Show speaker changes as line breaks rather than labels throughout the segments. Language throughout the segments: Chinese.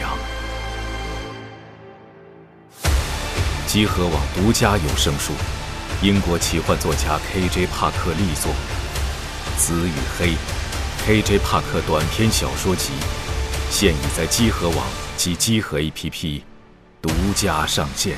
洋。集合网独家有声书，英国奇幻作家 K.J. 帕克力作《紫与黑》，K.J. 帕克短篇小说集，现已在集合网及集合 APP 独家上线。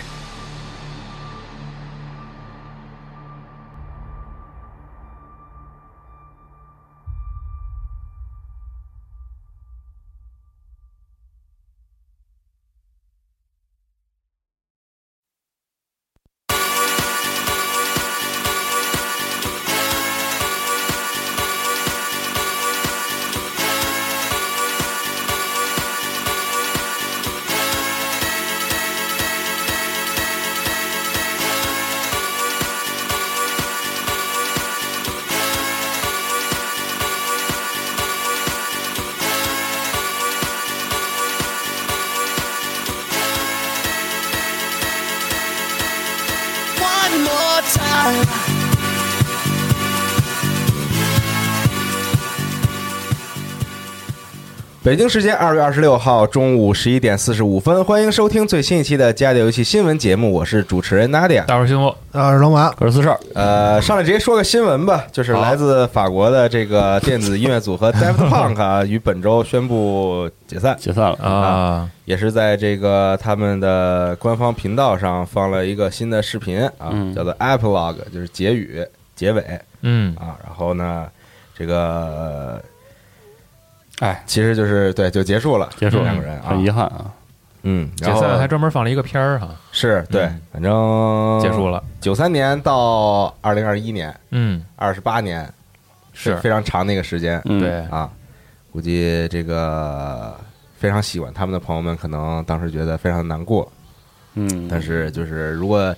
one more time.
北京时间二月二十六号中午十一点四十五分，欢迎收听最新一期的《家里游戏新闻》节目，我是主持人 Nadia。
大伙儿辛苦，
呃，龙马，
我是四少。
呃，上来直接说个新闻吧，就是
好
来自法国的这个电子音乐组 合 Daft Punk 啊，于本周宣布解散，
解散了。
啊，
也是在这个他们的官方频道上放了一个新的视频啊，
嗯
叫做 Epilogue，就是结语、结尾
嗯，
啊。然后呢，这个
哎，
其实就是对，就结束了，
结束了
两个人啊
很，遗憾啊，
嗯，
解
然后
散还专门放了一嗯个片儿哈，
是对
嗯，
反正
结束了。
九三年到二零二一年，
嗯，
二十八年
是
非常长的一个时间
嗯，
对，
啊。估计这个非常喜欢他们的朋友们，可能当时觉得非常难过。
嗯，
但是就是如果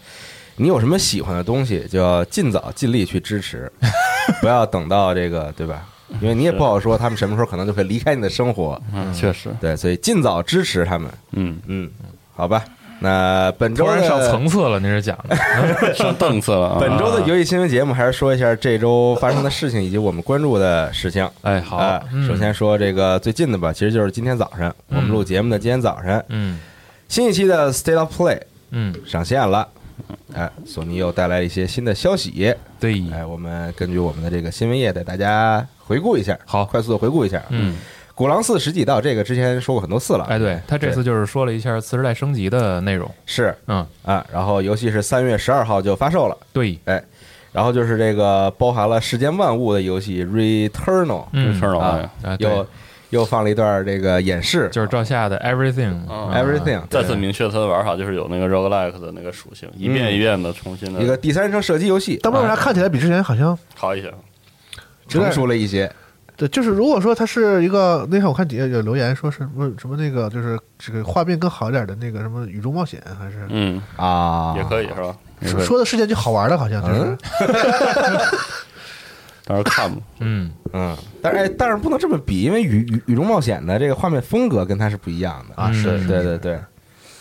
你有什么喜欢的东西，就要尽早尽力去支持， 不要等到这个对吧？因为你也不好说他们什么时候可能就会离开你的生活，
嗯，确实，
对，所以尽早支持他们。
嗯，
嗯，好吧。那本周
突然
的
上层次了，那是讲的。
上档次了 啊。
本周的游戏新闻节目，还是说一下这周发生的事情以及我们关注的事情。
哎，好
啊，
嗯
首先说这个最近的吧，其实就是今天早上我们录节目的今天早晨，
嗯
新一期的《State of Play
嗯，》
上线了。哎，索尼又带来一些新的消息。
对，
哎，我们根据我们的这个新闻页带大家回顾一下，
好
快速的回顾一下。
嗯，
古狼四十几道这个之前说过很多次了，
哎，对他这
对
次就是说了一下次时代升级的内容。
是
嗯，
啊，然后游戏是三月十二号就发售了。
对，
然后就是这个包含了世间万物的游戏《Returnal》，
嗯
事儿了哎
啊
呀，
啊，对
又又放了一段这个演示，
就是照下的 everything
哦
嗯
Everything
再次明确它的玩法就是有那个 roguelike 的那个属性，一遍一遍的重新的
一个第三人称射击游戏，啊
但为什么看起来比之前好像？
考一下。
有
成
点
熟了一些。
对，就是如果说它是一个那天我看底下有留言说是什么什么那个就是这个画面更好一点的那个什么宇宙冒险还是
嗯，
啊，
也可以是吧？
说说的事件就好玩的，好像就是
到时候看吧。
嗯，
嗯，但是哎，但是不能这么比，因为宇宇宇宙冒险的这个画面风格跟它是不一样的
啊是
对
是
对对对，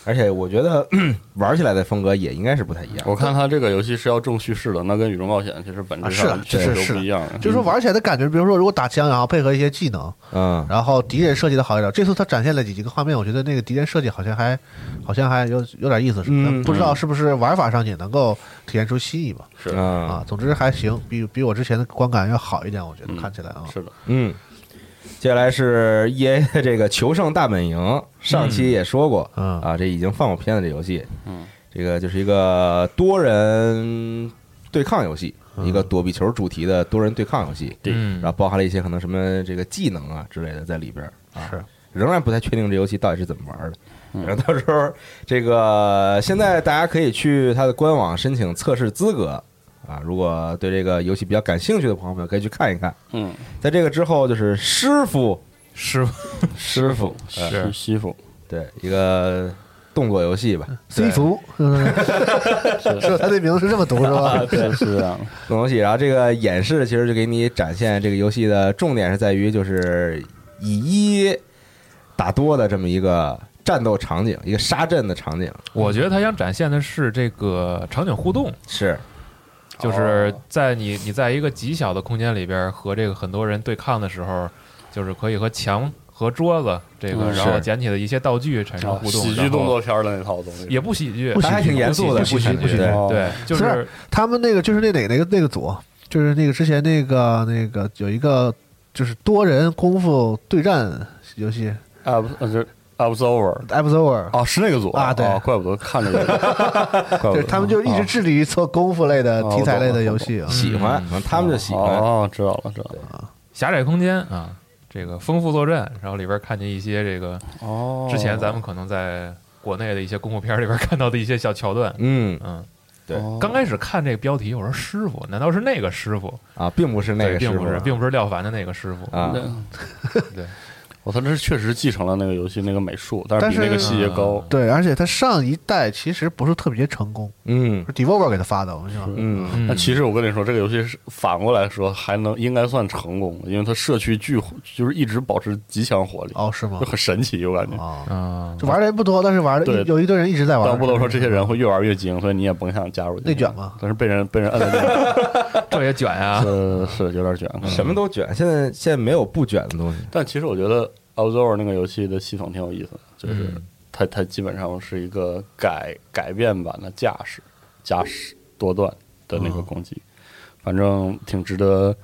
而且我觉得 咳玩起来的风格也应该是不太一样。
我看它这个游戏是要重叙事的，那跟《宇宙冒险》其实本质上
啊
确实
是是是
都不一样。
就是说玩起来的感觉，比如说如果打枪，然后配合一些技能，
嗯，
然后敌人设计的好一点。这次他展现了几几个画面，我觉得那个敌人设计好像还好像还有有点意思似的，
嗯
不知道是不是玩法上也能够体现出新意吧？啊
是啊
嗯
啊，总之还行，比比我之前的观感要好一点，我觉得
嗯
看起来啊，
是的，
嗯，接下来是 E A 的这个《求胜大本营》，上期也说过、
嗯
啊，这已经放过片子这游戏，
嗯，
这个就是一个多人对抗游戏，一个躲避球主题的多人对抗游戏，
对
嗯
然后包含了一些可能什么这个技能啊之类的在里边儿啊，
是
仍然不太确定这游戏到底是怎么玩儿的。
嗯
然后到时候这个现在大家可以去它的官网申请测试资格啊，如果对这个游戏比较感兴趣的朋友们可以去看一看。
嗯，
在这个之后就是师傅，
师傅
师傅
是
西服，
对一个动作游戏吧，
西服， 嗯，是吧他这名字是这么读是吧？
对，是这样的，
动作游戏。然后这个演示其实就给你展现这个游戏的重点是在于就是以一打多的这么一个战斗场景，一个杀阵的场景
我觉得他想展现的是这个场景互动，
是。
就是
哦
在你你在一个极小的空间里边和这个很多人对抗的时候，就是可以和墙和桌子这个，
嗯
然后
是
捡起的一些道具产生互动，
哦喜剧
然后
动作片儿的那套东西，
也不喜剧，
不喜
他还挺严肃的，
不喜剧，
不喜剧
对
哦
对，就是是
他们那个就是那哪哪个那个组，就是那个之前那个那个有一个就是多人功夫对战游戏
ab 呃就是 absolver
a b s o v e r
啊，是那个组
啊对
哦怪不得看着有，怪不
就
得
是他们就一直
哦
致力于做功夫类的
哦
题材类
我懂
的
了
游戏啊。
喜欢，
嗯
可能他们就喜欢。
哦，知道了，知道了，
狭窄空间啊，这个丰富作战，然后里边看见一些这个
哦
之前咱们可能在国内的一些功夫片里边看到的一些小桥段。
嗯
嗯，
对
哦
刚开始看这个标题，我说师傅，难道是那个师傅？
啊，并不是那
对
个
并
师
不
傅
是，并不是廖凡的那个师傅。
啊，
对，
我哦操，这是确实继承了那个游戏那个美术，但
但
是比那个
是
细节高。
对，而且他上一代其实不是特别成功，
嗯
是 Devolver 给他发的，我跟你说，
嗯
嗯
那其实我跟你说，这个游戏是反过来说还能应该算成功的，因为它社区巨就是一直保持极强活力，
哦，是吗
就？很神奇，我感觉。
哦，
啊，
就玩的人不多，但是玩的
嗯对
有一堆人一直在玩。
但不能说这些人会越玩越精，所以你也甭想加入进去
哦内卷嘛
但是被人被人摁 了，
这也卷啊呀。
是是有点卷。可
嗯
能
什么都卷，现在现在没有不卷的东西。
但其实我觉得 Observer 那个游戏的系统挺有意思的，就是
嗯
它它基本上是一个改改变版的驾驶驾驶多段的那
嗯
个攻击，反正挺值得。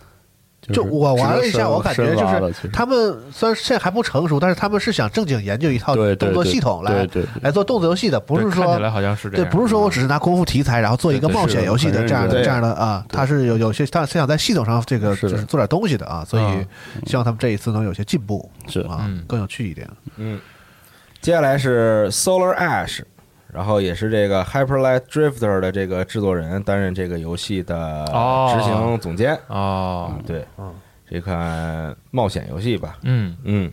就我玩了一下，我感觉就
就是
他们虽然现在还不成熟，但是他们是想正经研究一套
对对
动作系统来
对对对
来做动作游戏的，不
对
是
看起来
说
好像是这
对，
样，嗯
不是说我只是拿功夫题材，然后做一个
对对
冒险
是
游戏的
反正
这样的
对
这样的啊，他是有有些他是想在系统上这个
是
就
的
是做点东西的啊，所以
嗯
希望他们这一次能有些进步
是
啊
嗯，
更有趣一点。
嗯，接下来是 Solar Ash，然后也是这个 Hyperlight Drifter 的这个制作人担任这个游戏的
哦
执行总监。
哦
啊，，对，这款冒险游戏吧，
嗯，
嗯，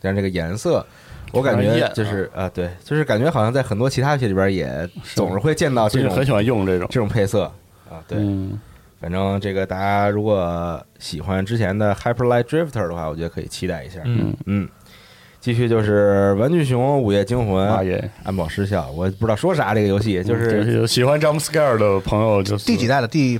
但是这个颜色。我感
非常
觉
艳
就是啊，对，就是感觉好像在很多其他游戏里边也总是会见到
就
这
是
种
很喜欢用这种，
这种配色啊，对，
嗯
反正这个大家如果喜欢之前的 Hyperlight Drifter 的话，我觉得可以期待一下。
嗯
嗯继续就是《玩具熊午夜惊魂
妈》，耶！
安保失效，我不知道说啥这个游戏，啊就
嗯这个
是
有喜欢 jump scare 的朋友，就是
第几代 了？第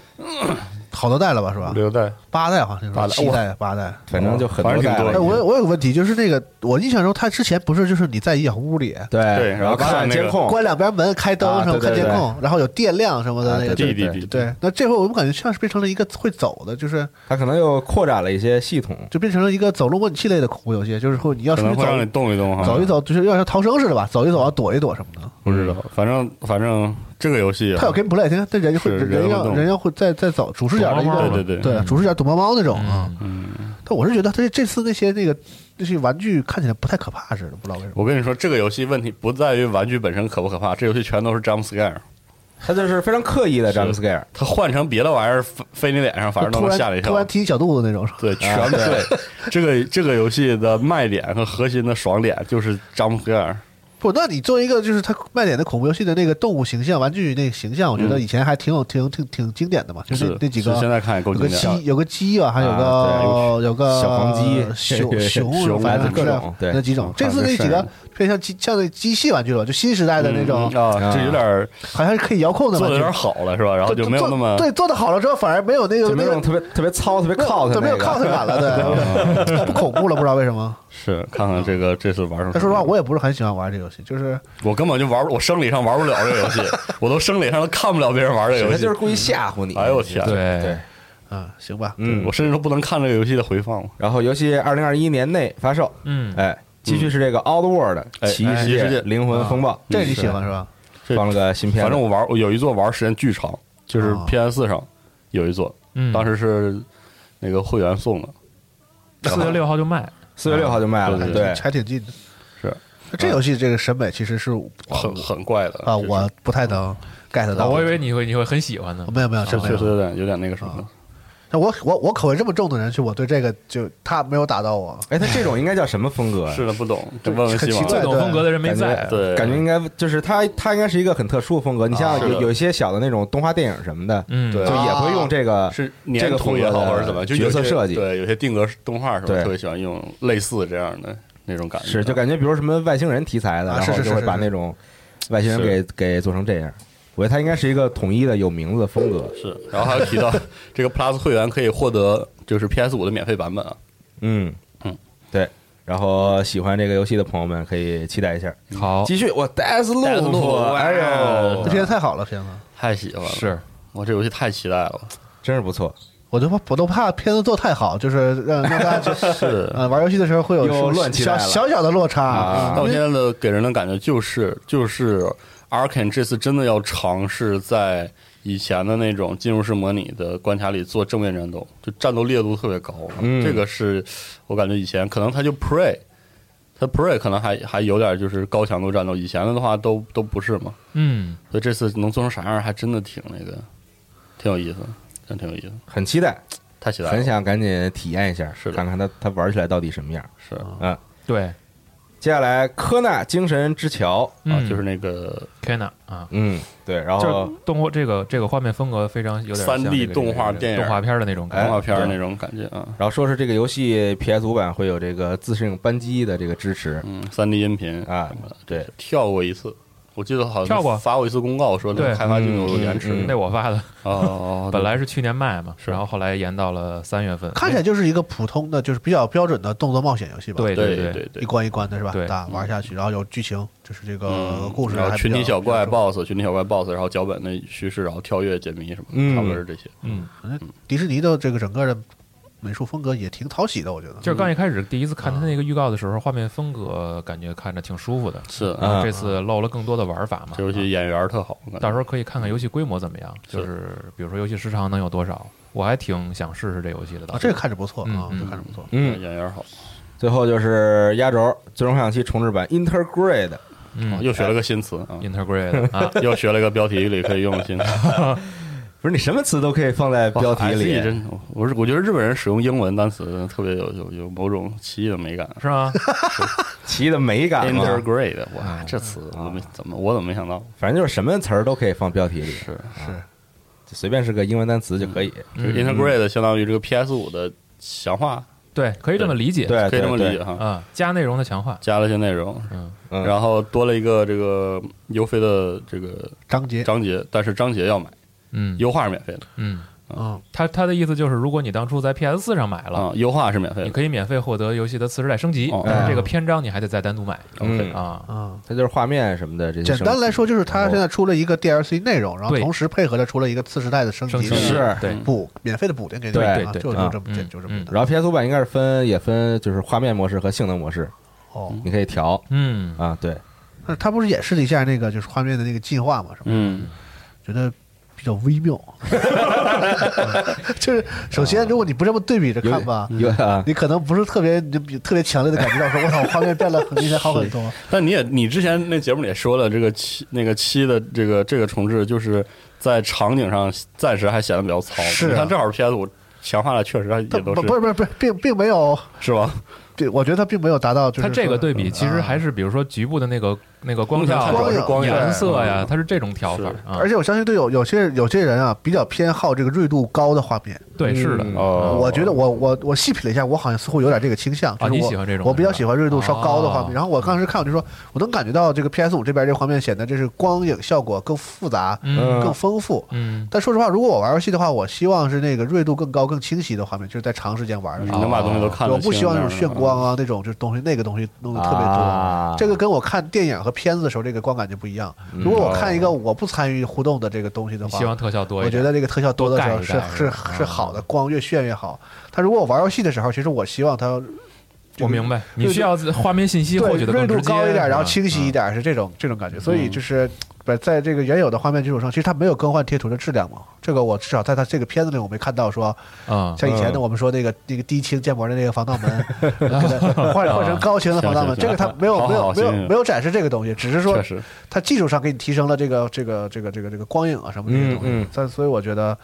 好多代了吧？是吧？
留代，
八代好像
八
是
代
七代八代。
反正就很
反
多
正挺
代
多
哎，
了
的。
我有我有个问题，就是那个我印象中，他之前不是就是你在一小屋里
对，
对
然后
然后看那
监
个
控，
关两边门、开灯
啊
什么
对
看
对
监控，然后有电量什么的
啊
那个。
对
弟
对
弟弟，
对，那这回我们感觉像是变成了一个会走的，就是
它可能又扩展了一些系统。
就变成了一个走路模拟器类的恐怖游戏，就是会你要
可
出
能
去
会让你啊
走
动一动哈，
走一走，就是有点像逃生似的吧，走一走啊，躲一躲什么的。
不知道，反正反正这个游戏啊
它有 gameplay，它它人会
是人
人要
会动
人要会再再走主视角的一
躲猫猫
个
对对对
对主视角躲猫猫那种啊。
嗯，
但我是觉得它这次那些那个那些玩具看起来不太可怕似的，不知道为什么。
我跟你说，这个游戏问题不在于玩具本身可不可怕，这游戏全都是 jump scare，
它就是非常刻意的 jump scare，
它换成别的玩意儿飞飞你脸上，反正都
突
能
然
吓你一
突
跳。
然踢你小肚子那种。
对，
啊
全啊对。这个这个游戏的卖点和核心的爽点就是 jump scare，
不，那你作为一个就是它卖点的恐怖游戏的那个动物形象、玩具那个形象，我觉得以前还挺有、挺挺挺经典的嘛，就是那那几
是现
个。
在看也够
有
经
个
典。
鸡，有个鸡吧，还有个、
啊对
有个
小黄鸡
熊熊，
熊
反正
各
是
种对
那几种。这次那几
反正
个
是
偏向机像那机器玩具了，就新时代的那种，
嗯啊，这有点儿
好像是可以遥控的
做
玩
的有点。
具
好了是吧？然后就
做
没有那么
对做的好了之后，反而没有那个
就没
那
有那种
个
特别特别糙、特别靠它
对没有
那
cos
个。
感了， 对，不恐怖了，不知道为什么。
是看看这个这次玩什么。
但说实话，我也不是很喜欢玩这游戏，就是
我根本就玩不，我生理上玩不了 哎这个游戏，我都生理上都看不了别人玩这个游
它
戏
就是。故意吓唬你。
哎呦我天！
嗯对
对，
嗯，行吧，
嗯
我，甚至都不能看这个游戏的回放了。
然后游戏二零二一年内发售，
嗯，
哎，继续是这个 Oddworld
哎
奇异
哎
世
奇异世
界
界
灵魂风暴，
这你
是
喜欢是吧？
这
放了个新片子，啊
反正我玩，我有一座玩时间巨长，就是
哦
PS 上有一座，
嗯
当时是那个会员送的，
四月六号就卖，
四月六号就卖了，
对
对
还挺近的。
是嗯
那这游戏这个审美其实是
很很怪的嗯
啊，
就是
我不太能 get
啊
到。
我以为你会你会很喜欢呢。
没有没有，
这
真没
确实
有。
有点有点那个什么，
那我我我口味这么重的人，去我对这个就他没有打到我。
哎，他这种应该叫什么风格呀？啊
是的不懂，得问问
很
西
奇
王
怪
最
的
了。
懂风格的人没
感觉
在，
对
感觉应该就是它，它应该是一个很特殊的风格。你像
啊
是
有
的
有一些小的那种动画电影什么的，
嗯，
对
就也会用这个
是
这个
粘
风
土
格
也好，
的
或者怎么，就有
角色
些
设计
对，有些定格动画什么，
对
特别喜欢用类似这样的那种感觉，
是就感觉比如什么外星人题材的，
啊
然后
是是
就会
是
把
是
那种外星人给给做成这样。我觉得它应该是一个统一的有名字的风格。
是。然后还有提 到这个 Plus 会员可以获得就是 PS 五的免费版本啊，
嗯
嗯，
对。然后喜欢这个游戏的朋友们可以期待一下。
好
继续，我 Death Loop，
Loop，
哎呦
这，片子太好了，片子，
太喜欢了，
是
我这游戏太期待了，
真是不错，
我都怕我都怕片子做太好，就是让让大 家就是 呃玩游戏的时候会有
又
什么
乱期待
小
了
小小的落差
啊。
到
因为
现在的给人的感觉就是就是 Arkane 这次真的要尝试在以前的那种进入式模拟的关卡里做正面战斗，就战斗烈度特别高。啊
嗯
这个是我感觉以前可能他就 Prey，他 Prey 可能还还有点就是高强度战斗，以前的话都都不是嘛。
嗯，
所以这次能做成啥样，还真的挺那个，挺有意思，真挺有意思，
很期待，
太期待
很
了。
想赶紧体验一下，
是的
看看它它玩起来到底什么样。
是
对，
接下来，科纳精神之桥，
啊，
嗯，
就是那个
Kena 啊，
嗯，对，然
就
后
是动画这个这个画面风格非常有点像
3D
这个
动画
这个
电影
动画片的那种
哎
感
动
觉，
画片儿那种感觉啊，
然后说是这个游戏 PS 五版会有这个自适应扳机的这个支持
嗯，三 D 音频
啊
什么的，
对，
跳过一次，我记得好像
跳过
发过一次公告说那
对
个开发进度有延迟。
嗯
那我发的，
哦哦，哦
本来是去年卖嘛，然后后来延到了三月份，
看起来就是一个普通的，就是比较标准的动作冒险游戏吧。
对
对
对
对
一
对，
关一关的是吧？
对
打玩下去，然后有剧情，就是这个
嗯
故事
然
还
后
比
群体
较
小怪
比较
BOSS，群体小怪 BOSS，然后脚本的叙事，然后跳跃解谜什么
嗯
的，差不多是这些。
嗯，
迪士尼的这个整个的美术风格也挺讨喜的，我觉得。
就是刚一开始第一次看他那个预告的时候，画面风格感觉看着挺舒服的，
是，
然
啊
后这次露了更多的玩法嘛，
这游戏嗯演员儿特好，我感
到
觉
时候可以看看游戏规模怎么样，
是
就是比如说游戏时长能有多少，我还挺想试试这游戏的。
啊，这个看着不错
嗯
啊，
嗯
这看着不错。
嗯，
演员儿好，
最后就是压轴《最终幻想七》重置版 Intergrade，
哦
嗯
又学了个新词啊，
，Integrate 啊，
又学了个标题里可以用的新词。
不是你什么词都可以放在标题
SE
里，
真，我是我觉得日本人使用英文单词特别有有有某种奇异的美感。
是吗？
奇异的美感嘛，
Integrate，哇，这词我没怎么我怎么没想到？
反正就是什么词儿都可以放标题里，啊
是嗯
就随便是个英文单词就可以。
就是
嗯
Integrate 相当于这个 PS 五的强化，
对，可以这么理解，
对，
可以这么理
对
解哈。
啊，加内容的强化，
加了些内容，
嗯
然后多了一个这个邮费的这个
章节，
章节，但是章节要买，
嗯
优化是免费的
嗯，
嗯，
他他的意思就是，如果你当初在 PS 四上买了，
啊，优化是免费
你
的。
可以免费获得游戏的次时代升级
哦，
但是
哎
这个篇章你还得再单独买
嗯
啊。
啊，
它就是画面什么的这些
简
升级。
单来说就是它现在出了一个 DLC 内容，然后
对
同时配合着出了一个次时代的升
升
级
级，
是
对
补免费的补丁给你
对
们啊，
对对
就
啊
就这么
嗯
就这么
嗯
的。
然后 PS 五版应该是分也分，就是画面模式和性能模式，
哦，
你可以调
嗯，
啊。对，
但是它不是演示了一下那个就是画面的那个进化嘛，是吧？
嗯，
觉得比较微 妙。就是首先，如果你不这么对比着看吧，
有啊，
你可能不是特别你比特别强烈的感觉到说，我操，画面变得明显好很多。
但你也你之前那节目里也说了，这个七那个七的这个这个重置，就是在场景上暂时还显得比较糙。
是啊
你看正好 PS 五强化了，确实它也
它
都
不不
是
是不是不是，并并没有，
是吧？
并我觉得它并没有达到就是
它这个
说嗯啊
对比其实还是比如说局部的那个那个光照、啊
光影
光影
颜色呀，
嗯
它是这种调法
是
啊
而。且我相信对有有些有些人啊，比较偏好这个锐度高的画面。
对，是的，
哦，
嗯我觉得我我我细品了一下，我好像似乎有点这个倾向。
哦
就是
你
我
喜欢这种
我比
是
较
吧
喜欢锐度稍高的画面。
哦
然后我当时看，我就说，我能感觉到这个 PS 五这边这画面显得这是光影效果更复杂、
嗯
更丰富。
嗯，
但说实话，如果我玩游戏的话，我希望是那个锐度更高、更清晰的画面，就是在长时间玩的
你
时候。
能把东西都看得
啊我不希望那种
清嗯
炫光啊，那种就是东西那个东西弄得特别多。
啊
这个跟我看电影和片子的时候，这个观感就不一样。如果我看一个我不参与互动的这个东西的
你嗯
话，
希望特效多
我
一
觉
点。
得这个特效多的时候
多
是
盖一盖
是是是好的，光越炫越好。但如果我玩游戏的时候，其实我希望它
我明白，你需要画面信息获
对
取的更
锐度
直接
高一点，然后
嗯
清晰一
嗯
点，是这种这种感觉。所以就是不在这个原有的画面基础上，其实它没有更换贴图的质量嘛。这个我至少在它这个片子里我没看到说，
嗯，
像以前的我们说那个那个低清建模的那个防盗 门，给它换换成高清的防盗
行
门，
行
这个它没有
好
没有
好
没有
行行
没有展示这个东西，只是说
确实，
它技术上给你提升了这个这个这个这个这个光影啊什么这些东
嗯
西
嗯。
但所以我觉得，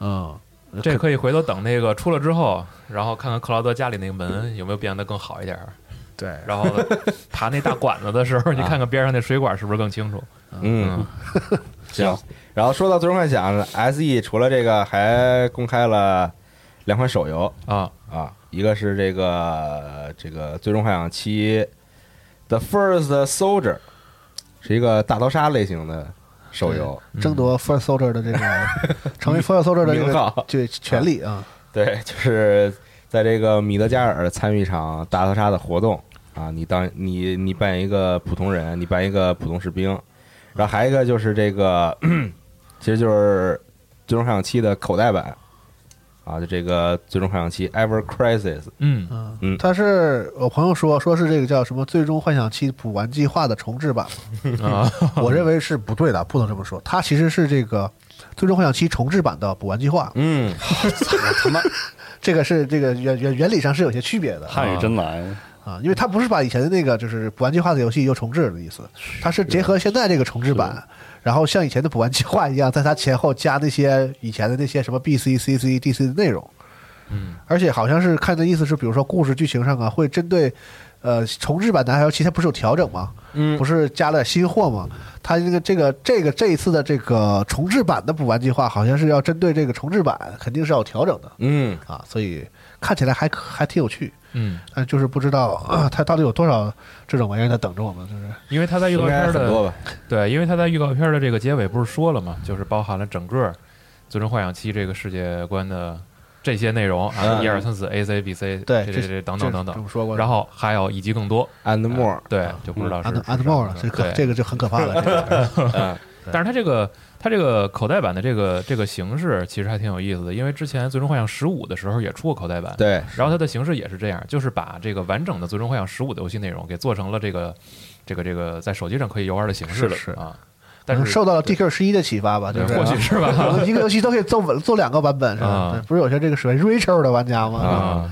嗯。
这可以回头等那个出了之后，然后看看克劳德家里那个门有没有变得更好一点儿，
对，
然 后爬那大管子的时候，你看看边上那水管是不是更清楚？
嗯，
行，
然后说到最终幻想，SE 除了这个还公开了两款手游
啊，
啊，一个是这个这个最终幻想七 The First Soldier，是一个大逃杀类型的手游，
争夺 First Soldier 的这个 成为 First Soldier 的这
名
个
号
对权利啊，
对，就是在这个米德加尔参与一场大逃杀的活动啊，你当你你扮演一个普通人，你扮演一个普通士兵，然后还有一个就是这个，其实就是《最终幻想七》的口袋版啊，就这个《最终幻想七 Ever Crisis》，
嗯，
嗯
嗯，
他是我朋友说说是这个叫什么《最终幻想七补完计划》的重置版，
啊，
我认为是不对的，不能这么说。它其实是这个《最终幻想七》重置版的补完计划，
嗯，
我他妈
这个是这个原原原理上是有些区别的
汉语真难，
啊，因为它不是把以前的那个就是补完计划的游戏又重置的意思，它是结合现在这个重置版。然后像以前的补完计划一样，在它前后加那些以前的那些什么 B C C C D C 的内容，嗯，而且好像是看的意思是，比如说故事剧情上啊，会针对呃重置版《南海幺七》，它不是有调整吗？
嗯
不是加了新货吗？它这个这个这个这一次的这个重置版的补完计划，好像是要针对这个重置版，肯定是要有调整的
嗯，
啊，所以看起来还可还挺有趣，
嗯，
但就是不知道、啊它到底有多少这种玩意儿在等着我们，就是
因为他在预告
应该
片
很多
的
吧，
对，因为他在预告片的这个结尾不是说了嘛，就是包含了整个《最终幻想七》这个世界观的这些内容啊，
嗯
一二三四 A C B C，
对
这
这
这这等等等
这这
等
么，说过的
然后还有以及更多，
and more，
对，就不知道是
安德
是
安德
什么
莫了，这可
对
这个就很可怕了。这个
但是它这个它这个口袋版的这个这个形式其实还挺有意思的，因为之前《最终幻想十五》的时候也出过口袋版，，
对，
然后它的形式也是这样，就是把这个完整的《最终幻想十五》的游戏内容给做成了这个这个这个在手机上可以游玩的形式了
是是
啊，
可
但
能
是
受到了啊 DQ 十一的启发吧，
对
就是
或许是
我
吧
们一个游戏都可以做稳做两个版本是吧
啊？
对不是有些这个属于 Rachel 的玩家吗？
啊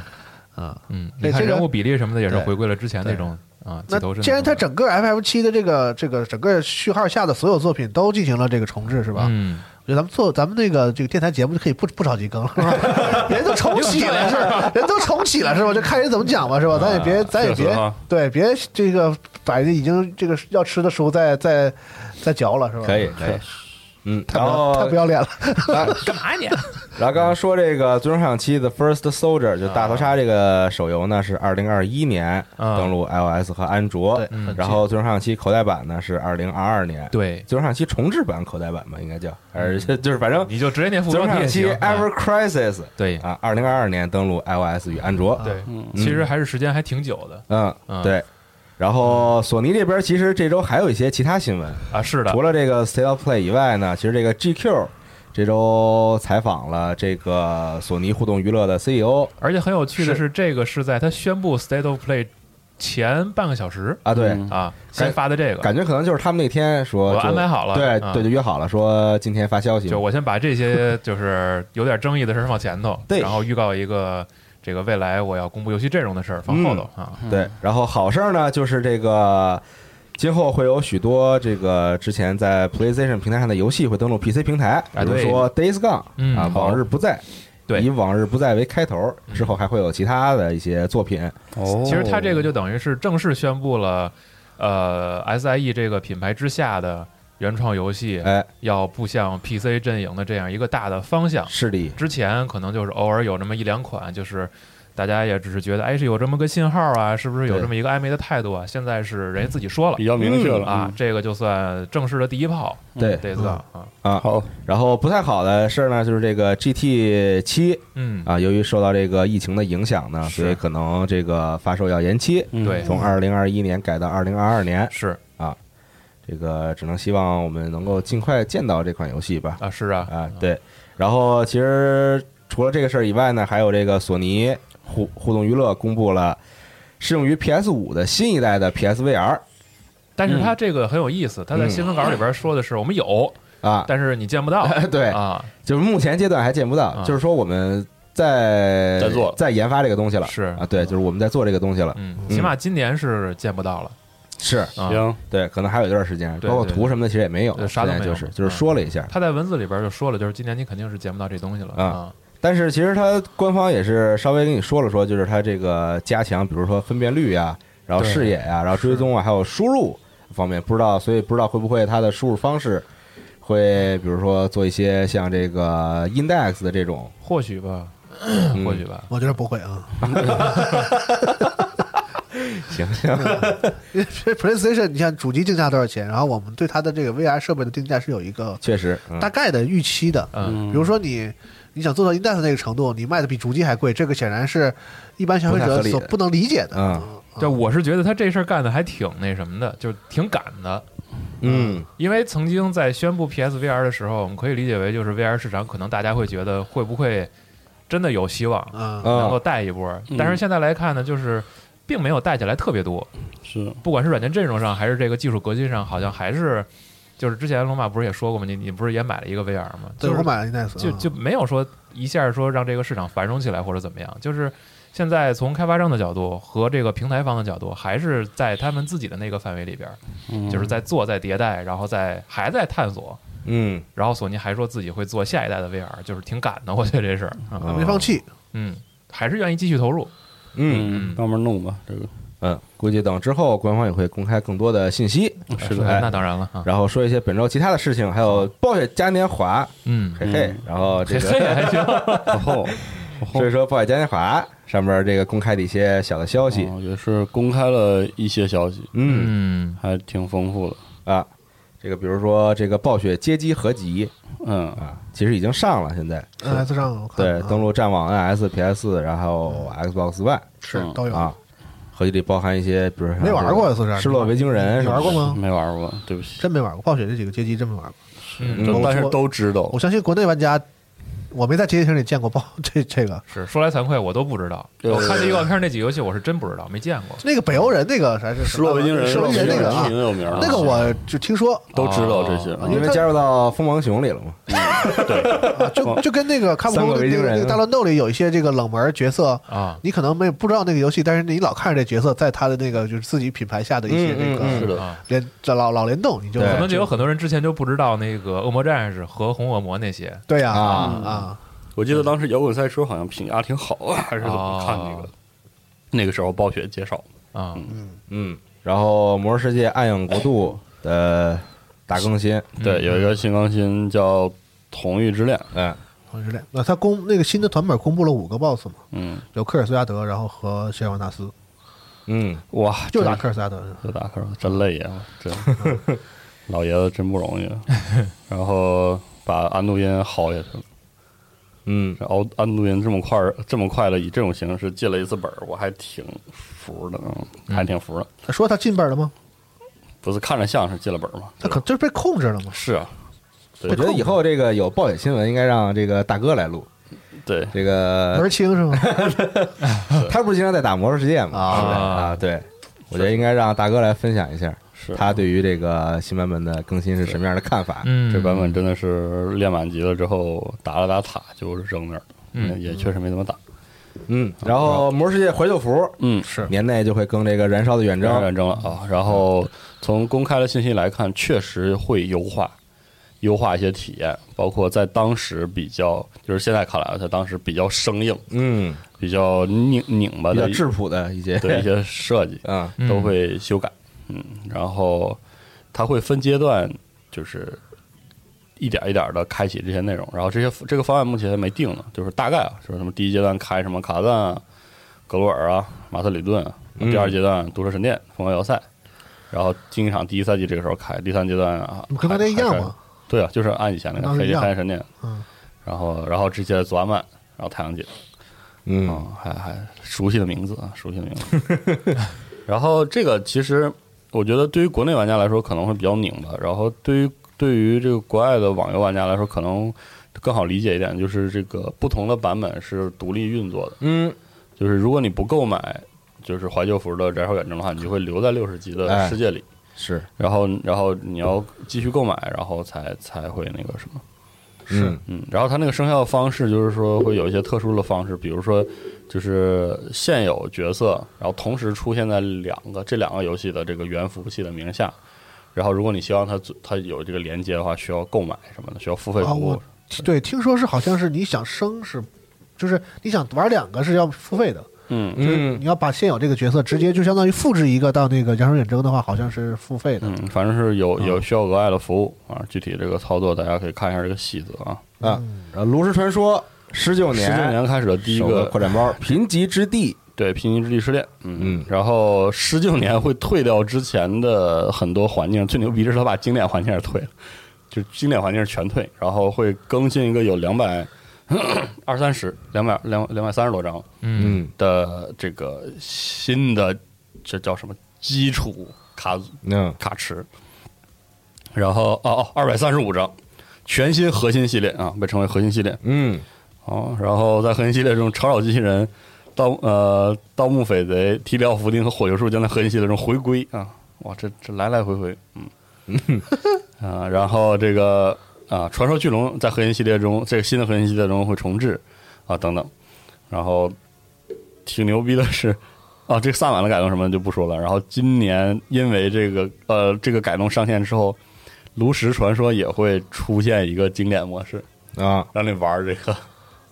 啊
嗯，你
对
看
这个
人物比例什么的也是
对
回归了之前那种啊几头身的
那
那种。
既然它整个 FF 七的这个这个整个序号下的所有作品都进行了这个重置，是吧？
嗯，
我觉得咱们做咱们那个这个电台节目就可以不不着急更了，是吧？人都重启了是吧？人都重启了是吧？就看人怎么讲吧是吧？咱也
啊
别咱也
确实
别
哈
对别这个把已经这个要吃的食物再再再嚼了是吧？
可以，可以，嗯，
太
然
不要
后
太不要脸了，
干嘛你？
然后刚刚说这个《最终幻想七》的 First Soldier 就大逃杀这个手游呢是二零二一年
啊
登陆 iOS 和安卓
对，
嗯
很
然后《最终幻想七》口袋版呢是二零二二年，
对嗯
《最终幻想七》重置版口袋版吧应该叫，而且就是反正《
你就直接念副
最终
标
幻
题也
想七
行。啊
Ever Crisis》
对
啊，二零二二年登陆 iOS 与安卓，
对，其实还是时间还挺久的
嗯
嗯
对。然后索尼这边其实这周还有一些其他新闻，
啊，是的
除，了这个 State of Play 以外呢，其实这个 GQ 这周采访了这个索尼互动娱乐的 E CEO
而且很有趣的是，这个是在他宣布 State of Play 前半个小时
啊，对，
嗯
啊，先发的这个，
感觉可能就是他们那天说
我
就
安排好了
对
嗯
对，就约好了说今天发消息嘛，
就我先把这些 就是有点争议的事儿放前头，
对
然后预告一个这个未来我要公布游戏阵容的事儿放后头啊，
对。然后好事儿呢，就是这个今后会有许多这个之前在 PlayStation 平台上的游戏会登陆 PC 平台，比
啊
如
对
说 Days Gone、
嗯
啊，
好
往日不在。
对嗯
以“往日不在”为开头，之后还会有其他的一些作品。
哦
其实它这个就等于是正式宣布了，呃，SIE 这个品牌之下的原创游戏
哎，
要步向 PC 阵营的这样一个大的方向。
是的，
之前可能就是偶尔有那么一两款，就是大家也只是觉得，哎，是有这么个信号啊，是不是有
对
这么一个暧昧的态度啊？现在是人家自己说了
比较明确
嗯
了嗯
啊，，这个就算正式的第一炮，
对
得知道啊，
啊
嗯。好，
然后不太好的事儿呢，就是这个 GT 七
嗯，
啊，由于受到这个疫情的影响呢，
是
所以可能这个发售要延期，
嗯
对
从二零二一年改到二零二二年。
是
啊。这个只能希望我们能够尽快见到这款游戏吧。
啊，是啊，
啊，对。然后其实除了这个事儿以外呢，还有这个索尼互互动娱乐公布了适用于 PS 五的新一代的 PSVR
但是他这个很有意思，他在新闻稿里边说的是我们有，
啊，
但是你见不到
对，
啊，
就是目前阶段还见不到，就是说我们在
在做
在研发这个东西了，
是
啊，对，就是我们在做这个东西了，
嗯，
嗯
起码今年是见不到了，
是
啊，
行，
对，可能还有一段时间，
对
包括
对
图什么的其实也没有，
对啥都
现在
没有
就是就是
嗯
说了一下，
他在文字里边就说了，就是今年你肯定是见不到这东西了
啊
啊，
但是其实它官方也是稍微跟你说了说，就是它这个加强，比如说分辨率啊，然后
对
视野啊，然后追踪啊，还有输入方面，不知道，所以不知道会不会它的输入方式会，比如说做一些像这个 index 的这种，
或许吧，
嗯
或许吧，
我觉得不会啊，
行行，
因为 PlayStation 你看主机定价多少钱，然后我们对它的这个 VR 设备的定价是有一个
确实，嗯
大概的预期的。
嗯，
比如说你你想做到 Index 那个程度，你卖的比主机还贵，这个显然是一般消
不
费
太合
者
理
所不能理解的。
嗯
对，
啊
我是觉得他这事儿干的还挺那什么的，就是挺赶的，
嗯，
因为曾经在宣布 PSVR 的时候，我们可以理解为就是 VR 市场可能大家会觉得会不会真的有希望
嗯，
能够
嗯
带一波，
嗯
但是现在来看呢，就是并没有带起来特别
嗯
多，
是
不管是软件阵容上还是这个技术革新上，好像还是就是之前龙马不是也说过吗？你你不是也买了一个 VR 吗？
对
就是
我买了 Index，
就
嗯
就没有说一下说让这个市场繁荣起来或者怎么样，就是现在从开发商的角度和这个平台方的角度，还是在他们自己的那个范围里边儿，
嗯
就是在做、在迭代，然后在还在探索。
嗯，
然后索尼还说自己会做下一代的 VR，就是挺赶的，我觉得这事儿，啊
没放弃。
嗯，还是愿意继续投入。
嗯
嗯，慢慢弄吧，这个
嗯，估计等之后官方也会公开更多的信息，
是
哎
那当然了啊，
然后说一些本周其他的事情，还有暴雪嘉年华，
嗯，
嘿嘿
嗯，
然后这
嘿
个
嘿还行，
然后。
所以说，暴雪嘉年华上面这个公开的一些小的消息，
哦也是公开了一些消息，
嗯
嗯，
还挺丰富的。
啊，这个比如说这个暴雪街机合集
嗯，
啊，其实已经上了，现在
NS 上我看
嗯对
啊
登录战网 NS、PS，然后 Xbox One
是
嗯
都有
啊，合集里包含一些，比如说像
没玩过呀，啊四十
这
二
个《失落维嗯京人》
你
什么
玩
的
过？吗？
嗯没玩过，对不起。
真没玩过，暴雪这几个街机真没玩过。
嗯
就
我
但是
我
都知道
我，相信国内玩家，我没在街机厅里见过暴这这 个
是说来惭愧，我都不知道。
对
我看这预告片那几个游戏，我是真不知道，没见过。
那个北欧人那个还是
失落维京人，
失落维京人那个啊
挺，有名的，啊
那个我就听说，
都知道这些。
哦
因为加入到锋芒熊里了嘛，
啊就就跟那个卡普空
哦三个
那个
维京人
那个大乱斗里有一些这个冷门角色。
啊，
你可能没有不知道那个游戏，但是你老看着这角色在他的那个就是自己品牌下的一些那
嗯嗯嗯
是
个
的，
啊
联老老联动，你就
对
可能就有很多人之前就不知道那个恶魔战士和红恶魔那些
对呀
啊
啊，
我记得当时摇滚赛车好像评价挺好啊，还是怎么看那
哦
个？那个时候暴雪介绍，
啊，
嗯，然后《魔兽世界：暗影国度》的大更新，
对，有一个新更新叫《同域之恋》，
嗯，
同时啊这那他公那个新的团本公布了五个 BOSS 嘛，
嗯，
有科尔苏亚德，然后和谢尔万纳斯，
嗯，
哇，
就打
真
科尔苏亚德，
就打磕，真累呀、真老爷子真不容易。啊然后把安度因薅下去了，
嗯，
这熬安度因这么快这么快的以这种形式进了一次本儿，我还挺服的，嗯还挺服的。
他说他进本了吗？
不是看着像是进了本儿吗？
他可就是被控制了嘛。
是啊，
我觉得以后这个有暴雪新闻应该让这个大哥来录，
对，
这个
门儿清是吗？
他不是经常在打《魔兽世界》吗？
啊
是的啊，对，我觉得应该让大哥来分享一下
是
他对于这个新版本的更新是什么样的看法。
嗯，
这版本真的是练满级了之后打了打塔就扔那儿了，
嗯
也确实没怎么打。
嗯，然后《魔兽世界》怀旧服
嗯，
是
年内就会更这个《燃烧的远征
仍》然争了啊。然后从公开的信息来看，确实会优化，优化一些体验，包括在当时比较，就是现在看来啊，在当时比较生硬、
嗯，
比较拧拧巴
比较
的一
质朴的一些，
的一些设计，
嗯
嗯
都会修改。嗯，然后它会分阶段，就是一点一点的开启这些内容。然后这些这个方案目前还没定呢，就是大概啊，就是什么第一阶段开什么卡赞啊、格鲁尔啊、马特里顿啊，
嗯
第二阶段毒蛇神殿、疯狂摇赛，然后竞技场第一赛季这个时候开，第三阶段啊，
跟刚才一样
还是
嘛。
对啊，就是按以前那个
跟当时
黑
一
夜
样
黑夜神殿，
嗯，
然后然后这些左安曼，然后太阳姐，
嗯
啊 嗯，还还熟悉的名字啊，熟悉的名字。然后这个其实我觉得对于国内玩家来说可能会比较拧巴，然后对于对于这个国外的网游玩家来说，可能更好理解一点，就是这个不同的版本是独立运作的。
嗯，
就是如果你不购买就是怀旧服的燃烧远征的话，你就会留在六十级的
哎
世界里，
是
然后然后你要继续购买，然后才才会那个什么。
是、
嗯，然后它那个生效方式就是说会有一些特殊的方式，比如说就是现有角色，然后同时出现在两个这两个游戏的这个原服务器的名下，然后如果你希望它它有这个连接的话，需要购买什么的，需要付费
啊
服务。
我对，听说是好像是你想升是，就是你想玩两个是要付费的，
嗯
就是你要把现有这个角色直接就相当于复制一个到那个《扬声远征》的话，好像是付费的。
嗯，反正是有有需要额外的服务啊，具体这个操作大家可以看一下这个细则啊。
啊。然后《炉石传说》十九
十九年开始的第一
首
个
扩展包，贫瘠之地，
对《平行之地失恋》，嗯
嗯
然后十九年会退掉之前的很多环境，最牛逼的是他把经典环境也退了，就经典环境全退，然后会更新一个有两百二三十、两百两两百三十多张
嗯，
嗯，
的这个新的，这叫什么基础卡组
那
卡池，然后哦哦二百三十五张，全新核心系列啊，被称为核心系列，
嗯
哦，然后在核心系列中，超扰机器人、盗呃盗墓匪贼、提里奥伏丁和火球术将在核心系列中回归啊！哇，这这来来回回，嗯啊，然后这个啊，传说巨龙在核心系列中，这个新的核心系列中会重置啊，等等。然后挺牛逼的是， 啊，这个萨满的改动什么的就不说了。然后今年因为这个呃这个改动上线之后，炉石传说也会出现一个经典模式。
啊，
让你玩儿这个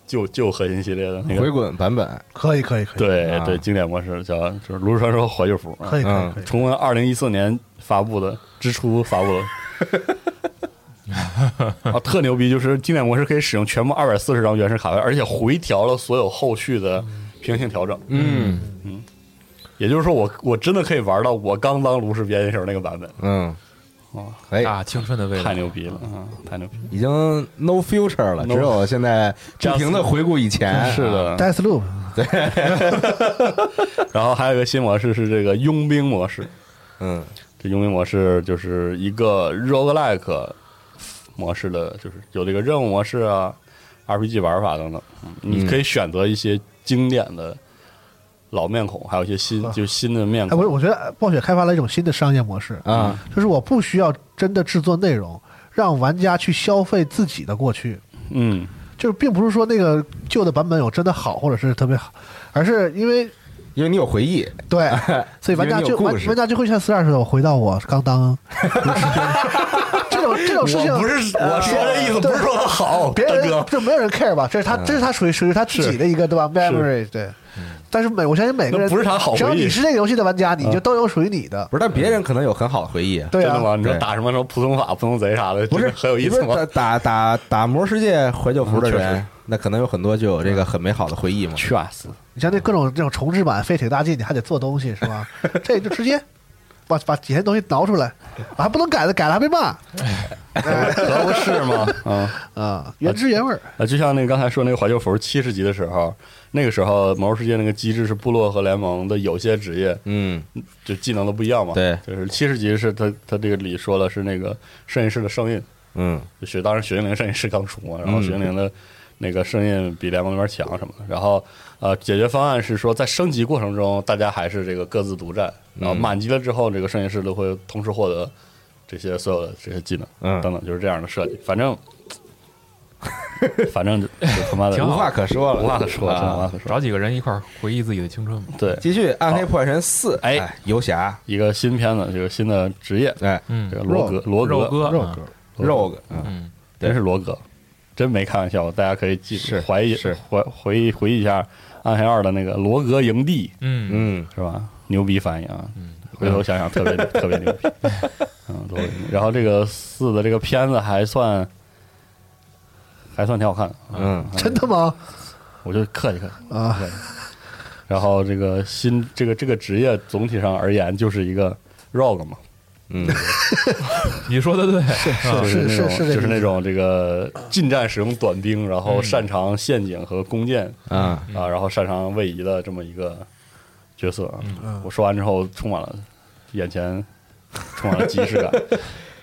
旧旧核心系列的那
回
个，
滚版本，
可以，可以，可以，
对
啊
对，经典模式叫就是《炉石传说》怀旧服，啊
可以，可
嗯
以，可以。
重温二零一四年发布的之初发布的。 啊，特牛逼！就是经典模式可以使用全部二百四十张原始卡牌，而且回调了所有后续的平行调整。
嗯
也就是说我，我真的可以玩到我刚当炉石编辑时候那个版本，
嗯
哦，
可以，
啊，青春的味道
太，牛逼了！
嗯
啊，太牛逼！
已经 no future 了，
No-
只有现在不停的回顾以前，啊
是的，
Death Loop
然后还有一个新模式是这个佣兵模式，
嗯，
这佣兵模式就是一个 roguelike 模式的，就是有这个任务模式啊、RPG 玩法等等。嗯你可以选择一些经典的老面孔，还有一些新，啊就是新的面
哎，
孔
我。我觉得暴雪开发了一种新的商业模式，
啊，
就是我不需要真的制作内容，让玩家去消费自己的过去，
嗯，
就是并不是说那个旧的版本有真的好或者是特别好，而是因为
因为你有回忆，
对，哎所以玩家
因为你有
就
故
玩
事
玩家就会像四二似的，我回到我刚当 这种这种事情，
我不是我说这意思，不是说它好，
别
大
人
哥。嗯
这没有人 care 吧？这是他这是他属于属于他自己的一个对吧？memory 对。但是每我相信每个人
那不是啥好回忆嗯
只要你是这个游戏的玩家，你就都有属于你的。
不是，但别人可能有很好的回忆，
对
真
啊
的，吗？你说
对
打什么什么普通法、普通贼啥的，
不是
这个很有意思
你不
吗
是？打打打打魔世界怀旧服的
嗯确
人
实，
那可能有很多就有这个很美好的回忆嘛，
确实，
你像那各种这种重置版费挺大劲，你还得做东西是吧？这你就直接把把以前东西挠出来，啊还不能改的，改了还被骂
可不是吗？嗯。
啊，原汁原味儿。
啊，就像那个刚才说那个怀旧服七十级的时候，那个时候《魔兽世界》那个机制是部落和联盟的有些职业
嗯，
就技能都不一样嘛。
对
就是七十级是他他这个里说了是那个圣印士的圣印，
嗯
就血当时血精灵圣印士刚出嘛，然后
嗯
血精灵的那个圣印比联盟那边强什么的。然后呃，解决方案是说在升级过程中大家还是这个各自独占，然
嗯
后满级了之后，这个圣印士都会同时获得这些所有的这些技能。
嗯，
等等，就是这样的设计。反正，反正就就他妈的
挺
无
好
话可说了，
无话可说，真的无话
啊。
可说。
找几个人一块儿回忆自己的青春吧。
对，
继续《暗黑破坏神四》，
哎，
游侠，
一个新片子，这个新的职业，
哎
嗯
这，个罗格，罗
肉
格，
哥，
肉
啊
哥，
，Rogue，嗯
嗯，
真是罗格，真没开玩笑。大家可以记
是
怀疑
是
怀回忆回忆一下《暗黑二》的那个罗格营地，
嗯嗯，
嗯
是吧？牛逼翻译啊！回头想想特 别特别牛逼。嗯，罗格营地然后这个四的这个片子还算还算挺好看的，
嗯
真的吗？
我就客气客气。
啊，
对，然后这个新这个这个职业总体上而言就是一个 rog 嘛，
嗯，
你说的对，啊
就是那
是
种
是是
就是
这
那
个
种这个近战使用短兵，然后擅长陷阱和弓箭、
啊，
啊，然后擅长
嗯
位移的这么一个角色啊。我说完之后充满了眼前充满了即视 感，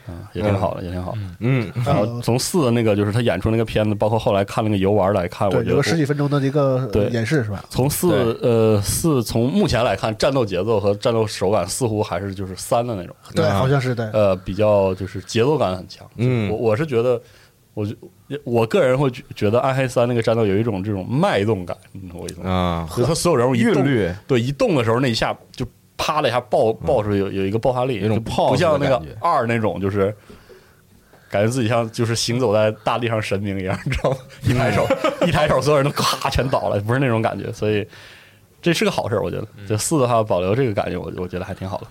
嗯，也挺好的，也挺好的。
嗯，
然后从四的那个就是他演出那个片子，包括后来看那个游玩来看，我
对，
觉
有个十
得
几分钟的一个
对
演示是吧？
从四
对
呃四从目前来看，战斗节奏和战斗手感似乎还是就是三的那种，
对，
啊
好像是对。
呃，比较就是节奏感很强。
嗯
我我是觉得。我就我个人会觉觉得《暗黑三》那个战斗有一种这种脉动感，你懂我意思吗？
啊，
和他所有人物一
韵
动
律，
对，一动的时候那一下就啪的一下爆爆出来有有一个爆发
嗯
力，
有一种
就不
pulse
不像
的
那个
感觉
二那种就是。感觉自己像就是行走在大地上神明一样，你知 道吗？一抬手，一抬手，所有人都咔全倒了，不是那种感觉，所以这是个好事儿，我觉得。这四的话，保留这个感觉，我我觉得还挺好的。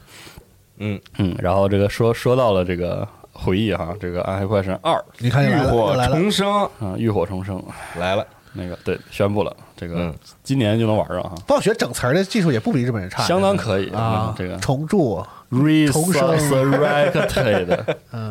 嗯
嗯，然后这个说说到了这个回忆哈，这个《暗黑破坏神二》
你看又
浴
来了，又
火
来了，
重生
啊，《浴火重生》
来了，
那个对宣布了，这个
嗯
今年就能玩上哈，
暴雪整词儿的技术也不比日本人差，
相当可以
啊
嗯。这个
重铸啊
啊 resurrected。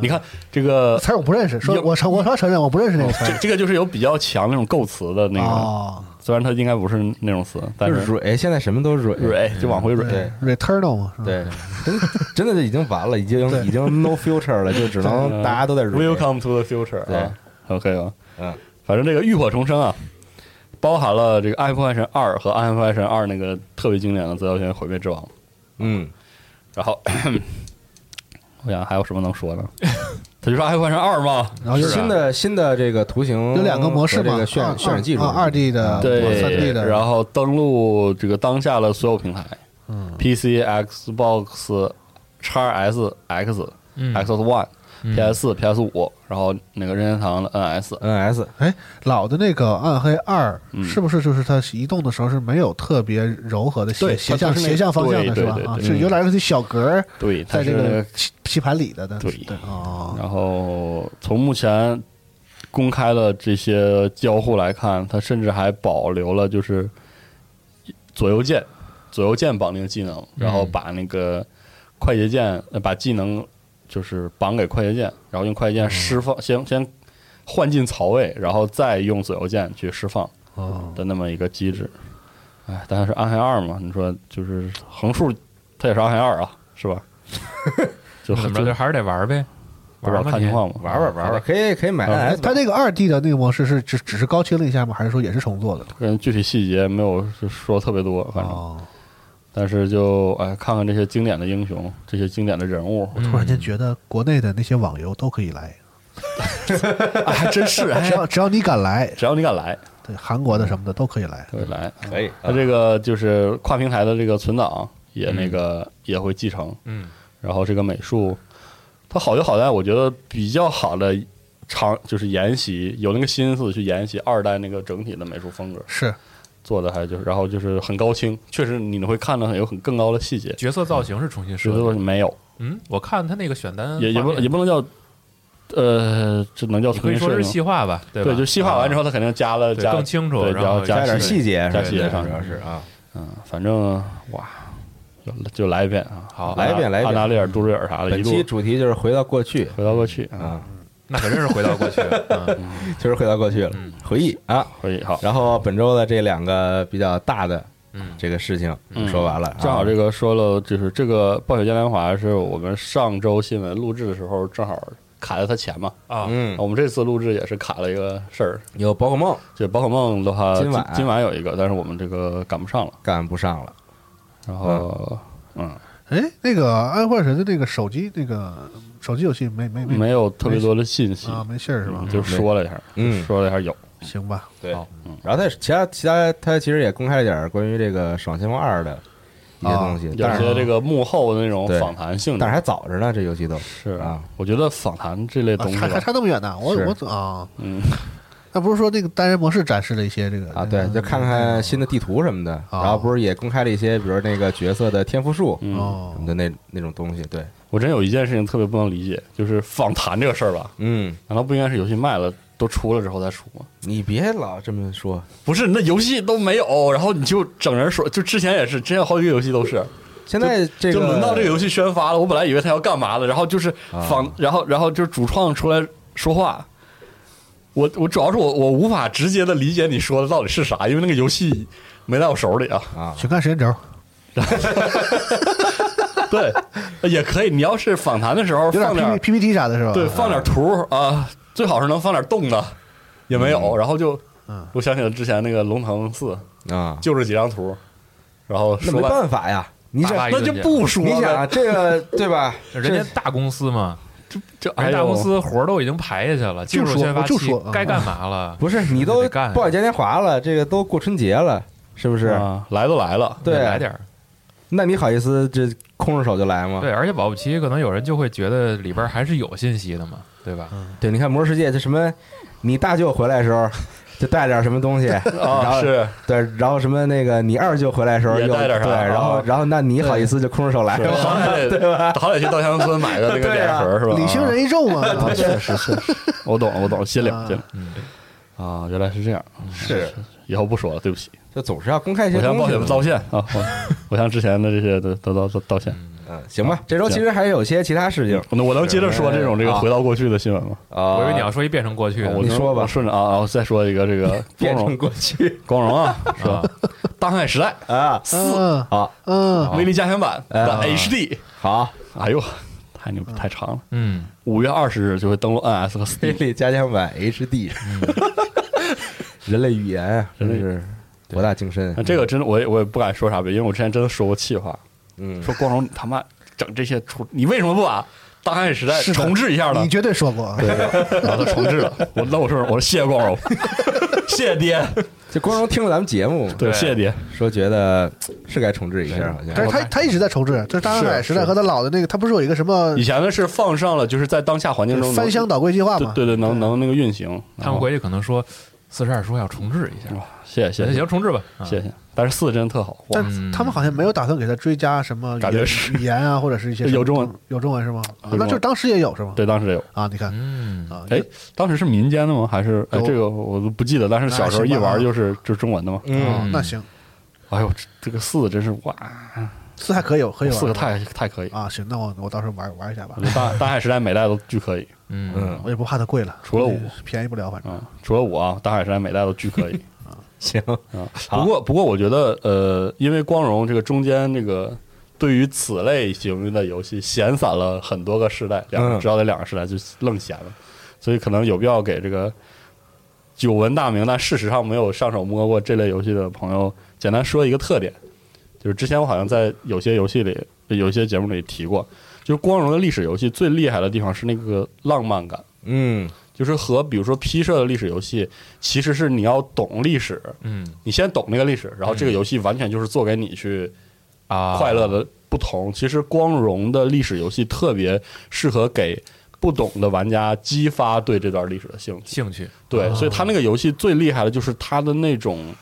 你看这个
词儿我不认识，说
呃有
我承我说承认我不认识那个词
这
儿
这个就是有比较强那种构词的那个，
哦，
虽然它应该不是那种词，但
就是嗯
是
蕊，现在什么都是蕊，
蕊就往回蕊。
对，Returnal 哦嘛，是吧，
对，真 真的就已经完了，已经
对
已经 no future 了，就只能
嗯
大家都在蕊。
Welcome to the future
对
啊，OK 啊，
嗯，
反正这个浴火重生啊，包含了这个《暗黑破坏神二》和《暗黑破坏神二》那个特别经典的《资料片毁灭之王》，
嗯，
然后。 我想还有什么能 说呢？他就说《暗黑破坏神二》嘛，
然后有
新的新的这个图形
有两个模
和
式
哦这
嘛，
个渲染
二
渲染技术，嗯
二二 D 的，
对，
啊三 D 的，
然后登录这个当下的所有平台，嗯，PC、Xbox、x S、
嗯
X、Xbox One、
嗯
PS 4 PS 五，然后那个任天堂的 NS，
NS
哎，老的那个《暗黑二
嗯》
是不是就是它移动的时候是没有特别柔和的斜
对
斜
它
向
它是那
斜向方向的
对
是吧
对？对
啊，
对
是有点那个小格儿
对，它
在
是
这
那
个
个。
棋棋盘里的，但是
对
对哦，
然后从目前公开的这些交互来看，它甚至还保留了就是左右键左右键绑定技能，然
嗯
后把那个快捷键、呃、把技能就是绑给快捷键，然后用快捷
哦
键释放，先先换进槽位，然后再用左右键去释放
哦
的那么一个机制。哎，但是暗黑二嘛，你说就是横竖它也是暗黑二啊，是 吧？就
怎么着，就还是得玩呗，
不知道
玩吧
看情
你
况吧，
玩玩玩玩，可以可以买
嗯
NS
哎它
版。
这个二 D 的那个模式是只只是高清了一下吗？还是说也是重做的？
个人具体细节没有说特别多，反正，
哦，
但是就哎，看看这些经典的英雄，这些经典的人物，
嗯
突然间觉得国内的那些网游都可以 来，啊
哎还真是，哎
只要只要你敢来，
只要你敢来，
对韩国的什么的都可以来。
就会来。
可以，
它这个就是跨平台的这个存档也那个也会继承，
嗯，
然后这个美术，它好就好在我觉得比较好的长就是沿袭，有那个心思去沿袭二代那个整体的美术风格，
是，
做的还就是然后就是很高清，确实你会看到有很更高的细节，
角色造型是重新
实
设
际
计。
没有。
嗯，我看他那个选单
也也不
嗯画面
也不能叫，呃，这能叫
你可
重
以
新
说
设
是
计
细
吗？
化吧，对吧？啊
对，就细化完之
后，
后，它肯定加了
对
加
更清楚
对
然
然
后
后
加
加
点细节，
加细节
上
上
主要是啊，
嗯，反正哇，就就来一遍啊，
好
安
来一遍来一遍
安达利尔、杜瑞尔啥的，
本
一路
期主题就是回到过去
回到过去啊，
啊，
那可真是回到过去 了。嗯
就是回到过去了，
嗯
回忆啊。
可以好。
然后本周的这两个比较大的
嗯，
这个事情
嗯
说完了，
正好
啊
这个说了，就是这个《暴雪嘉年华》是我们上周新闻录制的时候正好卡在它前嘛，
啊，
嗯
我们这次录制也是卡了一个事儿，
有宝可梦
就宝可梦的话，
今
今
晚
今晚有一个，但是我们这个赶不上了，
赶不上了，
然后嗯，
哎，那个《暗幻神》的那个手机那个手机游戏没没
没有特别多的信息，
啊，没信儿是吧
嗯？就说了一下，
嗯
就说了一下有，
行吧，
对
好
然后他其他其他他其实也公开了点儿关于这个《守望先锋二》的一些
啊
东西，
有
但
些
是
这个幕后的那种
对
访谈性质，
但是还早着呢，这游戏都
是
啊，
我觉得访谈这类
啊
东西
还还
吧，
差那么远呢，我
是
我怎啊，
嗯，
那不是说那个单人模式展示了一些这个嗯
啊，对，就看看新的地图什么的，
哦
然后不是也公开了一些，比如那个角色的天赋树
啊嗯
什
哦
么的那那种东西，对，
我真有一件事情特别不能理解，就是访谈这个事儿吧，
嗯，
难道不应该是游戏卖了都出了之后再出吗？
你别老这么说，
不是，那游戏都没有，然后你就整人说，就之前也是，之前有好几个游戏都是，
现在这个啊
就轮到这个游戏宣发了，我本来以为他要干嘛了，然后就是访，然后然后就是主创出来说话。我我主要是我我无法直接的理解你说的到底是啥，因为那个游戏没在我手里啊。
啊，
请看时间轴，
对，也可以。你要是访谈的时候
有点
放
P
点
P P P T 啥的是吧？
对，放点图儿啊，最好是能放点动的，也没有。然后就
嗯，
我想起了之前那个龙腾寺，
啊，
就这几张图，然后
那
说
没
了，
办法呀，你
打
想
发一
那
顿
就
去
不说
你想啊，
了。
这个对 吧？
人家大公司嘛，
这哎
人家
呦
大公司活儿都已经排下去了，技
就
术
说
先发
我就
期
说啊
该干嘛了？
不是你都
得干
不管嘉年华了，这个都过春节了，是不是？
啊，来都来了，
对
得来点儿。
那你好意思这空着手就来吗？
对，而且保不齐可能有人就会觉得里边还是有信息的嘛，对吧？
对，你看《魔兽世界》这什么，你大舅回来的时候就带点什么 东西，然
啊
后
是
对，然后什么那个你二舅回来的时候
也
又
带点啥
对，
啊
然后然后那你好意思就空着手 来
是
吗？
好歹得 好歹去稻香村买个那个
对
脸
啊
盒是吧？
理清人一咒嘛，啊
确 实是，我懂了，我懂了，心领
啊
心领。啊，原来是这样，
是，
以后不说了，对不起，
就总是要公开一些
我向
东
暴
西
雪
嘛。
道歉啊，我我向之前的这些都都道道道歉。
嗯，行
啊
吧，这周其实还有些其他事情
那我能接着说这种这个
啊
回到过去的新闻吗？
啊。
我以为你要说一变成过去的，
我
你
能
说吧
我顺着啊，啊我再说一个这个
变
光
成
荣
过去
光荣 啊，是吧
啊？
大航海时代
啊
嗯
啊，
嗯，
威力加强版的
啊
HD，
好，
哎呦，太牛太长了。
嗯，
五月二十日就会登陆 NS 和
黑
Steam，
力加强版 HD，人类语言啊，真
人类
是博大精深
那。这个真的我也我也不敢说啥别，因为我之前真的说过气话，
嗯，
说光荣你他妈整这些出，你为什么不把大航海时代
是的
重置一下呢
你？绝对说过，
然后他重置了，我那我说我说谢谢光荣，谢谢爹，
这光荣听了咱们节目，
对，谢谢爹，
说觉得是该重置一下，好像
但是他他一直在重置，这是大航海时代和他老的那个，他不是有一个什么
以前的是放上了，就是在当下环境中能
嗯翻箱倒柜计划
对
吗？
对对，能能那个运行，
他们
会
回去可能说四十二说要重置一下，
谢谢谢
行
谢
行，重置吧，啊
谢谢，但是四真的特好，哇
但是他们好像没有打算给他追加什么语
感觉
言
是
语言啊，或者 是一些什么
有中文
有中文是吗？啊
有中文
那就是当时也有是吗？
对，当时有，
啊，你看
嗯，
啊，
哎，当时是民间的吗？还是哎
有
这个我都不记得，但是小时候一玩就是就是中文的嘛。
哦
嗯
那行，
哎呦，这这个四真是哇，
四还可以有，可以玩
哦四个太嗯太可以，
啊，行，那我我到时候玩玩一下吧
我，觉得啊大大海时代每代都巨可以，
嗯，
嗯，
我也不怕它贵了，
除了我
便宜不了，反正
嗯，除了我啊，大海时代每代都巨可 以。
行，
啊，
好
不过不过，我觉得呃，因为光荣这个中间这个对于此类型的游戏闲散了很多个世代，两个
嗯
只要得两个世代就愣闲了，所以可能有必要给这个久闻大名但事实上没有上手摸过这类游戏的朋友，简单说一个特点，就是之前我好像在有些游戏里、有些节目里提过，就是光荣的历史游戏最厉害的地方是那个浪漫感。
嗯
就是和比如说 P 社的历史游戏，其实是你要懂历史，
嗯
你先懂那个历史，然后这个游戏完全就是做给你去
啊，
快乐的不同。其实光荣的历史游戏特别适合给不懂的玩家激发对这段历史的兴趣。
兴趣，
对，所以他那个游戏最厉害的就是他的那种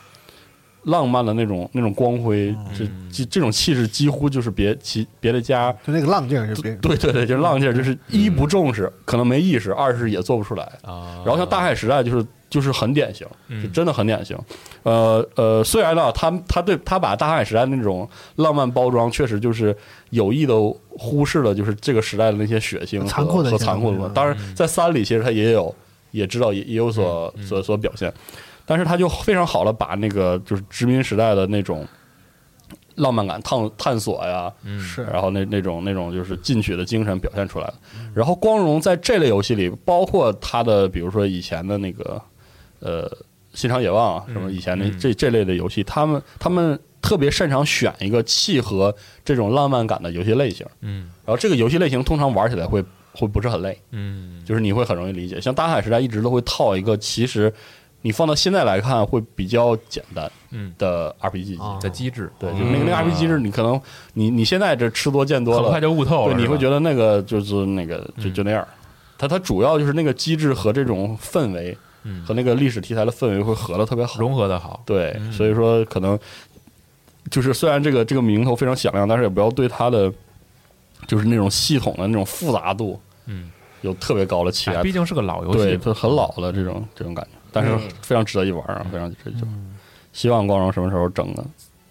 浪漫的那种那种光辉，这这这种气质几乎就是别其别的家。
就那个浪劲儿就别
对对对，就是浪劲儿，就是一不重视，可能没意识；二是也做不出来。
啊，
然后像大海时代就是就是很典型，
嗯
是真的很典型。呃呃，虽然呢，他他对他把大海时代那种浪漫包装，确实就是有意的忽视了，就是这个时代的那些血腥和
残酷的一
和
些
残酷的
东
嘛。
西
当然，在三里其实他也有也知道也也有所
嗯嗯嗯
所所表现，但是他就非常好的把那个就是殖民时代的那种浪漫感探探索呀，
嗯
是
然后那那种那种就是进取的精神表现出来了。然后光荣在这类游戏里，包括他的比如说以前的那个呃《新长野望》啊，什么以前的
嗯
这这类的游戏，他们他们特别擅长选一个契合这种浪漫感的游戏类型。
嗯
然后这个游戏类型通常玩起来会会不是很累，
嗯，
就是你会很容易理解。像《大海时代》一直都会套一个，其实你放到现在来看会比较简单
嗯哦
的 RPG 机
啊
的机制，嗯
对，就是那个那个 RPG 是你可能你你现在这吃多见多
很快
了，
就悟透了，嗯
对，你会觉
得
得那个就是那个就就那样儿。它它主要就是那个机制和这种氛围
嗯
和那个历史题材的氛围会合的特别好，
融合的好，
对，
嗯
所以说可能就是虽然这个这个名头非常响亮，但是也不要对它的就是那种系统的那种复杂度
嗯，
有特别高的期
哎
待
毕，竟是个老游
对，
戏嘛，嗯
它很老了这种这种感觉，但是非常值得一玩啊，非常值得一玩。希望光荣什么时候整个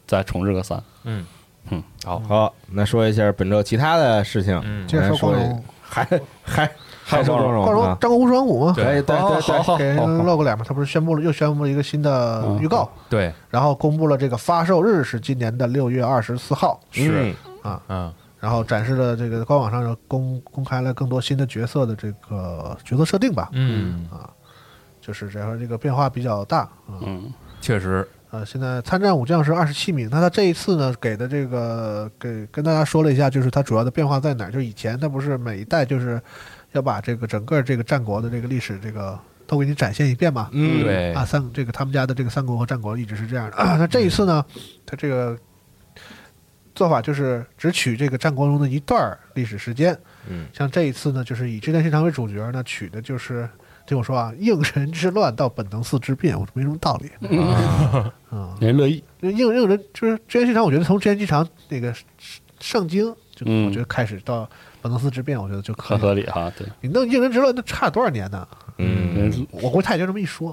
再重置个三。
嗯
嗯，
好，
好，那说一下本周其他的事情，
嗯
接着说光
来说
荣，
还还
还有
还说光荣，
光荣
啊，
张国无双五吗？
对
对对
好
对，嗯
好好
给
好嗯
人
好
露个脸嘛，他不是宣布了又宣布了一个新的预告，
对，
然后公布了这个发售日是今年的六月二十四号
是
啊，
嗯
然后展示了这个官网上公公开了更多新的角色的这个角色设定吧，啊
嗯，
就是这样这个变化比较大啊。
嗯，
确实，
呃，现在参战武将是二十七名，那他这一次呢给的这个给跟大家说了一下，就是它主要的变化在哪儿？就以前它不是每一代就是要把这个整个这个战国的这个历史这个都给你展现一遍嘛？
嗯
对
啊，，三这个他们家的这个三国和战国一直是这样的。 那这一次呢，它这个做法就是只取这个战国中的一段儿历史时间。
嗯，
像这一次呢，就是以志田信长为主角呢，取的就是听我说啊，应人之乱到本能寺之变，我说没什么道理。啊，
人乐意，
那应应人就是之前剧场，我觉得从之前剧场那个圣经，就
嗯
我觉得开始到本能寺之变，我觉得就可
很
以了。
合理哈，对，
你弄应人之乱，那差多少年呢？
嗯，
人
我估计他也就这么一说，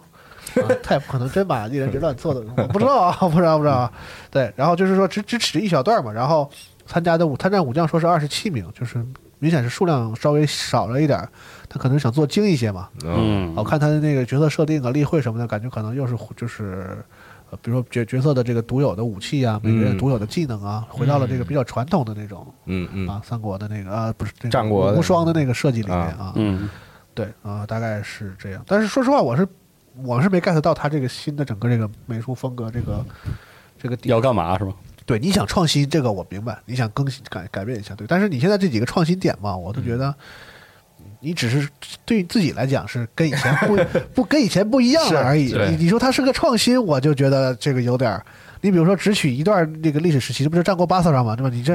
啊、他也不可能真把应人之乱做的，我不知道啊，我不知道，不知道啊。对，然后就是说只只取一小段嘛，然后参加的武参战武将说是二十七名，就是明显是数量稍微少了一点儿，他可能想做精一些嘛。
嗯
我看他的那个角色设定啊、例会什么的，感觉可能又是就是，呃比如说角角色的这个独有的武器啊，每个人
嗯
独有的技能啊，回到了这个比较传统的那种
嗯嗯，
啊，三国的那个啊，不是那个
战国的
无双的那个设计里面啊，
嗯
对啊，大概是这样。但是说实话，我是我是没 get 到他这个新的整个这个美术风格这个。这个点
要干嘛是吧？
对，你想创新这个我明白，你想更新改改变一下，对。但是你现在这几个创新点嘛，我都觉得，你只是对自己来讲是跟以前不不跟以前不一样了而已。
对
你你说它是个创新，我就觉得这个有点儿。你比如说，只取一段这个历史时期，这不就战国八萨上嘛，对吧？你这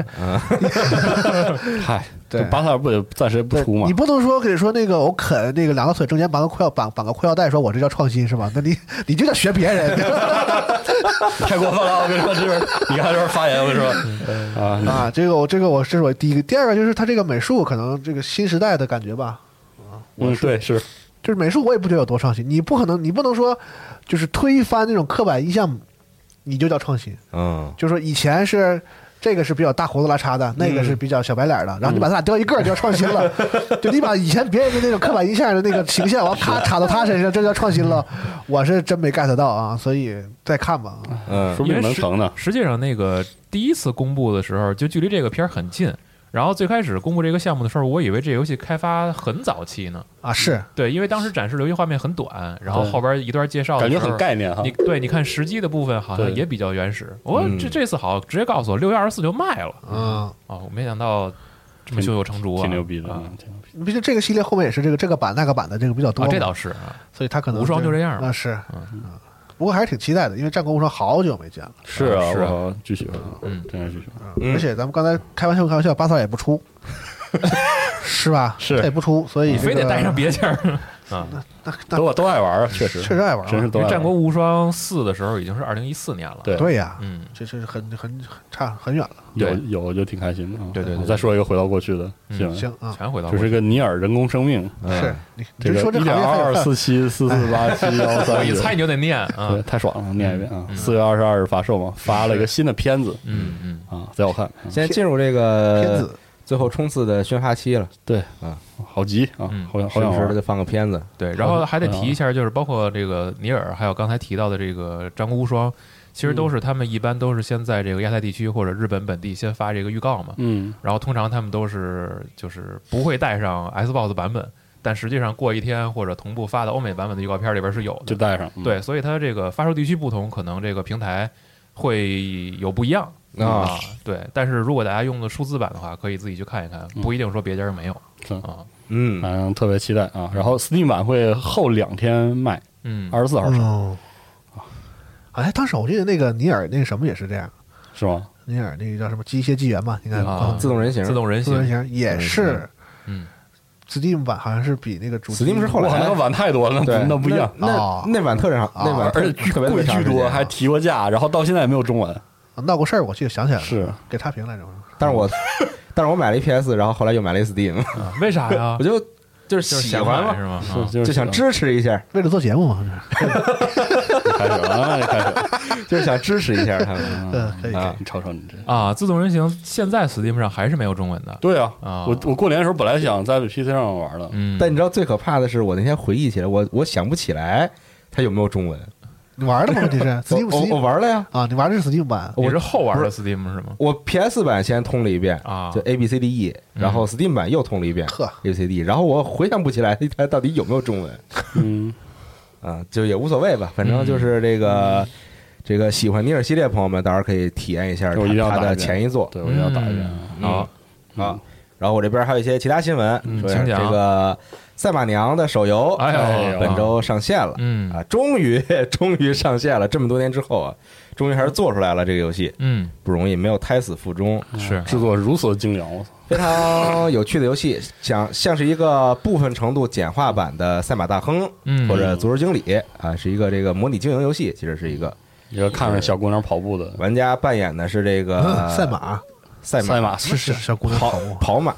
嗨，
对
这巴塞尔不得暂时不
对
出嘛
你？不能说给说那个我啃那个两个腿中间绑个裤腰绑绑个裤腰带，说我这叫创新是吧？ 那你你就叫学别人
太过分了，我跟你说，这 边你看这边发言，我跟你说啊，
啊！这个我这个我这是我第一个，第二个就是它这个美术可能这个新时代的感觉吧，
嗯，对，是
就是美术我也不觉得有多创新，你不可能，你不能说就是推翻那种刻板印象，你就叫创新。
嗯，
就是说以前是这个是比较大胡子拉碴的，
嗯
那个是比较小白脸的，然后你把他俩雕一个就叫创新 了，就你把以前别人的那种刻板印象的那个形象，然后咔插到他身上，这叫创新了。 我是真没 get 到啊，所以再看吧。
嗯，
说不定能成呢。
实际上那个第一次公布的时候，就距离这个片儿很近。然后最开始公布这个项目的时候，我以为这游戏开发很早期呢，
啊，是
对，因为当时展示的游戏画面很短，然后
对
后边一段介绍的
感觉
时候
很概念哈
你，对，你看时机的部分好像
对
也比较原始。我
嗯
这这次好，直接告诉我六月二十四就卖了
嗯，
啊！我没想到这么胸有成竹啊，
挺牛逼的，
啊！
嗯挺牛逼
毕竟这个系列后面也是这个这个版那个版的这个比较多
啊
嘛，
这倒是啊，
所以他可能
无双就这样吧嗯
啊是啊不过还是挺期待的，因为《战国无双》好久没见了。
是啊，
是啊
我巨喜欢，
嗯
真是巨喜欢。
嗯
而且咱们刚才开玩笑不开玩笑，巴萨也 不出，是吧？
是
他也不出，所以、
你
这个、
非得带上别劲儿。
那
都我都爱玩啊，确实
确实爱玩啊
真是都
因为《
爱玩啊
战国无双四》的时候已经是二零一四年了，
对
对呀、
嗯，
这这是很很很差很远了。
有
对
有就挺开心的啊。
对对对
我再说一个回到过去的
嗯
新闻，
行啊，
全回到
就
过
是
去
个尼尔人工生命，
是你你
这
就
个
说这
一
行
点
业还
二
有
四七四四八七幺
我
三
一猜
九，
你就得念啊
对，，太爽了，念一遍啊！四月二十二日发售嘛，发了一个新的片子
嗯嗯，
啊，贼好看，嗯
现在进入这
片
个
子，
最后冲刺的宣发期了，
对
啊，
好急啊
嗯，
好想好
时
想
不时
玩
的就放个片子，
对。然后还得
好
提一下，就是包括这个尼尔，还有刚才提到的这个《战国无双》，其实都是他们一般都是先在这个亚太地区或者日本本地先发这个预告嘛，
嗯，
然后通常他们都是就是不会带上 Xbox 版本，但实际上过一天或者同步发的欧美版本的预告片里边是有的。
就带上，嗯
对，所以它这个发售地区不同，可能这个平台会有不一样
啊
对，但是如果大家用的数字版的话，可以自己去看一看，不一定说别家没有。
是
啊，
嗯
反正特别期待啊。然后 Steam 版会后两天卖，
嗯，
二十四号上
嗯，哎，当时我记得那个尼尔那个什么也是这样，
是吗？
尼尔那个叫什么机械纪元嘛，应该
啊
自动人形，
自动人
自然
形，
型也是，
嗯
，Steam 版好像是比那个主机
Steam 是后来
哇，那个晚太多了，那
对
不那不一样。啊
那
哦
那晚特长，那晚
而且
巨
巨
特别特别
贵
长
巨
时间啊
多，还提过价，然后到现在也没有中文。
闹过事儿，我记得想起来了，
是
给差评来着。
但是 我但是我买了一 PS，然后后来又买了一 Steam，
啊为啥呀
我？就就是
就是
喜
想
欢
买
嘛，
是吗？
是
啊
就是
就想支持一下，
为了做节目嘛，
开始了，开始了。
就是想支持一下他们。
嗯，可以可以
啊。
你瞅瞅你这，
啊，自动人形现在 Steam 上还是没有中文的。
对啊，
啊
我我过年的时候本来想在 PC 上玩的，
嗯，
但你知道最可怕的是，我那天回忆起来，我我想不起来它有没有中文，
你玩了吗？这是 Steam
我我我
Steam
玩了呀，
啊，你玩的是 Steam 版
你
我
是后玩的 Steam 是吗？
我 PS 版先通了一遍
啊
就 A B C D E，然后 Steam 版又通了一 遍
呵
A B C D，然后 E 我回想不起来它到底有没有中文
嗯，
啊，就也无所谓吧，反正就是这个这个喜欢尼尔系列朋友们，到时候可以体验一下
我一定要
它它
打一
的
遍
前一作
对，我一定要打一遍。
嗯
嗯
好，
啊。然后我这边还有一些其他新闻，说一下
请讲
这个赛马娘的手游，
哎呦
本周上线了，
嗯
啊，终于 终于上线了，这么多年之后啊，终于还是做出来了这个游戏，
嗯，
不容易，没有胎死腹中，
是
嗯制作如此精良，我操！
非常有趣的游戏，像像是一个部分程度简化版的赛马大亨，
嗯
或者足球经理啊，是一个这个模拟经营游戏，其实是一个
一个看着小姑娘跑步的
玩家扮演的是这个、
嗯赛
赛
马，
马
赛马
是是小姑娘
跑
跑步，
跑马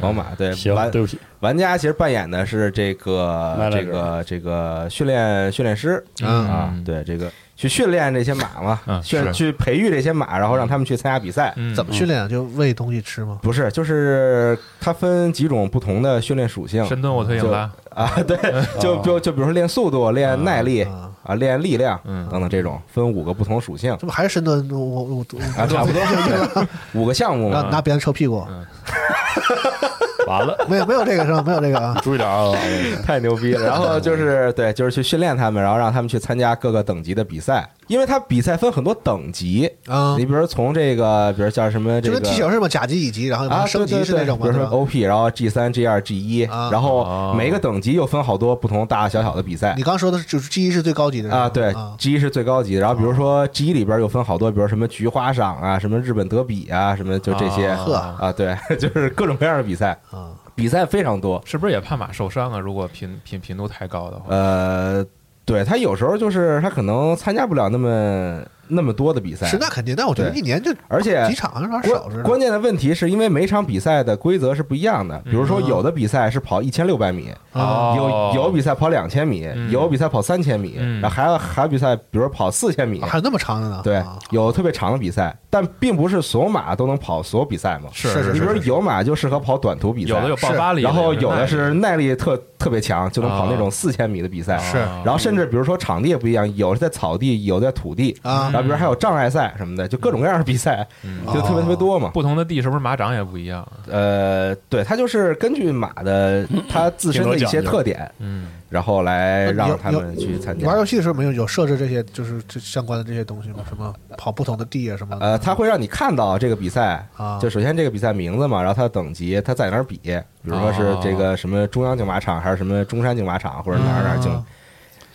跑马，对
行，
玩
对不起，
玩家其实扮演的是这个
Manager
这个这个训练训练师
嗯
啊，对这个去训练这些马嘛，
嗯
训
是
去培育这些马，然后让他们去参加比赛，
嗯
怎么训练啊？就喂东西吃吗？
不是，就是它分几种不同的训练属性，
深蹲、卧推、硬拉，
啊，对，就就就比如说练速度、练耐力
啊
啊、练力量
嗯
等等这种，分五个不同属性
这不还是深蹲？我我我
啊，差不多 五个项目
我
嘛。
拿拿别人抽屁股？
嗯
完了，。
没有没有这个 是吧？没有这个啊
注意点啊！
太牛逼了！然后就是对，就是去训练他们，然后让他们去参加各个等级的比赛，因为他比赛分很多等级。
啊
你比如从这个，比如叫什么这
就
个
跟踢球是吗？甲级、乙级，然后
啊，
升级
对对
是那
对
种
比
吗？
如
对
说
吧？
OP，然后 G 三、G 二、G 一，
啊
然后
哦
每个等级又分好多不同大大小小的比赛
你。刚说的是就是 G 一是最高级的是吧
啊，对
啊哦
，G 是最高级的，然后比如说 G 里边又分好多，比如什么菊花赏啊，什么日本德比啊，什么就这些，
啊
呵
啊，对， 就是各种各样的比赛，
啊，
比赛非常多。
是不是也怕马受伤啊？如果频频频度太高的话，
呃，对他有时候就是他可能参加不了那么那么多的比赛，
是那肯定，但我觉得
对
一年就
而且
几场有点少
关
似的。
关键的问题是因为每场比赛的规则是不一样的，比如说
嗯
有的比赛是跑一千六百米，
哦
呃有有比赛跑两千米，
嗯
有比赛跑三千米，
嗯
然后还有还有比赛，比如跑四千米
啊，还有那么长的呢？
对
啊，
有特别长的比赛，但并不是所有马都能跑所有比赛嘛。
是
是
是
你比
是
如有马就适合跑短途比赛，
有的有爆发力，
然后有
有
的
耐
是
力
耐力特特别强，就能跑那
啊
种四千米的比赛。
是
然后甚至比如说场地也不一样，有的在草地，有的在土地，
啊
然后比如还有障碍赛什么的，就各种各样的比赛，
嗯
就特别特别多嘛。
不同的地是不是马掌也不一样？啊
呃，对，它就是根据马的它自身的一些
挺多讲究
特点，
嗯，
然后来
有
让他
有
们去参
你玩
加
游。戏的时候没有有设置这些就是这相关的这些东西吗？什么跑不同的地啊什么的？
呃，它会让你看到这个比赛
啊，
就首先这个比赛名字嘛，然后它的等级，它在哪儿比，比如说是这个什么中央竞马场，还是什么中山竞马场，或者哪儿哪儿竞
啊，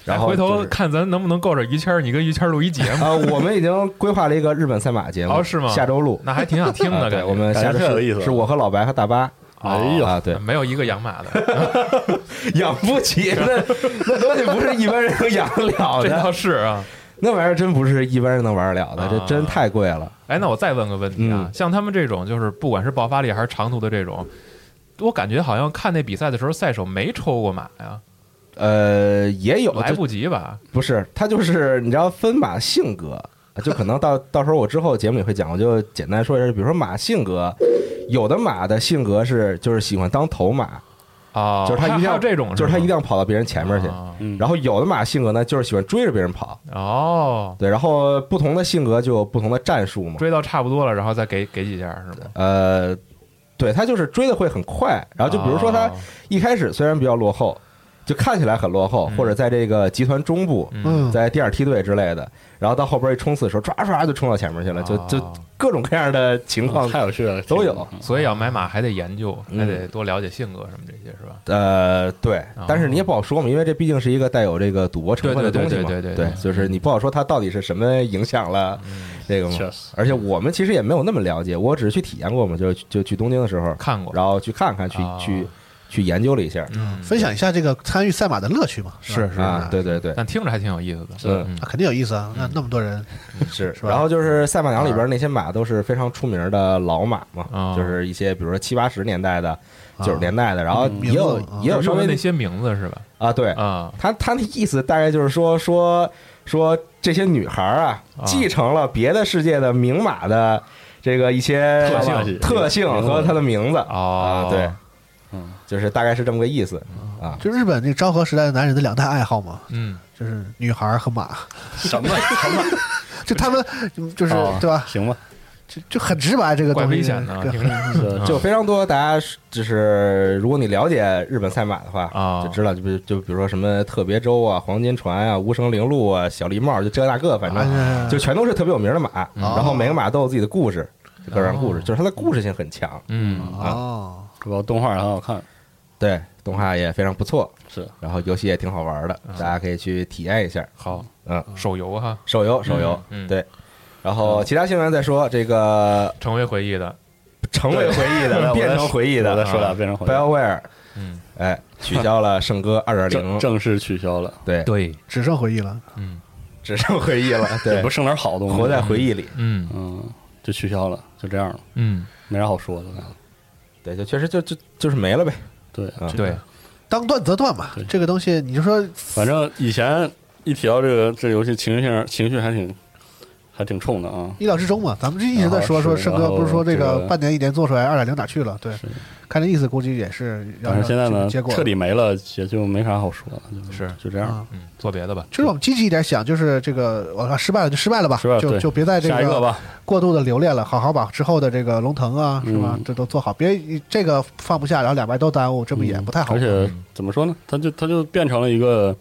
然
哎
后
回
就
头
是
看咱能不能够着于谦儿，你跟于谦儿录一节目，
啊，我们已经规划了一个日本赛马节目，
哦是吗
下周录。
那还挺想听
啊
的。
对，
感觉哦
我们
感觉
下周
特有意
是
思
是我和老白和大巴
哎 呦，
啊，对，
没有一个养马的，
养不起，那那东西不是一般人能养得了
这
的
倒，是啊。
那玩意儿真不是一般人能玩得了的，这
啊
真太贵了。
哎，那我再问个问题啊，
嗯
像他们这种就是不管是爆发力还是长途的这种，我感觉好像看那比赛的时候，赛手没抽过马呀，
呃，也有
来
就
不及吧？
不是，他就是你知道分马性格，就可能到到时候我之后节目里会讲，我就简单说一下，比如说马性格，有的马的性格是就是喜欢当头马，
哦，啊
就是他一定
还
要
有这种，哦
就是他
他
一定要跑到别人前面去。
嗯，
然后有的马性格呢，就是喜欢追着别人跑，
哦，
对，然后不同的性格就有不同的战术嘛。
追到差不多了，然后再给给几下是吗？
呃，对他就是追的会很快，然后就比如说他
哦
一开始虽然比较落后，就看起来很落后，
嗯
或者在这个集团中部，
嗯，
在第二梯队之类的，然后到后边一冲刺的时候，唰唰就冲到前面去了，就就
哦嗯
各种各样的情况
太有趣了，
都有。
所以要买马还得研究，
嗯
还得多了解性格什么这些是吧？
呃，对
哦，
但是你也不好说嘛，因为这毕竟是一个带有这个赌博成分的
对
东
对
西
对
嘛，
对对对对
就是你不好说它到底是什么影响了这个嘛
确实。
而且我们其实也没有那么了解，我只是去体验过嘛，就就去东京的时候，
看过，
然后去看看，去
哦
去去研究了一下，
嗯，
分享一下这个参与赛马的乐趣嘛？吧
是
啊，对对 对，
但听着还挺有意思的，
是
嗯
啊，肯定有意思啊！那那么多人，
是
是吧
然后就是赛马娘里边那些马都是非常出名的老马嘛
哦，
就是一些比如说七八十年代的、九十年代的，然后
嗯
也有
名字啊
也有稍
用的
微
那些名字是吧？
啊，对，
啊，
他他的意思大概就是说说说这些女孩儿啊，
啊
继承了别的世界的名马的这个一些
特性
特性和它的名字
哦
啊，对，
嗯，
就是大概是这么个意思啊。
就日本那个昭和时代的男人的两大爱好嘛，
嗯，
就是女孩和马，
什么什么？
就他们就是
啊
对吧？
行吧，
就就很直白这个
怪
东西，
危险的
这
听着
这
就非常多。大家是就是如果你了解日本赛马的话
啊
就知道，就比就比如说什么特别周啊、黄金船啊、无声铃鹿啊、小狸帽，就这那个，反正
哎
就全都是特别有名的马。然后每个马都有自己的故事，就各种故事，就是它的故事性很强。
嗯，
哦，
主要动画很好看，
对，动画也非常不错，
是
然后游戏也挺好玩的，大家可以去体验一下。
好，
嗯，
啊手游哈，
手游，手游，
嗯嗯
对。然后其他新闻再说，这个
成为回忆的，
成为回忆
嗯
的变成回忆
我再
的
说俩变成回忆
BioWare，
嗯，
哎，取消了圣歌二点
正
零，
正式取消了，
对，
对，
只剩回忆了。
嗯
只剩回忆了，
也
对
不，剩点好东西，
活在回忆里，
嗯
嗯，就取消了，就这样了，
嗯，
没啥好说的。
对，就确实就就就是没了呗，
对，
嗯
对，
当断则断嘛
对，
这个东西你就说
反正以前一提到这个这游戏，情绪性情绪还挺还挺冲的啊。
意料之中嘛，咱们就一直在说
然后
说
哦是
圣哥不是说这
然后
个
这个
半年一年做出来二点零哪去了？对
是，
看这意思估计也是要
但是现在呢，
结果
彻底没了，也就没啥好说的，就是就这样
啊。。
嗯，做别的吧，
就是我们积极一点想，就是这个我靠啊失败了就失败了吧，
失败了
就
对
就别再这
下一个
个
吧，
过度的留恋了，好好把之后的这个龙腾啊，是吧
嗯？
这都做好，别这个放不下，然后两边都耽误，这不也
嗯
不太好
而？且怎么说呢，它就它就变成了一个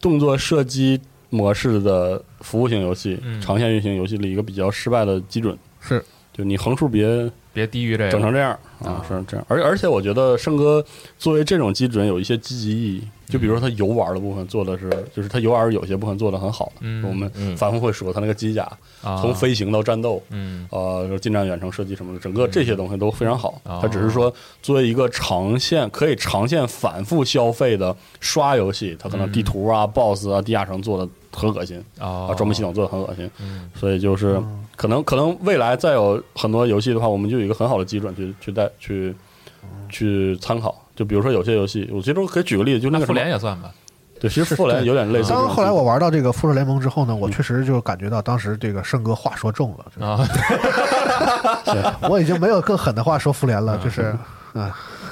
动作射击模式的服务型游戏、
嗯
长线运行游戏里一个比较失败的基准。
是，
就你横竖别
别低于这
整
个，
成这样啊，是这样。而而且我觉得胜哥作为这种基准有一些积极意义，就比如说他游玩的部分做的是，就是他游玩有些部分做的很好的，
嗯
我们
嗯
反复会说他那个机甲
啊
从，飞行到战斗。
嗯
呃，就是近战、远程射击什么的，整个这些东西都非常好。
哦
它只是说作为一个长线可以长线反复消费的刷游戏，它可能地图啊、BOSS 啊、地下城做的很恶心
嗯哦
啊，，装备系统做的很恶心。
嗯，
所以就是可能可能未来再有很多游戏的话，我们就有一个很好的基准去去带去
哦
去参考。就比如说有些游戏，我其实我可以举个例子，就那
那
个
复联
什么，
也算吧，
对，嗯其实复联有点类似这种
当
机制。
后来我玩到这个复仇联盟之后呢，我确实就感觉到当时这个圣哥话说重了，就是
啊，
我已经没有更狠的话说复联
嗯
了，就是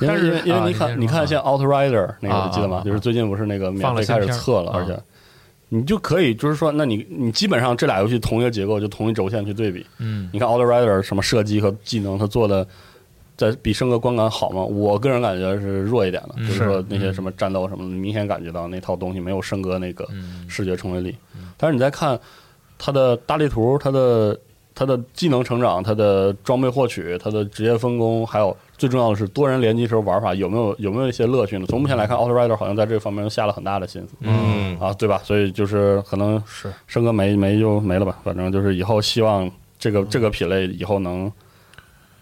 因为，
但是
因为因
啊你
为你
先说
看你看像 Outrider 那
啊
个，你记得
啊
吗
啊？
就是最近不是那个
放
免
了
费
新
开始
片儿
测了，
啊
而且你就可以就是说，那你你基本上这俩游戏同一个结构，就同一轴线去对比。
嗯
你看 Outrider 什么射击和技能，它做的在比升格观感好吗？我个人感觉是弱一点的，
嗯
就是
是
说那些什么战斗什么的，明显感觉到那套东西没有升格那个
嗯
视觉冲击力。但是你再看它的大地图，它的它的技能成长，它的装备获取，它的职业分工，还有最重要的是多人联机时候玩法有没有有没有一些乐趣呢？从目前来
嗯
看，Outrider 好像在这个方面下了很大的心思。
嗯，
啊，对吧？所以就是可能
是
生哥没没就没了吧，反正就是以后希望这
嗯
个这个品类以后能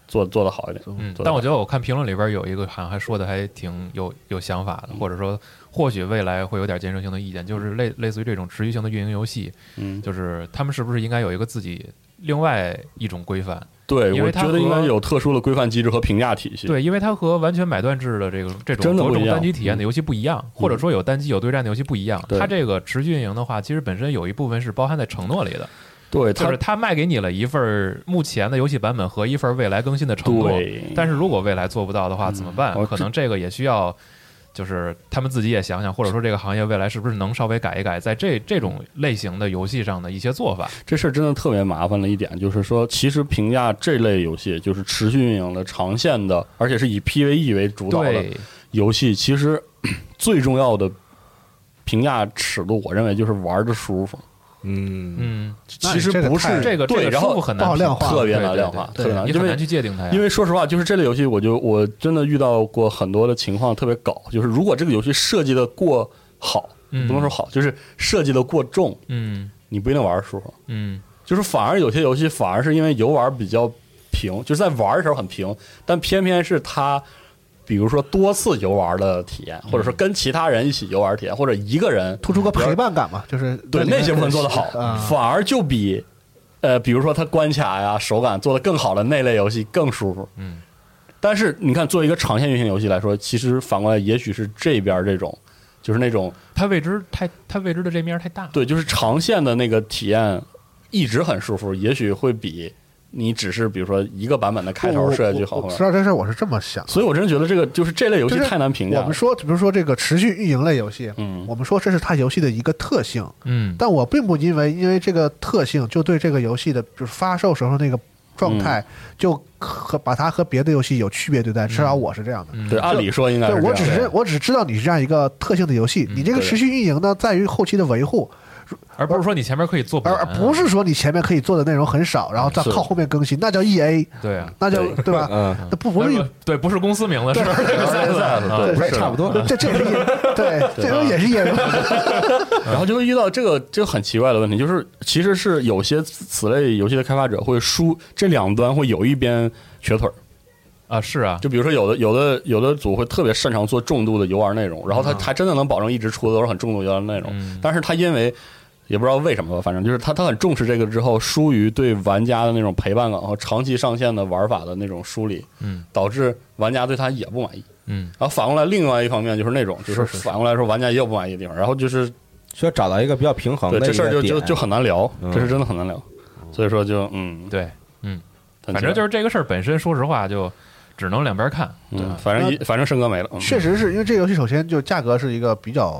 做做得好一点。
嗯，
做得
但
好
我觉得我看评论里边有一个好像还说的还挺有有想法
嗯
的，或者说或许未来会有点建设性的意见，就是类类似于这种持续性的运营游戏，
嗯，
就是他们是不是应该有一个自己另外一种规范？
对，
因为
我
它
觉得应该
和
有特殊的规范机制和评价体系。
对，因为它和完全买断制的这个这种
真的
着
不一
重
样嗯
单机体验的游戏不一样，或者说有单机有对战的游戏不一样。
对
它这个持续运营的话，其实本身有一部分是包含在承诺里的，
对，
就
它
是它卖给你了一份儿目前的游戏版本和一份儿未来更新的承诺。
对，嗯哦
但是如果未来做不到的话，怎么办？
我
可能这个也需要，就是他们自己也想想，或者说这个行业未来是不是能稍微改一改，在这这种类型的游戏上的一些做法。
这事儿真的特别麻烦的一点，就是说，其实评价这类游戏，就是持续运营的长线的，而且是以 PVE 为主导的
对，
游戏，其实 最重要的评价尺度，我认为就是玩的舒服。
嗯，
嗯，
那
其实
这个
不是
太
这个这
对
个
然后
舒服很
不
难
好
评
量化，
特别
对
难
对
量
对
化，
对
特别难，
你
啊因
很
为
难去界定它呀。
因为说实话，就是这类游戏，我就我真的遇到过很多的情况特别搞，就是如果这个游戏设计的过好，
嗯
不能说好，就是设计的过重，
嗯
你不一定玩儿舒服。
嗯
就是反而有些游戏反而是因为游玩比较平，就是在玩的时候很平，但偏偏是它，比如说多次游玩的体验，或者说跟其他人一起游玩的体验，或者一个人
突出个陪伴感嘛，就是
对那些部分做得好，
啊，
反而就比呃，比如说它关卡呀、手感做得更好的那类游戏更舒服。
嗯，
但是你看，作为一个长线运行游戏来说，其实反过来也许是这边这种，就是那种
它未知太它未知的这面儿太大。
对，就是长线的那个体验一直很舒服，也许会比你只是比如说一个版本的开头设下去好
我
或
知
者，
道这事儿我是这么想的，
所以我真的觉得这个就是这类游戏
就是
太难评价
我
了
们。说，比如说这个持续运营类游戏，
嗯
我们说这是它游戏的一个特性，
嗯，
但我并不因为因为这个特性就对这个游戏的，就是发售时候那个
嗯
状态，就和把它和别的游戏有区别对待，至
嗯
少我是这样的。
对，按理说应该
对
是
我
这
只
样
是
的嗯
我只知道你是这样一个特性的游戏，你这个
对
持续运营呢，在于后期的维护，
而不是说你前面可以做不
而
完
而不是说你前面可以做的内容很少，然后再
嗯是
靠后面更新，那叫 E A，
对啊，
那叫
对
对吧？
嗯，
那不不是
对，不是公司名字，是吧这个赛
对
啊
对
不是差不多，
这这也是 对，这种也是 E A，
然后就会遇到这个这个很奇怪的问题，就是其实是有些此类游戏的开发者会输这两端会有一边瘸腿儿，
啊，是啊，
就比如说有的有的有的组会特别擅长做重度的游玩内容，然后他他真的能保证一直出的都是很重度游玩内容，
嗯
但是他因为也不知道为什么吧，反正就是他他很重视这个之后，疏于对玩家的那种陪伴感和长期上线的玩法的那种梳理，
嗯，
导致玩家对他也不满意。
嗯，
然后反过来，另外一方面就是那种，就是
是
反过来说，玩家也有不满意的地方，然后就是
需要找到一个比较平衡
对
的
这事儿
一个
就就
点
就很难聊，
嗯
这是真的很难聊，所以说就嗯，
对，
很
反正
奇
就
怪
是这个事儿本身，说实话就只能两边看，对
嗯，
吧
反正一反正申哥没了，嗯
确实是因为这个游戏首先就价格是一个比较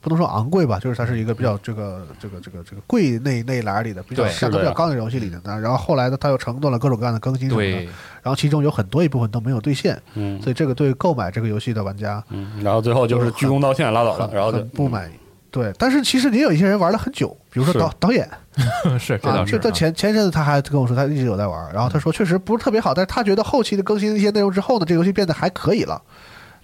不能说昂贵吧，就是它是一个比较这个这个这个这个贵那那一栏里的比较
对
价
是
格
的
比
呀嗯
较高的游戏里的，那然后后来呢，它又承诺了各种各样的更新什么的，
对，
然后其中有很多一部分都没有兑现，
嗯
所以这个对购买这个游戏的玩家
嗯，然后最后就是鞠躬道歉拉倒了，然后就嗯
很不满意。对，但是其实也有一些人玩了很久，比如说
是
导导演
是这
啊，
倒
这
是
这
啊，
前前阵子他还跟我说他一直有在玩，然后他说确实不是特别好，但是他觉得后期的更新一些内容之后呢，这个游戏变得还可以了，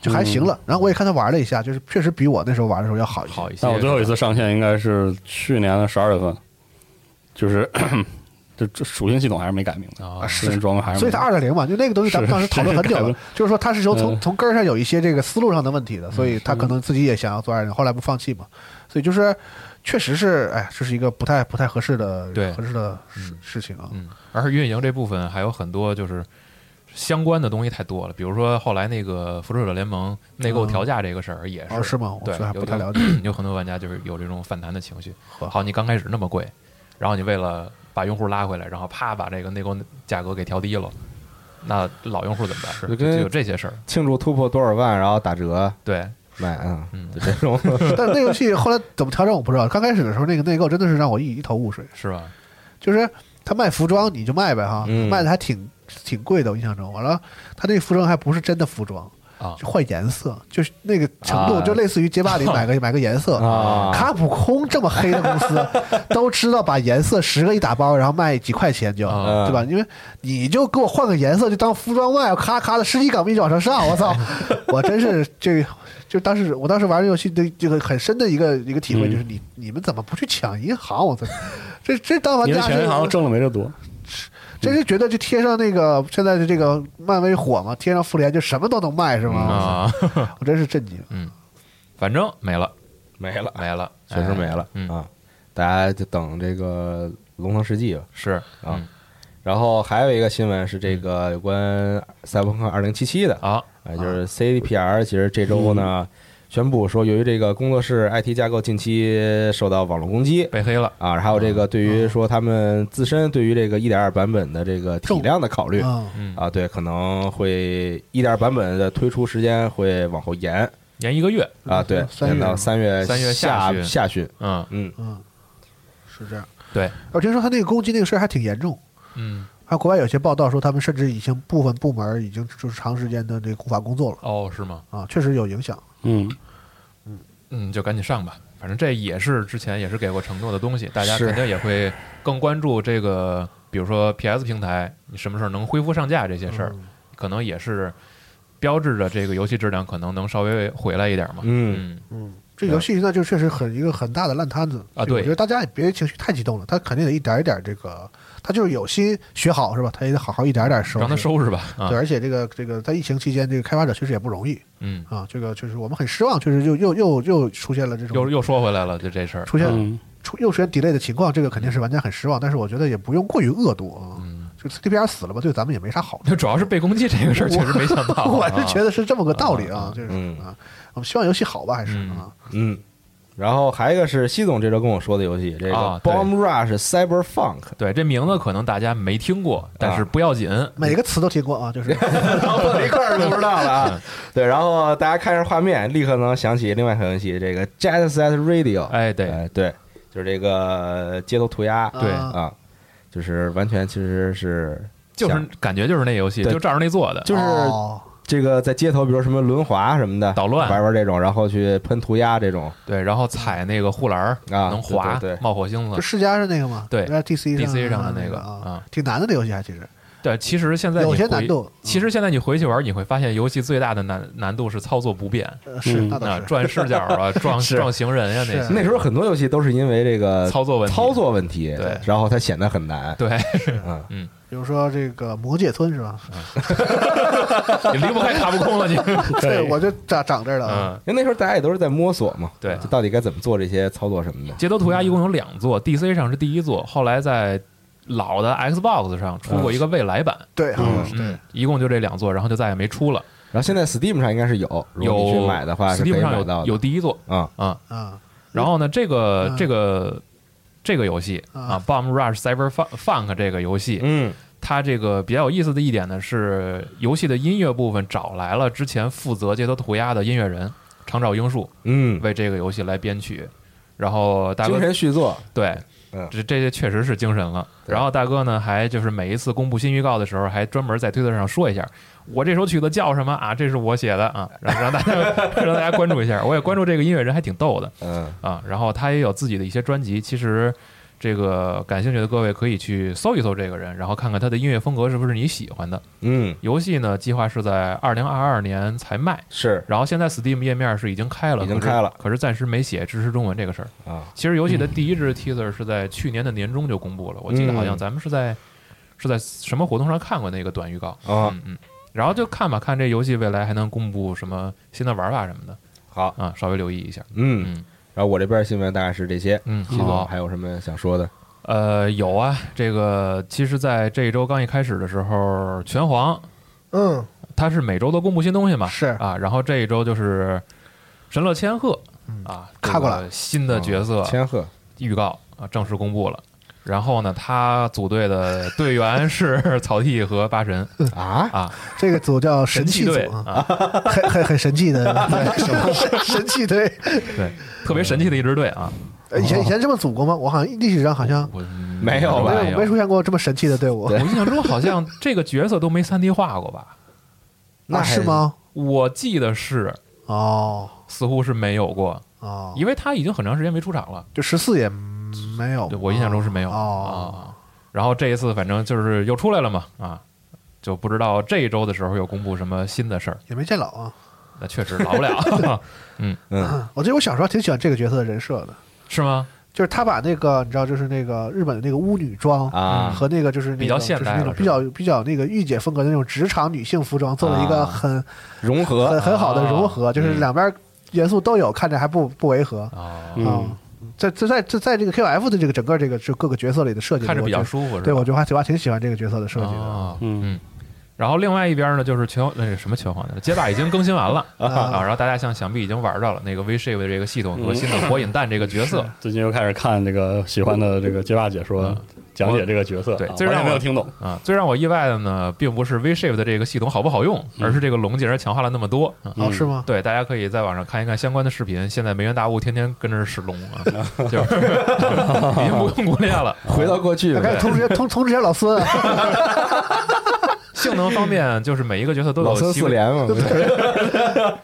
就还行了。然后我也看他玩了一下，就是确实比我那时候玩的时候要好一些。
好一些。
但我最后一次上线应该是去年的十二月份，就是 这这属性系统还是没改名字
啊是
装还是没
所以它二点零嘛，就那个东西咱们
是
当时讨论很久
是
了
是，
就是说它是由从
嗯
从根儿上有一些这个思路上的问题的，所以他可能自己也想要做二点零，后来不放弃嘛，所以就是确实是，哎，这是一个不太不太合适的
对
合适的事事情啊。
嗯，而运营这部分还有很多就是相关的东西太多了，比如说后来那个《复仇者联盟》内购调价这个事儿也
哦，是
是，
吗？我
对
觉得还
有
不太
有
了解。
有很多玩家就是有这种反弹的情绪。好，你刚开始那么贵，然后你为了把用户拉回来，然后啪把这个内购价格给调低了，那老用户怎么办？就
就跟
就有这些事儿。
庆祝突破多少万，然后打折
对，
卖啊，
嗯
就这种
但那游戏后来怎么调整我不知道。刚开始的时候，那个内购真的是让我一一头雾水。
是吧？
就是他卖服装你就卖呗哈，
嗯
卖的还挺挺贵的，我印象中。完了，他那服装还不是真的服装
啊
就换颜色，就是那个程度，
啊
就类似于街霸里买个买个颜色。
啊，
卡普空这么黑的公司，都知道把颜色十个一打包，然后卖几块钱就，
啊
对吧？因为你就给我换个颜色，就当服装卖，咔咔的十几港币就往上上，我操！我真是这个，就当时我当时玩这游戏的这个很深的一个一个体会，
嗯
就是你你们怎么不去抢银行？我操！这这当玩
你的
家
钱
是
好像挣的没这多，
真是觉得就贴上那个现在的这个漫威火嘛，贴上复联就什么都能卖
嗯
是吗？
啊，
我真是震惊。
反正没了，
没了，
没了，
确实
哎
没了
嗯
啊，大家就等这个龙腾世纪吧。
是
啊
嗯
然后还有一个新闻是这个有关《赛博朋克2077》的，
啊，
啊，就是嗯 CDPR 其实这周呢宣布说，由于这个工作室 IT 架构近期受到网络攻击
被黑了。
啊，还有这个对于说他们自身对于这个1.2版本的这个体量的考虑
嗯，
嗯，
啊，对，可能会1.2版本的推出时间会往后延
延一个月。
啊，对，
三月
延到三月
三月下
下
旬
下旬，
嗯
嗯，
嗯，是这样。
对，
我听说他那个攻击那个事儿还挺严重，
嗯，
还有啊国外有些报道说他们甚至已经部分部门已经就是长时间的这个无法工作了
哦，是吗？
啊，确实有影响。
嗯，
嗯，就赶紧上吧。反正这也是之前也是给过承诺的东西，大家
是
肯定也会更关注这个，比如说 PS 平台，你什么时候能恢复上架这些事儿，
嗯
可能也是标志着这个游戏质量可能能稍微回来一点嘛。
嗯
嗯，这游戏现在就确实很一个很大的烂摊子
啊
所以我
对
觉得大家也别情绪太激动了，他肯定得一点一点这个，他就是有心学好是吧？他也得好好一点一点收
嗯，
拾，
让它收拾吧。啊
对，，而且这个这个在疫情期间，这个开发者确实也不容易
嗯，
啊。这个就是我们很失望，确实就又又又出现了这
又
种
又说回来了，就这事儿。
出现
嗯
啊
出又出现 delay 的情况，这个肯定是玩家很失望。但是我觉得也不用过于恶毒啊。
嗯
就 CDPR 死了吧，对咱们也没啥好处。
那主要是被攻击这个事儿，确实没想 到啊。
我是觉得是这么个道理啊，就是
嗯
啊，我们希望游戏好吧，还是啊。
嗯，然后还有一个是西总这周跟我说的游戏，这个
啊
Bomb Rush Cyber Funk，
对，这名字可能大家没听
啊
过，但是不要紧，
每个词都听过 啊，就是
到一块儿就不知道了
嗯
啊。 对，然后大家看一下画面，立刻能想起另外一款游戏，这个 Jet Set Radio，
哎，对，
哎对，就是这个街头涂鸦
对
啊
啊，就是完全其实是
就是
想
感觉就是那游戏，
对
就照着那做的，
就是
哦
这个在街头，比如什么轮滑什么的，
捣乱
玩玩这种，然后去喷涂鸦这种
对，然后踩那个护栏儿
啊，
能滑
对对，对
冒火星
就
子。
世嘉是那个吗？
对
在 DC
DC 上的
那
那个
啊
啊，
挺难的这游戏还其实
对，其实现在你
有些
回
难度。
其实现在你回去玩，你会发现游戏最大的难难度是操作不便，
嗯呃是
嗯
那
那
倒是
转视角 啊，撞
是
撞行人呀、啊
是
那些
那时候很多游戏都是因为这个
操作问题，
操作问题，
对
然后它显得很难，
对，
嗯，
比如说这个《魔界村》是吧？
你离不开卡布空了你。
对，我就长长这儿了啊。
嗯，
因为那时候大家也都是在摸索嘛，
对
就到底该怎么做这些操作什么的，
街头涂鸦一共有两座，DC 上是第一座，后来在老的 Xbox 上出过一个未来版，
对，好像是
嗯，一共就这两座，然后就再也没出了。
然后现在 Steam 上应该是有，如果你
有
去买的话是可以
Steam
买
上
到
有
的，
有第一座
啊，
啊、
啊，
然后呢，这个、
嗯
这个这个游戏啊
啊
，Bomb Rush Cyber Fun- Funk 这个游戏，
嗯，
它这个比较有意思的一点呢是，游戏的音乐部分找来了之前负责街头涂鸦的音乐人长沼英树
嗯，
为这个游戏来编曲，然后大哥
精神续作，
对
嗯，
这这些确实是精神了。
对
然后大哥呢，还就是每一次公布新预告的时候，还专门在推特上说一下，我这首曲子叫什么啊？这是我写的啊，让让大家 让大家关注一下。我也关注这个音乐人，还挺逗的
嗯，
啊。然后他也有自己的一些专辑，其实。这个感兴趣的各位可以去搜一搜这个人，然后看看他的音乐风格是不是你喜欢的。
嗯，
游戏呢，计划是在二零二二年才卖，
是
然后现在 Steam 页面是已经开了，
已经
可是
开了
可是暂时没写支持中文这个事儿。
啊，
其实游戏的第一支 teaser 是在去年的年中就公布了，我记得好
嗯
像咱们是在是在什么活动上看过那个短预告。
啊
嗯嗯，然后就看吧，看这游戏未来还能公布什么新的玩法什么的
好，
啊，稍微留意一下。
嗯
嗯，
然后我这边新闻大概是这些，
嗯，
西总
好。
还有什么想说的？
呃，有啊，这个其实在这一周刚一开始的时候，拳皇
嗯，
它是每周都公布新东西嘛，
是
啊，然后这一周就是神乐千鹤啊，这
嗯看过
个
了嗯
新的角色，
千鹤，
预告啊正式公布了。然后呢，他组队的队员是 草剃和八神
啊，
啊，
这个组叫 神
气
器组
队
啊，
啊，
很很很神 气的，对神气队。
对，特别神气的一支队啊，
呃以前以前这么组过吗？我好像历史上好像
我哎
没
哦
有吧
没有没出现过这么神气的队伍啊
我印象中好像这个角色都没三 D 化过吧？
那
啊？
还
是？吗？
我记得是，
哦
似乎是没有过，
哦，
因为他已经很长时间没出场了，
就十四也没有吗，
对我印象中是没有
哦
啊。然后这一次反正就是又出来了嘛啊，就不知道这一周的时候又公布什么新的事儿，
也没见老啊。
那确实老不了，
嗯，
我记得我小时候挺喜欢这个角色的人设的，
是吗？
就是他把那个你知道，就是那个日本的那个巫女装
啊
和那个就是那个
比较现代
就是那种
了
比较比较那个御姐风格的那种职场女性服装，做了一个
啊嗯
很
融合
很很好的融合，
啊
就是两边元素都有，看着还不不违和。啊
哦，
嗯，
在在在在在这个 QF 的这个整个这个就各个角色里的设计，
看着比较
我觉
舒服，
得
是
对
吧
我？就还挺我还挺喜欢这个角色的设计的。
啊
哦
嗯
嗯。然后另外一边呢，就是拳那是什么拳皇的街霸已经更新完 了啊，然后大家想想必已经玩到了那个 V Shape 的这个系统
嗯
和新的火影弹这个角色，
最近又开始看这个喜欢的这个街霸解说讲解这个角色，
嗯对
啊
最让
完全没
我
有听懂，
啊，最让我意外的呢，并不是 V Shape 的这个系统好不好用，
嗯
而是这个龙竟然强化了那么多。啊
哦，是吗？
对，大家可以在网上看一看相关的视频。现在梅园大悟天天跟着使龙啊，就是 已经不用骨裂了。
回到过去
那
呗，
开始通知通通知一下老孙啊，
性能方面，就是每一个角色都
老
有
孙
其
四连嘛，不是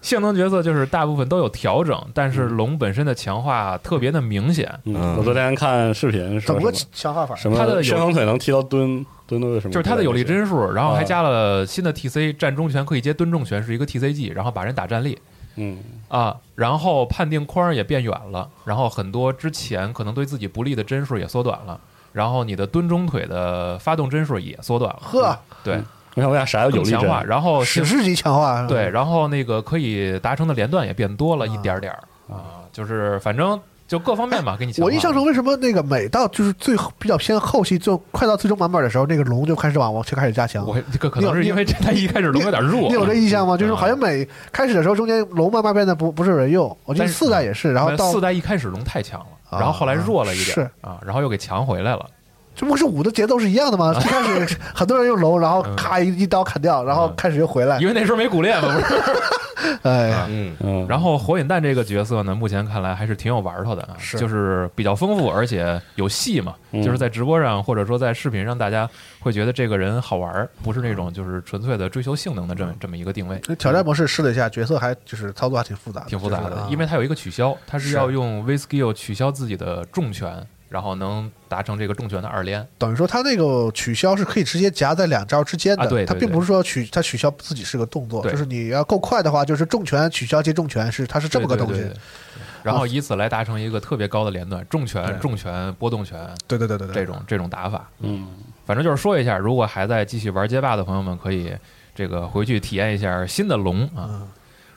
性能角色就是大部分都有调整，但是龙本身的强化特别的明显，
嗯
嗯，我昨天看视频
怎
说
么个
什
强化法
么？什么
它的有
旋风腿能踢到蹲蹲的什么，
就是它的有力
数，
帧数，然后还
啊
加了新的 TC 站中拳可以接蹲重拳，是一个 TC 技，然后把人打站立
嗯
啊，然后判定框也变远了，然后很多之前可能对自己不利的帧数也缩短了，然后你的蹲中腿的发动帧数也缩短了，
呵，
对，
我想问一下啥叫有
更
力
强化，
帧？
然后
史
是
诗级强化是吧啊
啊对，然后那个可以达成的连段也变多了一点点儿啊，就是反正。就各方面吧，给你强化。
哎我印象中，为什么那个每到就是最后比较偏后期，就快到最终版本的时候，那个龙就开始往往就开始加强？
我啊这个可能是因为这它一开始龙有点弱，
你有这印象吗？就是好像每开始的时候，中间龙慢慢变得不不是有人用。我记得
但是
四代也是，然后到
四代一开始龙太强了，
啊
然后后来弱了一点
是
啊，然后又给强回来了。
这不是五的节奏是一样 的吗？最开始很多人用龙，然后
嗯
咔一一刀砍掉，然后开始又回来
因。为那时候没骨裂嘛，不是。
哎呀，
嗯，
嗯，
然后火影弹这个角色呢，目前看来还是挺有玩头的啊，
是
就是比较丰富，而且有戏嘛，
嗯
就是在直播上或者说在视频上，大家会觉得这个人好玩儿，不是那种就是纯粹的追求性能的这
嗯
么这么一个定位。
挑战模式试了一下，角色还就是操作还挺复杂的，
嗯挺复杂
就是
的
啊，
因为它有一个取消，它是
是
要用 v i s k i l 取消自己的重拳，然后能达成这个重拳的二连。
等于说它那个取消是可以直接夹在两招之间的，
啊对对
它并不是说取它取消自己是个动作，
对
就是你要够快的话，就是重拳取消接重拳是它是这么个
对
东
对
西哦
对。对对然后以此来达成一个特别高的连段，重拳、重拳、波动拳
对对对对对，
这种这种打法。
嗯，
反正就是说一下，如果还在继续玩街霸的朋友们，可以这个回去体验一下新的龙啊。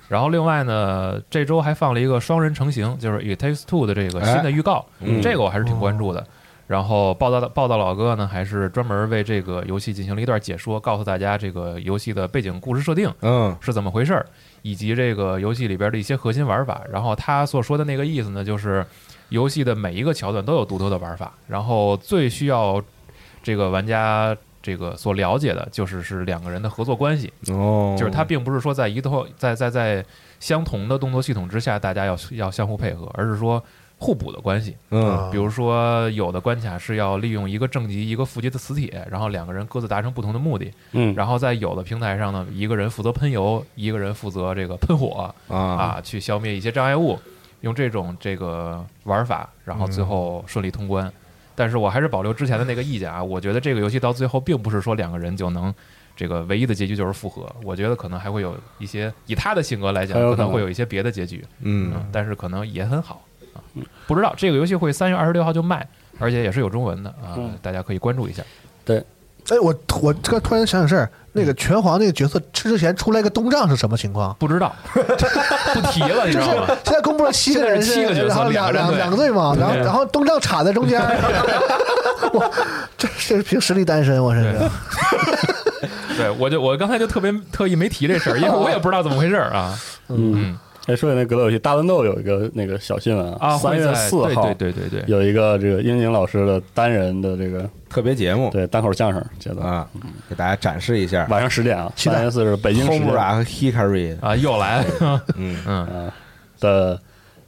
然后另外呢，这周还放了一个双人成型，就是《It Takes Two》的这个新的预告，
嗯
这个我还是挺关注的。然后报道报道老哥呢，还是专门为这个游戏进行了一段解说，告诉大家这个游戏的背景故事设定
嗯，
是怎么回事儿，以及这个游戏里边的一些核心玩法。然后他所说的那个意思呢，就是游戏的每一个桥段都有独特的玩法，然后最需要这个玩家这个所了解的就是是两个人的合作关系，
哦，
就是它并不是说在一套在在在相同的动作系统之下，大家要要相互配合，而是说互补的关系。
啊哦
嗯，
比如说，有的关卡是要利用一个正极、一个负极的磁铁，然后两个人各自达成不同的目的。
嗯，
然后在有的平台上呢，一个人负责喷油，一个人负责这个喷火
啊，
啊，去消灭一些障碍物，用这种这个玩法，然后最后顺利通关。但是我还是保留之前的那个意见啊，我觉得这个游戏到最后并不是说两个人就能。这个唯一的结局就是复合，我觉得可能还会有一些，以他的性格来讲
还有，
可
可能
能会有一些别的结局，
嗯，
但是可能也很好啊。不知道这个游戏会三月二十六号就卖，而且也是有中文的啊
嗯，
大家可以关注一下。
哎，我我突突然想起事儿，那个拳皇那个角色吃之前出来个东丈是什么情况？
不知道， 不提了，你知
就是
道吗？
现在公布了七个人，
现在是七个角色
然后
两
两
个人
两
对
两个队嘛，然后
对
然后东丈插在中间， 我这这是凭实力单身，我这是
对。对，我就我刚才就特别特意没提这事儿，因为我也不知道怎么回事儿 啊。嗯
哎，说起那格斗游戏，大乱斗有一个那个小新闻
啊，
三
会
月
在
四号，
对对对对对，
有一个这个英宁老师的单人的这个
特别节目
对单口相声阶段，
啊，给大家展示一下
晚上十点啊，
期待
三月四日北京时
Homura
间
和 Hikari，
啊，又来了。
嗯
嗯，
的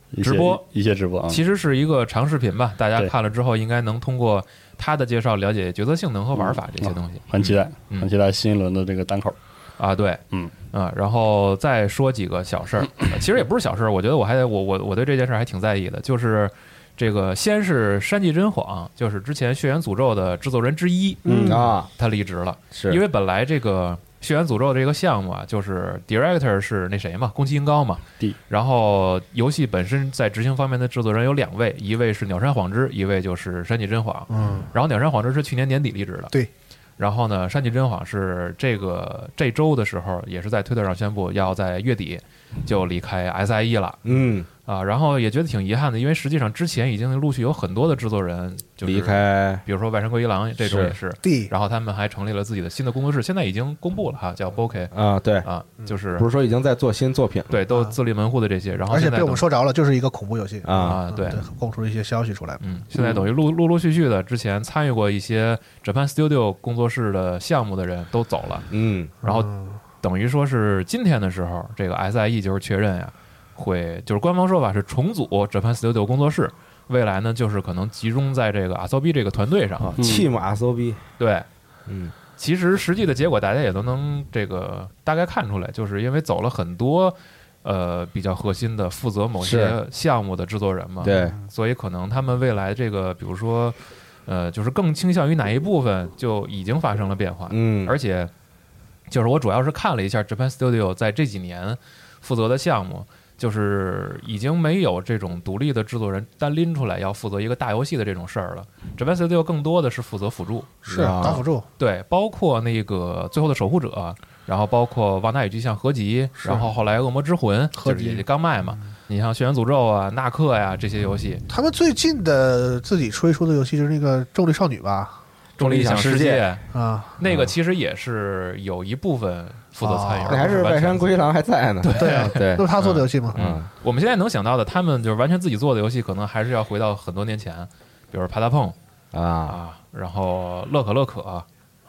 一些
直播
一些直播啊，
其实是一个长视频吧，大家
对
看了之后应该能通过他的介绍了解角色性能和玩法这些东西。
啊很期待，
嗯
很期待新一轮的这个单口。
啊，对，
嗯
啊，然后再说几个小 事儿，呃其实也不是小事儿，我觉得我还我我我对这件事儿还挺在意的，就是这个先是山际真晃，就是之前《血缘诅咒》的制作人之一，
嗯啊，
他离职了。
是
因为本来这个《血缘诅咒》这个项目啊，就是 director 是那谁嘛，宫崎英高嘛
对，
然后游戏本身在执行方面的制作人有两位，一位是鸟山晃之，一位就是山崎真晃。
嗯，
然后鸟山晃之是去年年底离职的，
对。
然后呢，山崎真晃是这个这周的时候，也是在推特上宣布要在月底就离开 SIE 了
嗯，
啊。然后也觉得挺遗憾的，因为实际上之前已经陆续有很多的制作人就是
离，开，
比如说外山圭一郎这种
是
也是，
D
然后他们还成立了自己的新的工作室，现在已经公布了哈，叫 Bokeh
啊，对，
啊，就是
不是说已经在做新作品了
对都自立门户的这些，然后
而且
现在
被我们
等
说着了，就是一个恐怖游戏嗯
啊，
啊，对，
供出了一些消息出来。
嗯，现在等于陆陆陆续续的，之前参与过一些 Japan Studio 工作室的项目的人都走了，
嗯，
然后
嗯
等于说是今天的时候，这个 SIE 就是确认呀，会就是官方说法是重组 Japan Studio 工作室，未来呢就是可能集中在这个 Asobi 这个团队上，
啊
嗯
，Team SOB，
对，
嗯，
其实实际的结果大家也都能这个大概看出来，就是因为走了很多呃比较核心的负责某些项目的制作人嘛，，
对，
所以可能他们未来这个比如说呃就是更倾向于哪一部分就已经发生了变化，
嗯，
而且就是我主要是看了一下 Japan Studio 在这几年负责的项目。就是已经没有这种独立的制作人单拎出来要负责一个大游戏的这种事儿了。Japan Studio 更多的是负责辅助，
是
啊
打辅助，
对，包括那个《最后的守护者》，然后包括《旺达与巨像》合集，然后后来《恶魔之魂》
合
就是
集
嗯
也刚卖嘛，你像《血缘诅咒》啊、《纳克》呀这些游戏，
他们最近的自己出一出的游戏就是那个《重力少女》吧？
《
重力
想
想世界嗯
界》
啊，
那个其实也是有一部分负责参与，
哦
那
而
还
不
是
完
外
全
山
自
龟
己
一郎还在呢。
对
啊对
那，是他做的游戏吗？
嗯，
我们现在能想到的，他们就是完全自己做的游戏，可能还是要回到很多年前，比如啪嗒碰
啊，
啊，然后乐可乐可、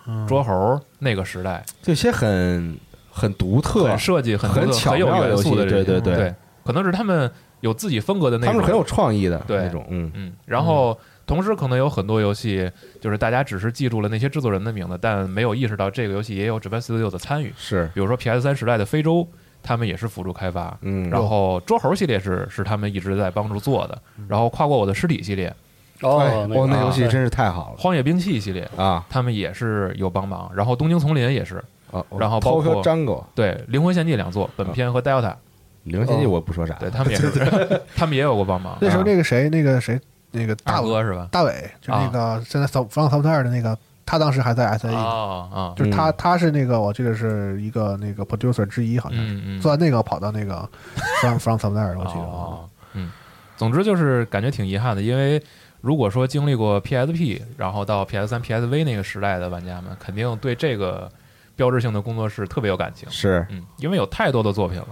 嗯
捉猴那个时代，
这些很很独特
很，设计很
很
多
巧
很有
妙的
元素
游
的
戏
这些
对对
对
对
可能是他们有自己风格的那
他
种，
们是很有创意的
对
那种，嗯，
嗯，然后同时可能有很多游戏，就是大家只是记住了那些制作人的名字，但没有意识到这个游戏也有 Japan Studio 的参与，
是，
比如说 PS 三时代的非洲，他们也是辅助开发，
嗯，
然后捉猴系列是是他们一直在帮助做的，然后跨过我的尸体系列、
哎
哦，
哇，
啊
那
个
游戏真是太好了
荒野兵器系列，
啊！
他们也是有帮忙。然后东京丛林也是，
啊，
哦然后包括
Tokyo Jungle
对《灵魂献祭》两
哦
作，本片和 Delta，
零星际我不说啥，
哦 对他们也是，他们也有过帮忙。
那时候那个谁，那个谁，那个
大
大
哥是吧？
大伟，就那个现在扫《防狼三部二》的那个，他当时还在 S A，、
哦啊，
就是他，他是那个我记得是一个那个 producer 之一，好像是、
嗯嗯，
做完那个跑到那个 From From From There，我记得。
哦，嗯，总之就是感觉挺遗憾的，因为如果说经历过 PSP，然后到 PS 三、PSV 那个时代的玩家们，肯定对这个标志性的工作室特别有感情。
是
嗯，因为有太多的作品了。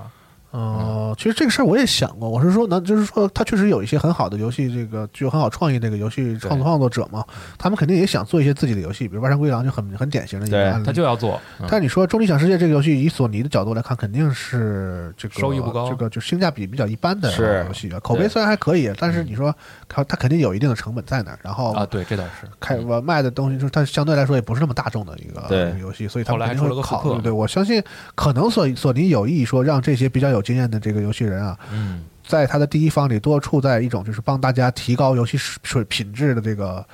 哦、其实这个事儿我也想过，我是说，那就是说，他确实有一些很好的游戏，这个具有很好创意，这个游戏创
对
创作者嘛，他们肯定也想做一些自己的游戏，比如《万山归狼》就很很典型的一
对
个案例。
他就要做，嗯
但你说《重力想世界》这个游戏，以索尼的角度来看，肯定是这个
收益不高
这个就性价比比较一般的
是
游戏啊。口碑虽然还可以，但是你说它它肯定有一定的成本在那儿，然后
嗯啊，对，这倒是
开我卖的东西，就是它相对来说也不是那么大众的一个
嗯对
游戏，所以他
后
们
来还
肯定
出了
会
个
考
复刻
虑。对我相信，可能索索尼有意说让这些比较有经验的这个游戏人啊，
嗯，
在他的第一方里多处在一种就是帮大家提高游戏水水品质的这个。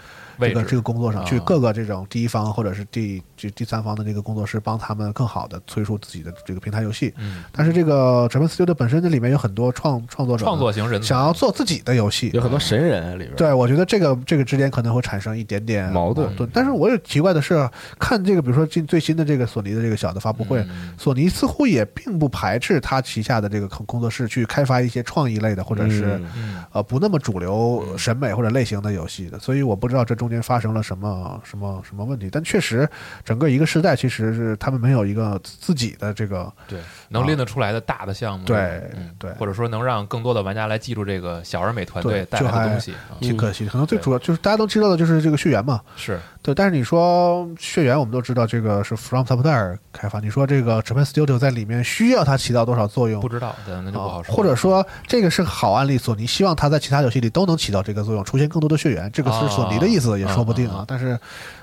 这
位
个
置
这个工作上，
嗯
啊
去各个这种第一方或者是第这第三方的这个工作室，帮他们更好的推出自己的这个平台游戏。
嗯，
但是这个 Japan Studio 本身这里面有很多创创作者呢
创作型人才
想要做自己的游戏，
有很多神人里边，，
对，我觉得这个这个之间可能会产生一点点
矛盾
但是我有奇怪的是，看这个比如说近最新的这个索尼的这个小的发布会，索尼似乎也并不排斥他旗下的这个工工作室去开发一些创意类的或者是、
嗯
呃不那么主流审美或者类型的游戏的，所以我不知道这中间发生了什么什么什么问题。但确实，整个一个时代其实是他们没有一个自己的这个
对，能拎得出来的大的项目，
对
嗯
对
或者说能让更多的玩家来记住这个小而美团队
对
带
就
来的
还
东西，啊
挺可惜的，可能最
对
主要就是大家都知道的就是这个血缘嘛，
是
对，但是你说血缘，我们都知道这个是 From Software 开发，你说这个 Japan Studio 在里面需要它起到多少作用？
不知道，但那就不好
啊
说。
或者说这个是个好案例，索尼希望它在其他游戏里都能起到这个作用，出现更多的血缘，这个是索尼的意思，
啊
也说不定啊。
啊啊
但是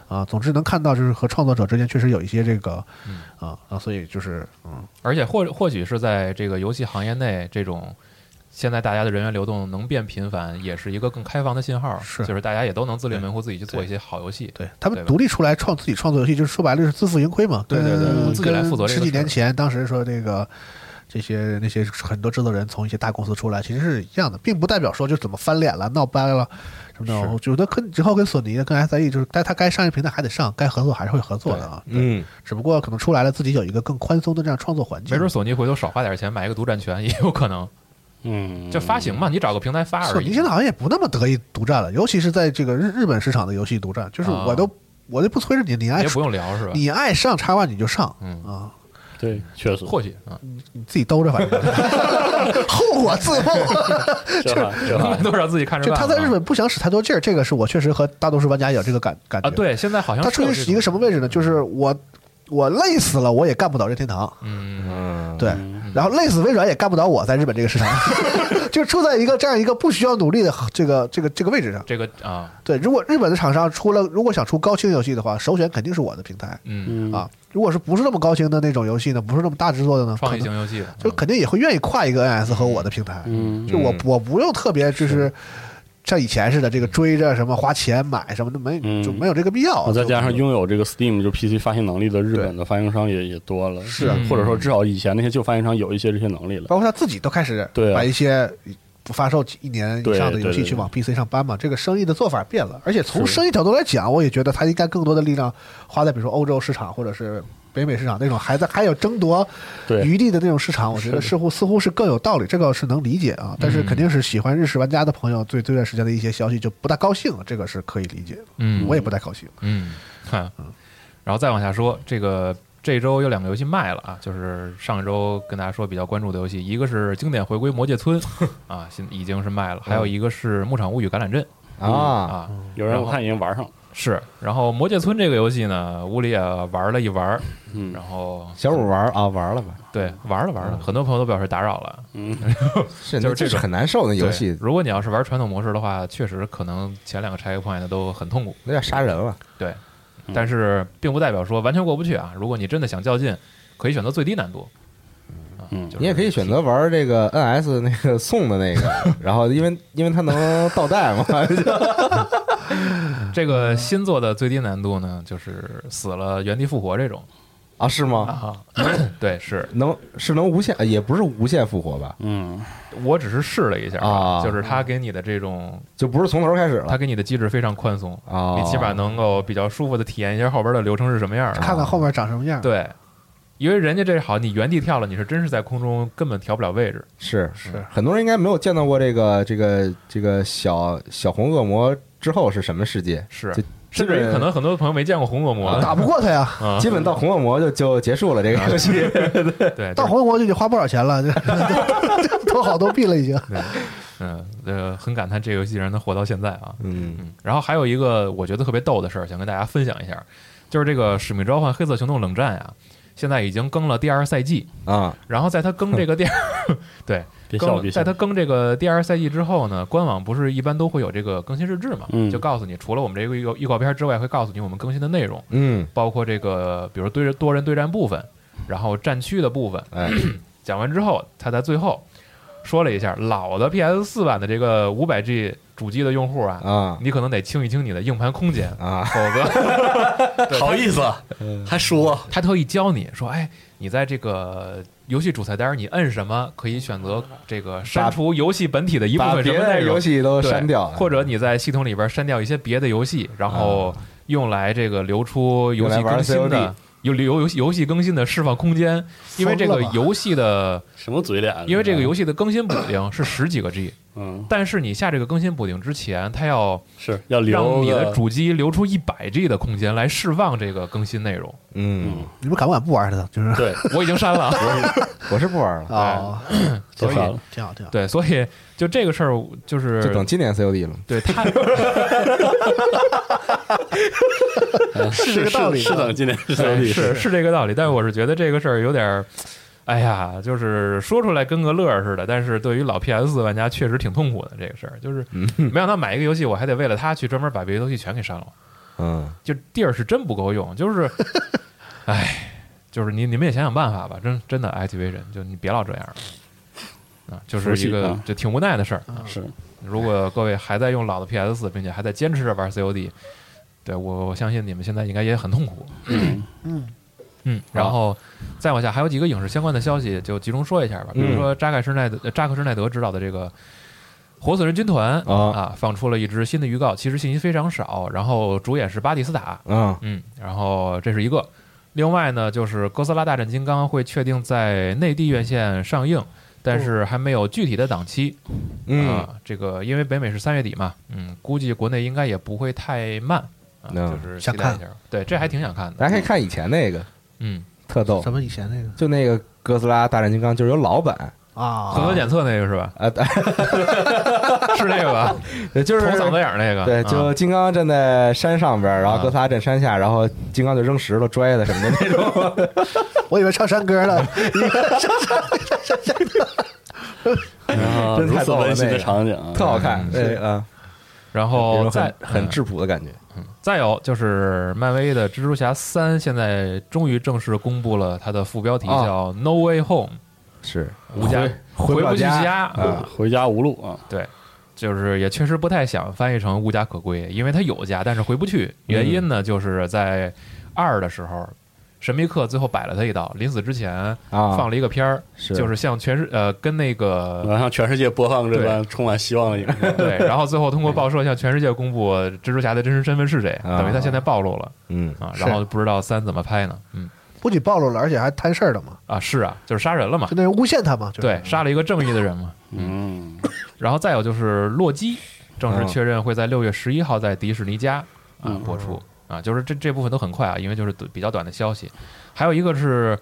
啊，总之能看到就是和创作者之间确实有一些这个
嗯
啊啊，所以就是嗯，
而且或或许是在这个游戏行业内，这种现在大家的人员流动能变频繁，也是一个更开放的信号，
是
就是大家也都能自立门户，自己去
对
做一些好游戏。
对他们
对吧
独立出来创自己创作游戏，就是说白了就是自负盈亏嘛。
对对对
跟
自己来负责这个
跟十几
事儿
年前，当时说这个。这些那些很多制作人从一些大公司出来，其实是一样的，并不代表说就怎么翻脸了、闹掰了什么的。我觉得跟之后跟索尼、跟 SIE 就是该他该商业平台还得上，该合作还是会合作的啊。对，
嗯，
只不过可能出来了自己有一个更宽松的这样创作环境。
没准索尼回头少花点钱买一个独占权也有可能，
嗯，
就发行嘛，你找个平台发
索
而
尼
已
现。在好像也不那么得意独占了，尤其是在这个日日本市场的游戏独占，就是
啊
我都、我就不催着你，你爱
也不用聊是吧？
你爱上插万你就上，
嗯
啊，
对，确实
或许啊，
你自己兜着，反正 后果自负。
这话这
能
话
买多少自己看着
就
办吧。
他在日本不想使太多劲儿，这个是我确实和大多数玩家有这个感感觉
啊，。，对，现在好像
他
是有
处于
这
一个
种
什么位置呢？就是我我累死了，我也干不倒任天堂。
嗯，
对，然后累死微软也干不倒我，在日本这个市场， 就处在一个这样一个不需要努力的这个这个这个位置上。
这个啊，
对，如果日本的厂商出了，如果想出高清游戏的话，首选肯定是我的平台
嗯，
啊。如果是不是那么高清的那种游戏呢？不是那么大制作的呢？
创
可
意
能
型游戏的，
就肯定也会愿意跨一个 NS 和我的平台。
嗯
就我
嗯
我不用特别就是像以前似的这个追着什么花钱买什么的没
嗯
就没有这个必要。
啊再加上
就
拥有这个 Steam 就是 PC 发行能力的日本的发行商也也多了，
是
啊嗯哦
或者说至少以前那些旧发行商有一些这些能力了。
包括他自己都开始
对啊
把一些发售一年以
对
上的
对
游戏
对
去往 PC 上搬嘛，这个生意的做法变了。而且从生意角度来讲，我也觉得它应该更多的力量花在比如说欧洲市场或者是北美市场那种还在还有争夺
对
嗯
余地的那种市场，我觉
是
得
的
似乎似乎是更有道理，这个是能理解啊。但是肯定是喜欢日式玩家的朋友对这段时间的一些消息就不大高兴了，这个是可以理解的。
嗯
我也不太高兴。
嗯，看，然后再往下说，这个这周有两个游戏卖了啊，就是上一周跟大家说比较关注的游戏，一个是经典回归《魔界村》 啊，现已经是卖了，还有一个是《牧场物语：橄榄镇》
啊，
啊，
有人我看已经玩上了，
是。然后《魔界村》这个游戏呢，屋里也玩了一玩儿，
嗯
然后
小五嗯玩儿啊，玩了吧？
对玩了玩了，很多朋友都表示打扰了。
嗯，
是，
就
那
是
就
这
是
种
很难受那游
对
戏，
如果你要是玩传统模式的话，确实可能前两个拆开碰见的都很痛苦。
有点杀人了。
对，
嗯
但是并不代表说完全过不去啊。如果你真的想较劲，可以选择最低难度。啊
嗯
就是
你也可以选择玩这个 NS 那个送的那个，然后因为因为它能倒带嘛，
这个新做的最低难度呢，就是死了原地复活这种
啊是吗？
啊。对，是
能是能无限，呃也不是无限复活吧？
嗯，
我只是试了一下
啊
就是他给你的这种，
就不是从头开始
他
了
给你的机制非常宽松，
啊？
你起码能够比较舒服的体验一下后边的流程是什么样的。
看看后面长什么样。
对，因为人家这好，你原地跳了，你是真是在空中根本调不了位置。
是
是
很多人应该没有见到过这个这个这个小小红恶魔之后是什么世界，
是
这，
甚至于
这个
可能很多朋友没见过红恶魔，
打不过他呀，
啊
基本到红恶魔就就结束了这个游戏。
对，就
到
是
红魔就得花不少钱了，这投好多币了已经。
嗯，呃，很感叹这个游戏让他活到现在啊。
嗯，
嗯，然后还有一个我觉得特别逗的事儿，想跟大家分享一下，就是这个《使命召唤：黑色行动冷战》呀，现在已经更了第二赛季。
啊，
然后在他更这个第二，对，
别
更
笑别
在
笑
他，更这个第二赛季之后呢，官网不是一般都会有这个更新日志嘛，
嗯
就告诉你除了我们这个预告预告片之外，会告诉你我们更新的内容，
嗯，
包括这个比如对多人对战部分，然后战区的部分，
哎，
讲完之后，他在最后说了一下，老的 PS 四版的这个五百 G 主机的用户啊，
啊
你可能得清一清你的硬盘空间，
啊，
否 则
好意思还说
他特意教你说，哎，你在这个游戏主菜单你摁什么可以选择这个删除游戏本体的一部
把
分什
别
么内
的
容
游戏都
对
删掉了，啊
或者你在系统里边删掉一些别的游戏，然后用来这个留出游戏更新
用来玩
的
COD。
有留游戏游戏更新的释放空间，因为这个
疯了吧
游戏的，
什么嘴脸？啊
因为这个游戏的更新补丁是十几个 G，
嗯
但是你下这个更新补丁之前，它要
是要留
让你的
个
主机留出一百 G 的空间来释放这个更新内容。
嗯，
你们敢不敢不玩他？啊就是
对，
我已经删了 啊，
我是不玩了，
啊，
都
所以
删了，
挺好挺好。
对，所以就这个事儿，就是
就等今年 COD 了。
对他，
是这个道理
嗯
啊
是等今年是
对
是
是是这个道理。但是我是觉得这个事儿有点儿，哎呀，就是说出来跟个乐儿似的。但是对于老 PS 玩家确实挺痛苦的这个事儿，就是没想到买一个游戏，我还得为了它去专门把别的游戏全给删了。
嗯，
就地儿是真不够用，就是，哎，就是你你们也想想办法吧，真真的 Activision，就你别老这样了，啊，就是一
熟悉
个
啊
就挺无奈的事儿。
是
如果各位还在用老的 PS 四，并且还在坚持着玩 COD，对我我相信你们现在应该也很痛苦。
嗯
嗯，然后再往下还有几个影视相关的消息，就集中说一下吧。比如说扎克施耐德、呃扎克施耐德执导的这个《活死人军团》
啊
啊，放出了一支新的预告，其实信息非常少。然后主演是巴蒂斯塔，
啊
嗯，然后这是一个。另外呢，就是《哥斯拉大战金刚》会确定在内地院线上映，但是还没有具体的档期。
嗯
啊，这个因为北美是三月底嘛，嗯，估计国内应该也不会太慢啊，
嗯哎
就是期待一下。对，这还挺想看的。
大家可以看以前那个
嗯，
特逗，
咱们以前那个
就那个哥斯拉大战金刚，就是有老版
核
啊
酸，检测那个是 吧？
啊，
是那个吧？
对，就
捅
是
嗓子眼儿那个。
对，就
啊
金刚站在山上边儿，然后
啊
哥斯拉站山下，然后金刚就扔石头、拽的什么的那种。
我以为唱山歌了，
啊
真
如
太
此
逗了
温馨
那
的
个
场景啊，
特好看，
嗯
对啊，
然
有一
后
种
再
很很
嗯
质朴的感觉。
再有就是漫威的蜘蛛侠三，现在终于正式公布了它的副标题
啊
叫 No Way Home，
是
无家
回
回
不
不
了
去
家
家
啊
嗯回家无路啊，
对，就是也确实不太想翻译成
嗯
无家可归，因为它有家，但是回不去。原因呢，就是在二的时候，神秘客最后摆了他一道，临死之前
啊
放了一个片儿，
是啊
就是向全世呃跟那个
然后向全世界播放这段充满希望的影片。
对，然后最后通过报社向全世界公布蜘蛛侠的真实身份是谁，
啊
等于他现在暴露了
嗯
啊，
是
然后不知道三怎么拍呢？嗯
不仅暴露了，而且还摊事儿了嘛，
啊，是啊，就是杀人了嘛
就，那人诬陷他嘛，就是
对，杀了一个正义的人嘛。
嗯，
然后再有就是洛基，正式
嗯
确认会在六月十一号在迪士尼家啊
嗯
播出啊，就是这这部分都很快啊，因为就是比较短的消息。还有一个是。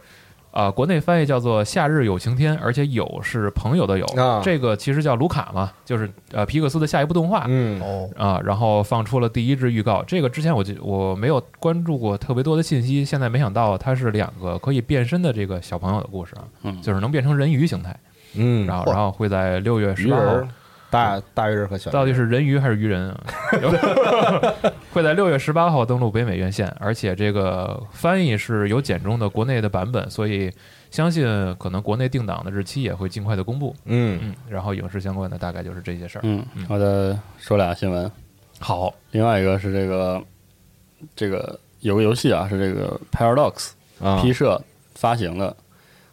啊，国内翻译叫做“夏日有晴天”，而且“有”是朋友的“有”，
啊
这个其实叫卢卡嘛，就是呃皮克斯的下一部动画。
嗯
哦，
啊，然后放出了第一支预告。这个之前我就我没有关注过特别多的信息，现在没想到它是两个可以变身的这个小朋友的故事啊，
嗯
就是能变成人鱼形态。
嗯，
然后
嚯
然后会在六月十
鱼
八号
人，大大鱼人和小鱼
到底
人
是人鱼还是鱼人啊？ 会在六月十八号登陆北美院线，而且这个翻译是有简中的国内的版本，所以相信可能国内定档的日期也会尽快的公布。
嗯
嗯，然后影视相关的大概就是这些事儿。
嗯，我再说俩新闻，
好，
另外一个是这个这个有个游戏啊，是这个 Paradox
啊
批社发行的，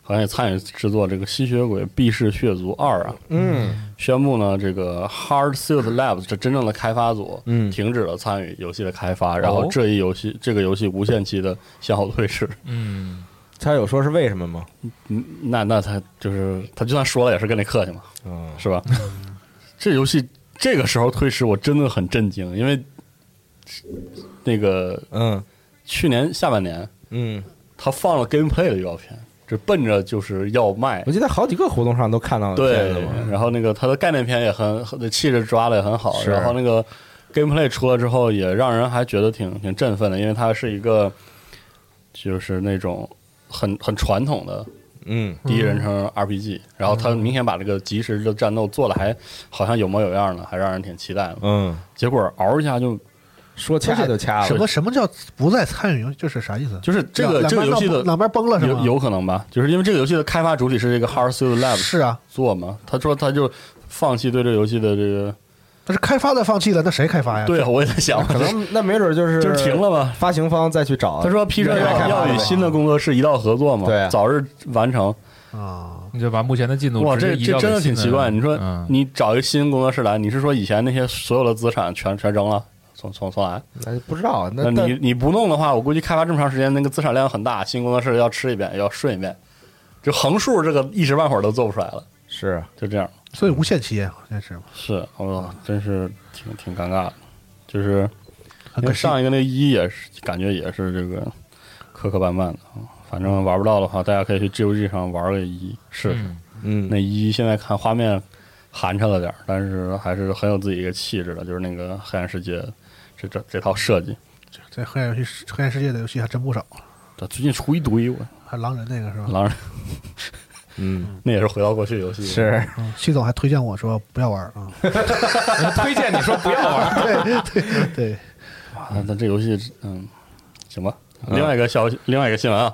好像也参与制作这个《吸血鬼避世血族二》啊，
嗯
宣布呢，这个 Hard Suit Labs 这真正的开发组，
嗯哦
停止了参与游戏的开发，然后这一游戏这个游戏无限期的向后退市。
嗯，
他有说是为什么吗？
嗯，那那他就是他就算说了也是跟你客气嘛，
嗯
是吧？这游戏这个时候退市，我真的很震惊，因为那个
嗯
去年下半年
嗯，
他放了 Gameplay 的预告片，这奔着就是要卖
我。记得好几个活动上都看到了
对
片子嘛，
然后那个他的概念片也很，很气质抓的也很好，
是
然后那个 gameplay 出了之后，也让人还觉得挺挺振奋的，因为它是一个就是那种很很传统的
嗯
第一人称 RPG，、然后他明显把这个即时的战斗做的还好像有模有样的，还让人挺期待的。
嗯，
结果嗷一下就
说掐就掐了，
什么什么叫不再参与游戏？就是啥意思？
就是这个
两
这个游戏的
两边崩了是吗
有？有可能吧，就是因为这个游戏的开发主体是这个 Hard Suit Labs
是啊，
做嘛，他说他就放弃对这个游戏的这个，
但是开发的放弃了，那谁开发哎呀？
对啊，我也在想，
可能那没准就是
就是停了吧，
发行方再去找
他说 P 社
原来
要
开发的
要与
嘛
新的工作室一道合作嘛，
对啊
早日完成。
啊，
你就把目前的进度
哇，
直接
这
移
这
到
真的
给新
挺奇怪。你说
嗯
你找一个新工作室来，你是说以前那些所有的资产全全扔了，重重重来？
那不知道，那
那
但
你你不弄的话，我估计开发这么长时间，那个资产量很大，新工作室要吃一遍，也要顺一遍，就横竖这个一时半会儿都做不出来了，
是
就这样。
所以无限期啊，真是
是，我真是挺挺尴尬的，就是因
很啊可
为
惜。
上一个那一也是感觉也是这个磕磕绊绊的，啊反正玩不到的话，大家可以去 GOG 上玩个一试试。
嗯
嗯
那一现在看画面寒碜了点儿，但是还是很有自己一个气质的，就是那个黑暗世界这这这套设计。
这黑暗游戏、黑暗世界的游戏还真不少，
对最近出一堆我
还狼人那个是吧？
狼人，
嗯
那也是回到过去游戏。
是
嗯，系总还推荐我说不要玩 啊。
推荐你说不要玩。
对对 对，
哇，啊那那这游戏嗯，行吧。
嗯
另外一个消息，另外一个新闻啊，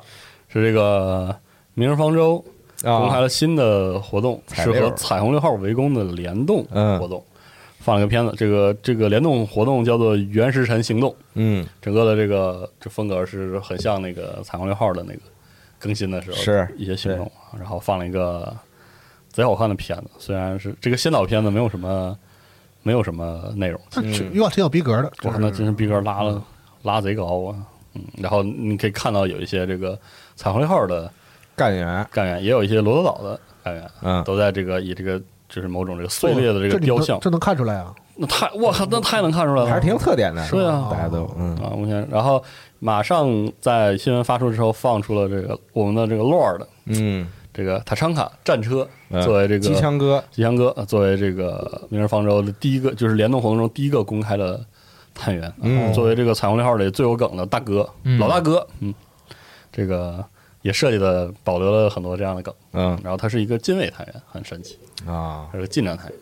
是这个明日方舟公开
啊
了新的活动，
彩
是
溜
和彩虹六号围攻的联动
嗯
活动，放了个片子。这个这个联动活动叫做《原石神行动》，
嗯
整个的这个这风格是很像那个彩虹六号的那个更新的时候
是
一些行动啊。然后放了一个贼好看的片子，虽然是这个先导片子没有什么没有什么内容，
预告挺有逼格的，
我
就
看他
是
真是逼格拉了拉贼高啊。嗯，然后你可以看到有一些这个彩虹六号的
干员
干员，也有一些罗德岛的干员，
嗯
都在这个以这个就是某种这个碎裂的这个
你
雕
能
像，
这能看出来啊。
那太我靠，那太能看出来了，
还是挺有特点的，
是啊
大家都嗯
啊，目前，然后马上在新闻发出之后，放出了这个我们的这个 Lord
嗯
这个塔昌卡战车
嗯
作为这个
机枪哥
机枪哥，呃作为这个明日方舟的第一个就是联动活动中第一个公开的探员，啊
嗯
作为这个彩虹六号里最有梗的大哥，
嗯
老大哥，嗯，这个也设计的保留了很多这样的梗，
嗯
然后他是一个近卫探员，很神奇，
啊
他，是个近战探员，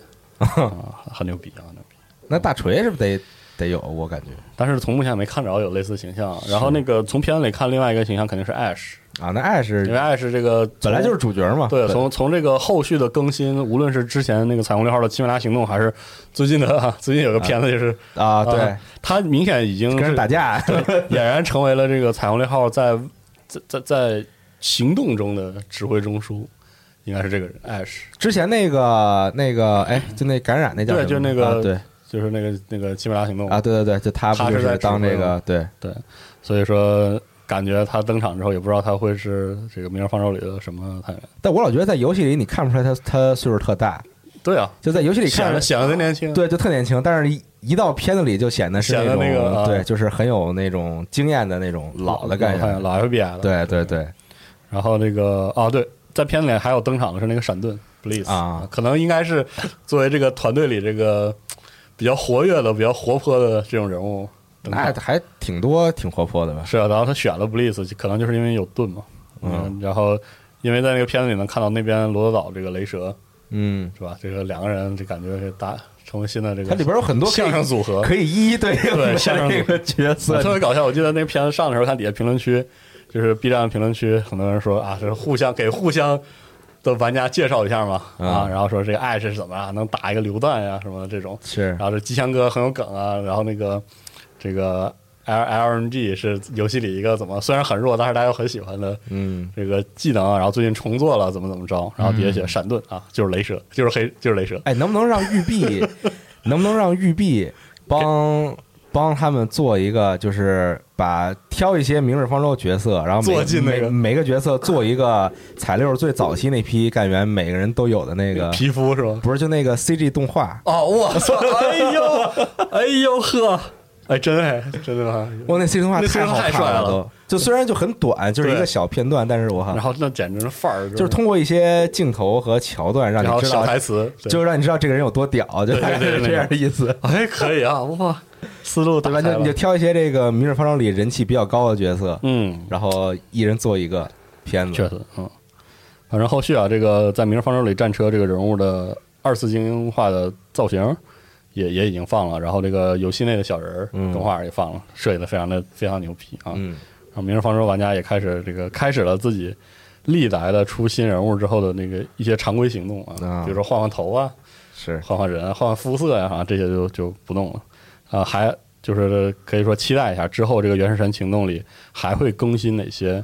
啊，很牛逼啊，很牛逼。
那大锤是不是得得有？我感觉
但是从目前没看着有类似形象，然后那个从片子里看，另外一个形象肯定是 Ash，
啊，那爱
因为
是
Ash 这个
本来就是主
从
角嘛，
对，从从这个后续的更新，无论是之前那个彩虹六号的《奇美拉行动》，还是最近的最近有个片子，就是
啊，对
嗯啊，他明显已经
跟人
是
打架，
俨然成为了这个彩虹六号在在在在行动中的指挥中枢，应该是这个人 Ash，
之前那个那个，哎，就那感染那叫
对
什么
就那个
啊对
就是那个那个基本拉行动
啊，对对对，就他
他
不就是
在指
当
挥
这个
吗
对
所以说感觉他登场之后，也不知道他会是这个《明日方舟》里的什么探员。
但我老觉得在游戏里你看不出来他他岁数特大，
对啊，
就在游戏里看
显
着
得显得真年轻。
对，就特年轻，但是一一到片子里就显得是
显得
种
那个啊
对，就是很有那种经验的那种老的感觉。
老老 FBI 了。
对对对，
然后那个啊，对，在片子里还有登场的是那个闪盾 Bliss
啊
可能应该是作为这个团队里这个比较活跃的、比较活泼的这种人物登场
那还挺多，挺活泼的吧？
是啊，然后他选了 Bliss，可能就是因为有盾嘛。
嗯，
然后因为在那个片子里能看到那边罗德岛这个雷蛇
嗯，
是吧？这个两个人就感觉是搭成为新的这个
它里边有很多可以
相声组合，
可以一一对应的
对相声
这个角色
特别搞笑。我记得那片子上的时候，看底下评论区，就是 B 站评论区，很多人说啊，是互相给互相的玩家介绍一下嘛，啊，
嗯
然后说这个爱是怎么啊，能打一个榴弹呀、什么的这种，
是
然后这机枪哥很有梗啊，然后那个这个 L LMG 是游戏里一个怎么虽然很弱，但是大家又很喜欢的
嗯，
这个技能啊，然后最近重做了怎么怎么着，然后底下写闪盾啊，就是雷蛇，就是黑，就是雷蛇。
哎，能不能让玉碧，能不能让玉碧帮帮他们做一个，就是把挑一些明日方舟角色，然后每
做进那个
每每个角色做一个彩六最早期那批干员，每个人都有的那个，
皮肤是吧？
不是就那个 CG 动画。
哦，我操！ 哎呦，哎呦呵，哎，真哎，真的啊！
哇，那 CG 动画
那 CG
太
动
好
画太
看
帅
了
了
都，就虽然就很短，就是一个
对
小片段，但是我靠
然后那简直是范儿，
啊就是通过一些镜头和桥段让
然后
你知道
小，台词，对
就是让你知道这个人有多屌，就
对
大概
对
是
对
这样的意思。
哎，可以啊，哇，思路
对
打
吧？
开
就你就
了，
挑一些这个《明日方舟》里人气比较高的角色，
嗯，
然后一人做一个片
确
子。
实，嗯，反正后续啊，这个在《明日方舟》里战车这个人物的二次精英化的造型也也已经放了，然后这个游戏内的小人儿
嗯
动画也放了，设计的非常的非常牛逼啊，
嗯，
然后《明日方舟》玩家也开始这个开始了自己历来的出新人物之后的那个一些常规行动
啊
啊，比如说换换头啊，
是
换换人啊，换换肤色呀、啊，这些就就不弄了。啊，还就是可以说期待一下之后这个《原始神行动》里还会更新哪些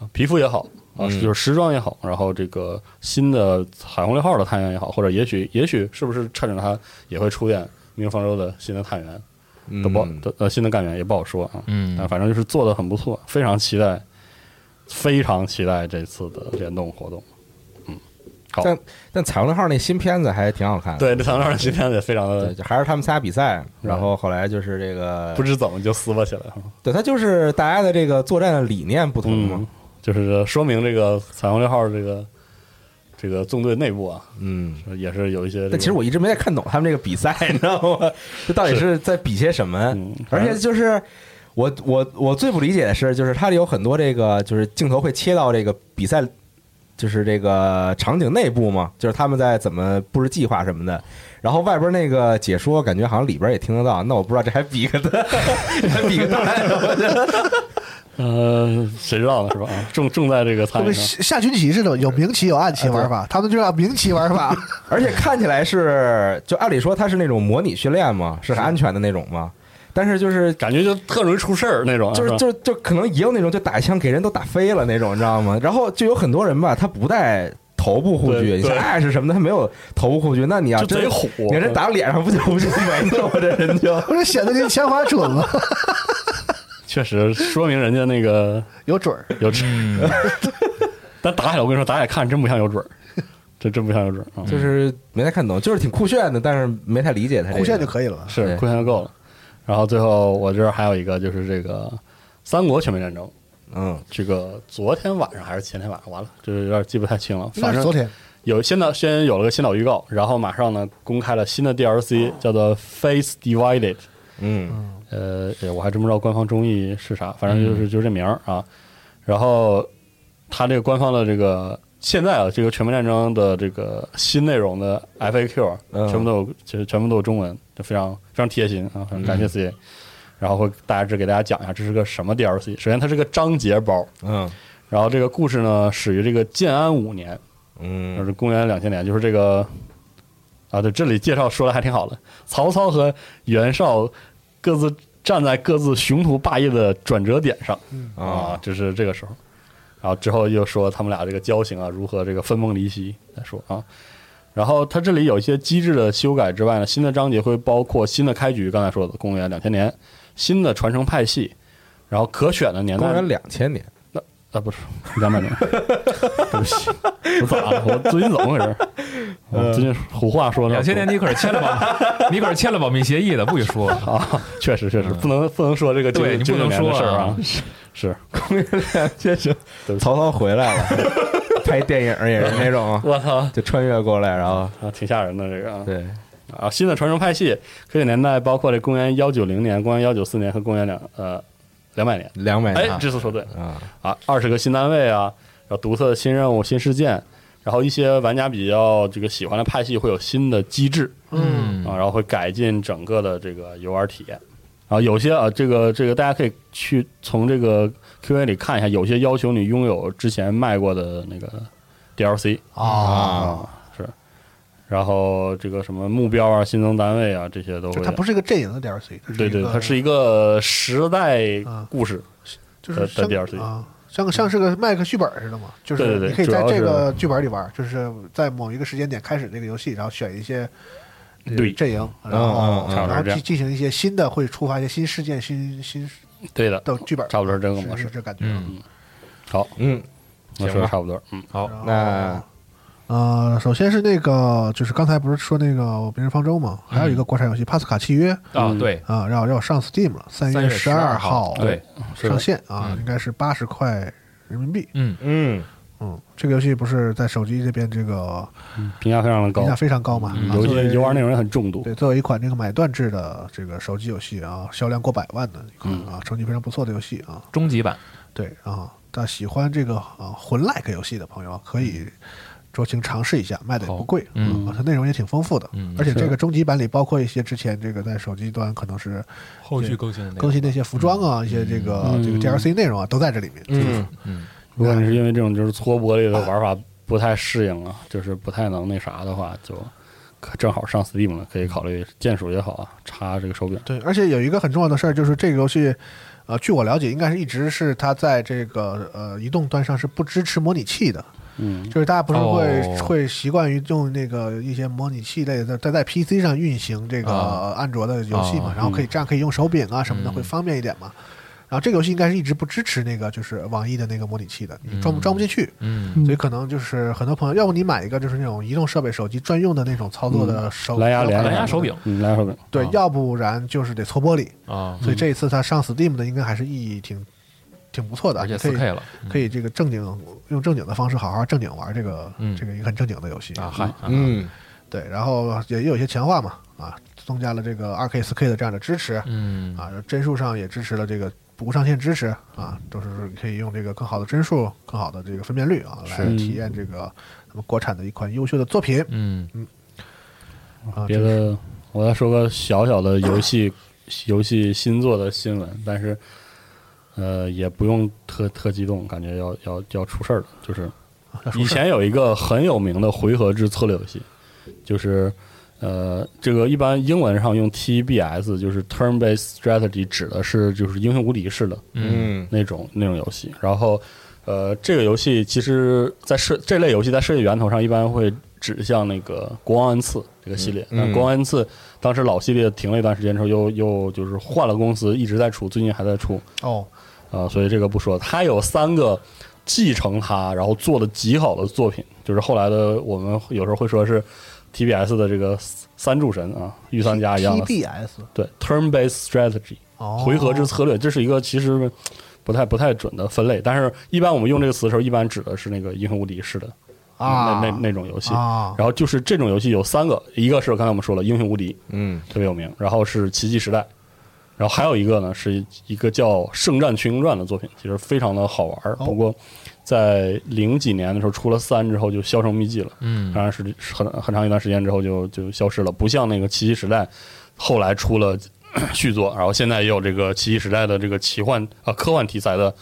啊皮肤也好啊，
嗯
就是时装也好，然后这个新的彩虹六号的探员也好，或者也许也许是不是趁着它也会出现《明日方舟》的新的探员
嗯
都不好都呃新的干员也不好说啊。但
嗯，
反正就是做的很不错，非常期待，非常期待这次的联动活
嗯
动。好
但但彩虹六号那新片子还挺好看的，
对，这唐老师今天也非常
对，
的
就还是他们仨比赛，然后后来就是这个
不，知怎么就撕巴起来了。
对，他就是大家的这个作战的理念不同嘛
嗯。，就是说明这个彩虹六号这个这个纵队内部啊，
嗯，
也是有一些、这个。
但其实我一直没太看懂他们这个比赛， 你知道吗？这到底是在比些什么
嗯？
而
反
且
正
就是。我我我最不理解的是，就是它里有很多这个，就是镜头会切到这个比赛就是这个场景内部嘛，就是他们在怎么布置计划什么的。然后外边那个解说，感觉好像里边也听得到。那我不知道这还比个的， 还比个的来着我觉得
呃，谁知道呢，是吧？啊，重重在这个
就
参与
跟
上，
下军棋似的，有明棋有暗棋玩
哎
法，他们就按明棋玩法。
而且看起来是，就按理说它是那种模拟训练嘛，是很安全的那种嘛。但是就是
感觉就特容易出事儿那种、啊，
就是是
吧
就是就可能也有那种就打一枪给人都打飞了那种，你知道吗？然后就有很多人吧，他不戴头部护具，
对
你像
对
爱是什么的，他没有头部护具，那你要
就
真
贼虎
啊
嗯
你要真打脸上不就不就没了吗？这人就
不是显得这枪法准吗？
确实说明人家那个
有准儿，
有准。
嗯
但打起来，我跟你说，打起来看真不像有 准儿，这真不像有准儿啊。
就是没太看懂，就是挺酷炫的，但是没太理解他
哎
这个。
弧线就可以了。
是
对
亏钱就够了。然后最后我这儿还有一个就是这个三国全面战争，
嗯，
这个昨天晚上还是前天晚上，完了，就是有点记不太清了。
应该
反
是昨
正
天
有先导，先有了个先导预告，然后马上呢公开了新的
哦
DLC，叫做《Face Divided》。
嗯
呃，哎我还真不知道官方中译是啥，反正就是就是这名儿啊。然后他这个官方的这个现在啊，这个全面战争的这个新内容的 FAQ 啊
嗯
全部都有，其实全部都有中文，就非常非常贴心啊，非常感谢 CJ。然后会大致给大家讲一下这是个什么 DLC。首先，它是个章节包，
嗯
然后这个故事呢始于这个建安五年，就
嗯，
是呃公元两千年，就是这个啊，对，这里介绍说的还挺好的。曹操和袁绍各自站在各自雄图霸业的转折点上
啊
啊，就是这个时候。然后之后又说他们俩这个交情啊，如何这个分崩离析再说啊。然后它这里有一些机制的修改之外呢，新的章节会包括新的开局，刚才说的公元两千年，新的传承派系，然后可选的年代
公元两千年，
啊，不是两百年，对不起，我咋了？我最近怎么回事？我最近胡话说呢。
两千年你可是签了保，你可是签了保密协议的，不许 说。
啊，确实确实不能不能说这个
嗯对
九九
你不能
年的
说
事儿
啊
啊，是是，
公元两千年，
对不起
曹操回来了， 拍电影也是那种，啊
我操
就穿越过来，然后
啊，挺吓人的这个啊
对，
啊，新的传承派系科学年代包括这公元幺九零年、公元幺九四年和公元两呃两百年，
两百
哎
年，
这次说对了
嗯
啊，
啊，二十个新单位啊，然后独特的新任务、新事件，然后一些玩家比较这个喜欢的派系会有新的机制，
嗯
啊，然后会改进整个的这个游玩体验。然后有些啊，这个这个大家可以去从这个 Q&A 里看一下，有些要求你拥有之前卖过的那个 DLC
啊，
是，然后这个什么目标啊、新增单位啊这些都
就
会。
它不是一个阵营的 DLC，它
对
一
对，
个啊
它是一个时代故事，
就是
的
像
DLC
啊，像像是个麦克剧本似的嘛，就
对
是
对对
你可以在
主要是
这个剧本里玩，就是在某一个时间点开始这个游戏，然后选一些呃
对
阵营，然
嗯
后
嗯嗯
然
差不多
后
这样
进进行一些新的，会触发一些新事件、新新
对的，
的剧本，
差不多是这个模
是
式
是。这感觉。
嗯，
好，
嗯，
我
行
说
吧
的差不多，嗯，
好，
然后
那
呃，首先是那个，就是刚才不是说那个《明日方舟》嘛，还有一个国产游戏《帕斯卡契约》
啊
嗯，
对，
啊，要要上 Steam 了，三
3月
十二
12号对
是的
上线啊，
嗯
应该是八十块人民币。
嗯，
嗯，
嗯，这个游戏不是在手机这边这个
评价非常的高
嗯
嗯
评，价非常高嘛，啊
游
作为
戏游玩内容也很重度，
对，作为一款这个买断制的这个手机游戏啊，销量过百万的一款啊，成绩非常不错的游戏啊，
终极版，
对啊，但喜欢这个啊魂 like 游戏的朋友啊可以酌情尝试一下，卖的也不贵，
嗯
啊，它内容也挺丰富的，
嗯
而且这
是
个终极版里包括一些之前这个在手机端可能是
后续更新的那个
更新的一些服装啊，一些这个、这个
嗯
DLC 内容啊，都在这里面，
嗯，
嗯，
如果你是因为这种就是搓玻璃的玩法不太适应啊，就是不太能那啥的话，就可正好上 Steam 了，可以考虑键鼠也好啊，插这个手柄。
对，而且有一个很重要的事儿，就是这个游戏，呃，据我了解，应该是一直是它在这个呃移动端上是不支持模拟器的，
嗯，
就是大家不是会、
哦
会习惯于用那个一些模拟器类的，在在 PC 上运行这个
啊
呃安卓的游戏嘛，
啊
然后可以这样可以用手柄啊什么的，
嗯
会方便一点嘛。然后这个游戏应该是一直不支持那个就是网易的那个模拟器的，你装不装不进去。
嗯，
所以可能就是很多朋友，要不你买一个就是那种移动设备、手机专用的那种操作的手
蓝牙连
嗯蓝牙手柄
嗯，蓝牙手柄，
对
啊，
要不然就是得搓玻璃。
啊，
嗯
所以这一次它上 Steam 的应该还是意义挺挺不错的，
而且
可
四
以
K 了，
可以这个正经用正经的方式好好正经玩这个、
嗯
这个一个很正经的游戏
啊，嗨，啊
嗯，
对，然后也有一些强化嘛啊，增加了这个二 K 四 K 的这样的支持啊，
嗯，
帧数上也支持了这个。无上限支持啊，都是可以用这个更好的帧数、更好的这个分辨率啊，来
是
体验这个那么国产的一款优秀的作品
嗯，
啊。
别
这是
的我再说个小小的游戏游戏新作的新闻，但是呃也不用特特激动，感觉要要要出事儿了，就是。
啊要说
以
事儿
前有一个很有名的回合制策略游戏，就是呃，这个一般英文上用 TBS，就是 Turn-based Strategy，指的是就是英雄无敌式的
嗯，
那种那种游戏。然后呃，这个游戏其实在设这类游戏在设计源头上一般会指向那个《国王恩赐》这个系列。
嗯嗯
但《国王恩赐》当时老系列停了一段时间之后，又又就是换了公司，一直在出，最近还在出。
哦，
啊，所以这个不说。他有三个继承他，然后做的极好的作品，就是后来的我们有时候会说是 TBS 的这个三柱神啊，御三家一样的
TBS
对 turn-based strategy
哦，
回合制策略，这是一个其实不太不太准的分类，但是一般我们用这个词的时候，一般指的是那个英雄无敌式的
啊，
那那那种游戏。
啊，
然后就是这种游戏有三个，一个是刚才我们说了英雄无敌，
嗯，
特别有名，然后是《奇迹时代》，然后还有一个呢是一个叫《圣战群英传》的作品，其实非常的好玩儿。
哦
不过在零几年的时候出了三之后就销声匿迹了，
嗯
啊
当然是很很长一段时间之后就就消失了，不像那个《奇迹时代》，后来出了咳续作，然后现在也有这个《奇迹时代》的这个奇幻啊科幻题材的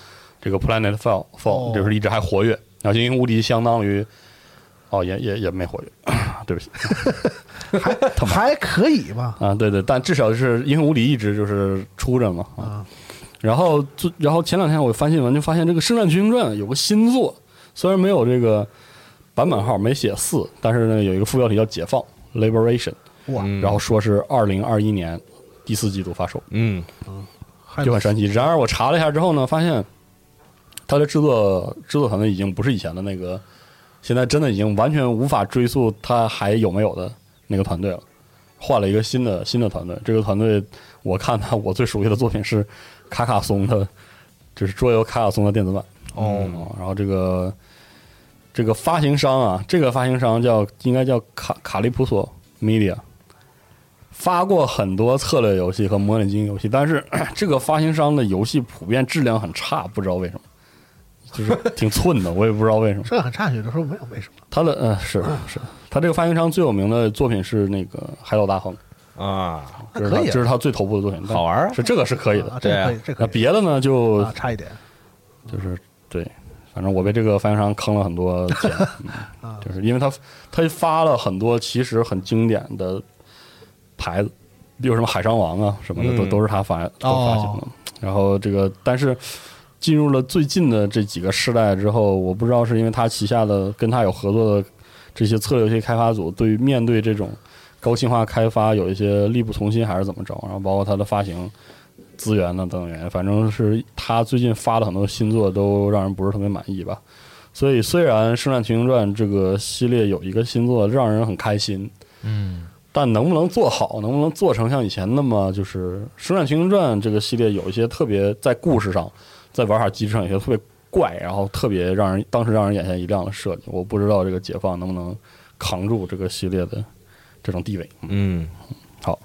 这个 Planet Fall Fall，、
哦
就是一直还活跃。然后《精英无敌》相当于哦也也也没活跃， 对不起。
还可以吧，
啊，对对，但至少是英雄无敌一直就是出着嘛啊，然后最，然后前两天我翻新闻，就发现这个《圣战群英传》有个新作，虽然没有这个版本号，没写四，但是呢有一个副标题叫“解放 ”（Liberation），
哇，
嗯
然后说是二零二一年第四季度发售，
嗯
就很神奇。然而我查了一下之后呢，发现它的制作制作团队已经不是以前的那个，现在真的已经完全无法追溯它还有没有的那个团队了，换了一个新的新的团队。这个团队我看他我最熟悉的作品是卡卡松的，就是桌游卡卡松的电子版。
哦
嗯，然后这个这个发行商啊，这个发行商叫应该叫卡卡利普索 Media，发过很多策略游戏和模拟经营游戏，但是这个发行商的游戏普遍质量很差，不知道为什么，就是挺寸的，我也不知道为什么。
这很差，有的时候没有为什么。
他的呃是
嗯
是，他这个发行商最有名的作品是那个《海岛大亨》，
啊，
这是他
可以啊
这是他最头部的作品，
嗯
但
好玩儿
是这个是可以的
啊。这个可
对
以，
那
这个可以。
别的呢就
啊，差一点，
就是对，反正我被这个发行商坑了很多 钱，嗯、
啊
就是因为他他发了很多其实很经典的牌子，比如什么海上王啊什么的，都、
嗯
都是他发都发行的。然后这个，但是进入了最近的这几个世代之后，我不知道是因为他旗下的跟他有合作的这些策略游戏开发组，对于面对这种高性化开发有一些力不从心，还是怎么着？然后包括它的发行资源呢等等原因，反正是他最近发的很多新作都让人不是特别满意吧。所以虽然《圣战群英传》这个系列有一个新作让人很开心，
嗯，
但能不能做好，能不能做成像以前那么就是《圣战群英传》这个系列有一些特别在故事上，在玩法机制上有些特别怪，然后特别让人当时让人眼前一亮的设计，我不知道这个解放能不能扛住这个系列的这种地位。
嗯，
好，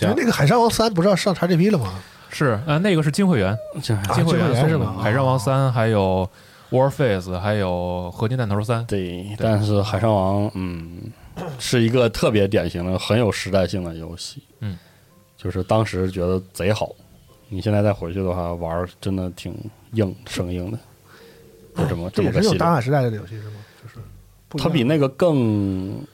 因为那个《海上王三》不是要上 XGP 了吗？
是呃，那个是金会员，
这样
金会
啊金会员
送
是
的
吗啊
海上王三，还有 Warface，还有合金弹头三，
对，但是《海上王》嗯，是一个特别典型的、很有时代性的游戏。
嗯，
就是当时觉得贼好，你现在再回去的话，玩儿真的挺硬、生硬的。就这么
这
么
也
个
是那
系
种
列
大，海时代的游戏是吗？就是不一
它
样
比那个更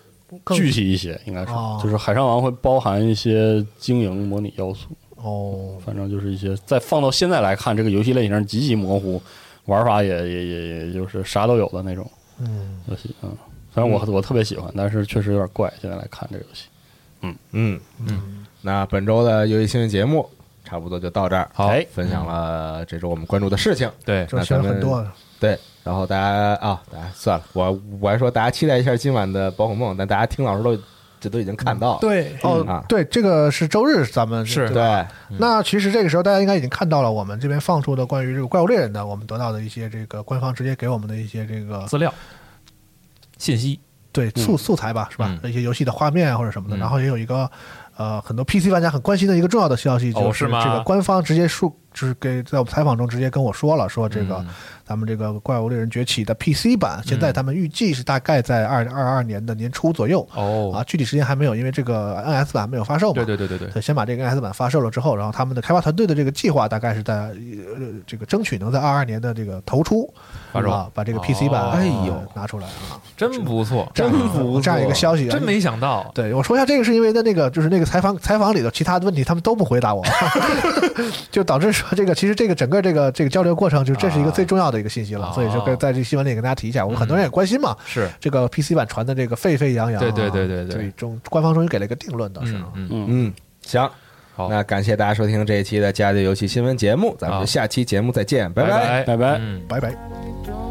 更
具体一些，应该是，
哦
就是《海上王》会包含一些经营模拟要素，
哦，
反正就是一些再放到现在来看，这个游戏类型极其模糊，玩法也也也也就是啥都有的那种。
嗯，
游戏，嗯，反正我我特别喜欢，但是确实有点怪。现在来看这个游戏，
嗯嗯，那本周的游戏新闻节目差不多就到这儿，
好
哎
分享了这周我们关注的事情，
对，
这选了很多，
对，然后大家啊，大家算了，我我还说大家期待一下今晚的宝可梦，但大家听老师都这都已经看到了，
对
嗯啊
哦，对，这个是周日咱们
是
对吧
对，
那其实这个时候大家应该已经看到了，我们这边放出的关于这个怪物猎人的，我们得到的一些这个官方直接给我们的一些这个
资料、信息，
对素素材吧，是吧？一些游戏的画面啊或者什么的，
嗯
然后也有一个呃很多 PC 玩家很关心的一个重要的消息，
哦
就是
吗
这个官方直接说，就是给在我们采访中直接跟我说了，说这个
嗯
咱们这个怪物猎人崛起的 PC 版，现在他们预计是大概在二零二二年的年初左右。啊，
哦，
具体时间还没有，因为这个 NS 版没有发售嘛。
对对对对对，
对，先把这个 NS 版发售了之后，然后他们的开发团队的这个计划大概是在呃这个争取能在二二年的这个头出
发售
啊，把这个 PC 版
哦
哎呦拿出来啊，
真不错，
这样一个这样一个消息啊，
真没想到，
对，我说一下这个是因为在那个就是那个采访采访里头其他的问题他们都不回答我， 就导致说这个其实这个整个这个这个交流过程就这是一个最重要的一个信息了，
啊嗯
所以就跟在这新闻里跟大家提一下，我们很多人也关心嘛，
是
这个 PC 版传的这个沸沸扬扬啊，
对对对对对
所以中官方终于给了一个定论倒是啊，
嗯嗯，
嗯，行，
好
那感谢大家收听这一期的《家里游戏新闻》节目，咱们
好
就下期节目再见，拜
拜
拜拜
嗯
拜拜。
Don't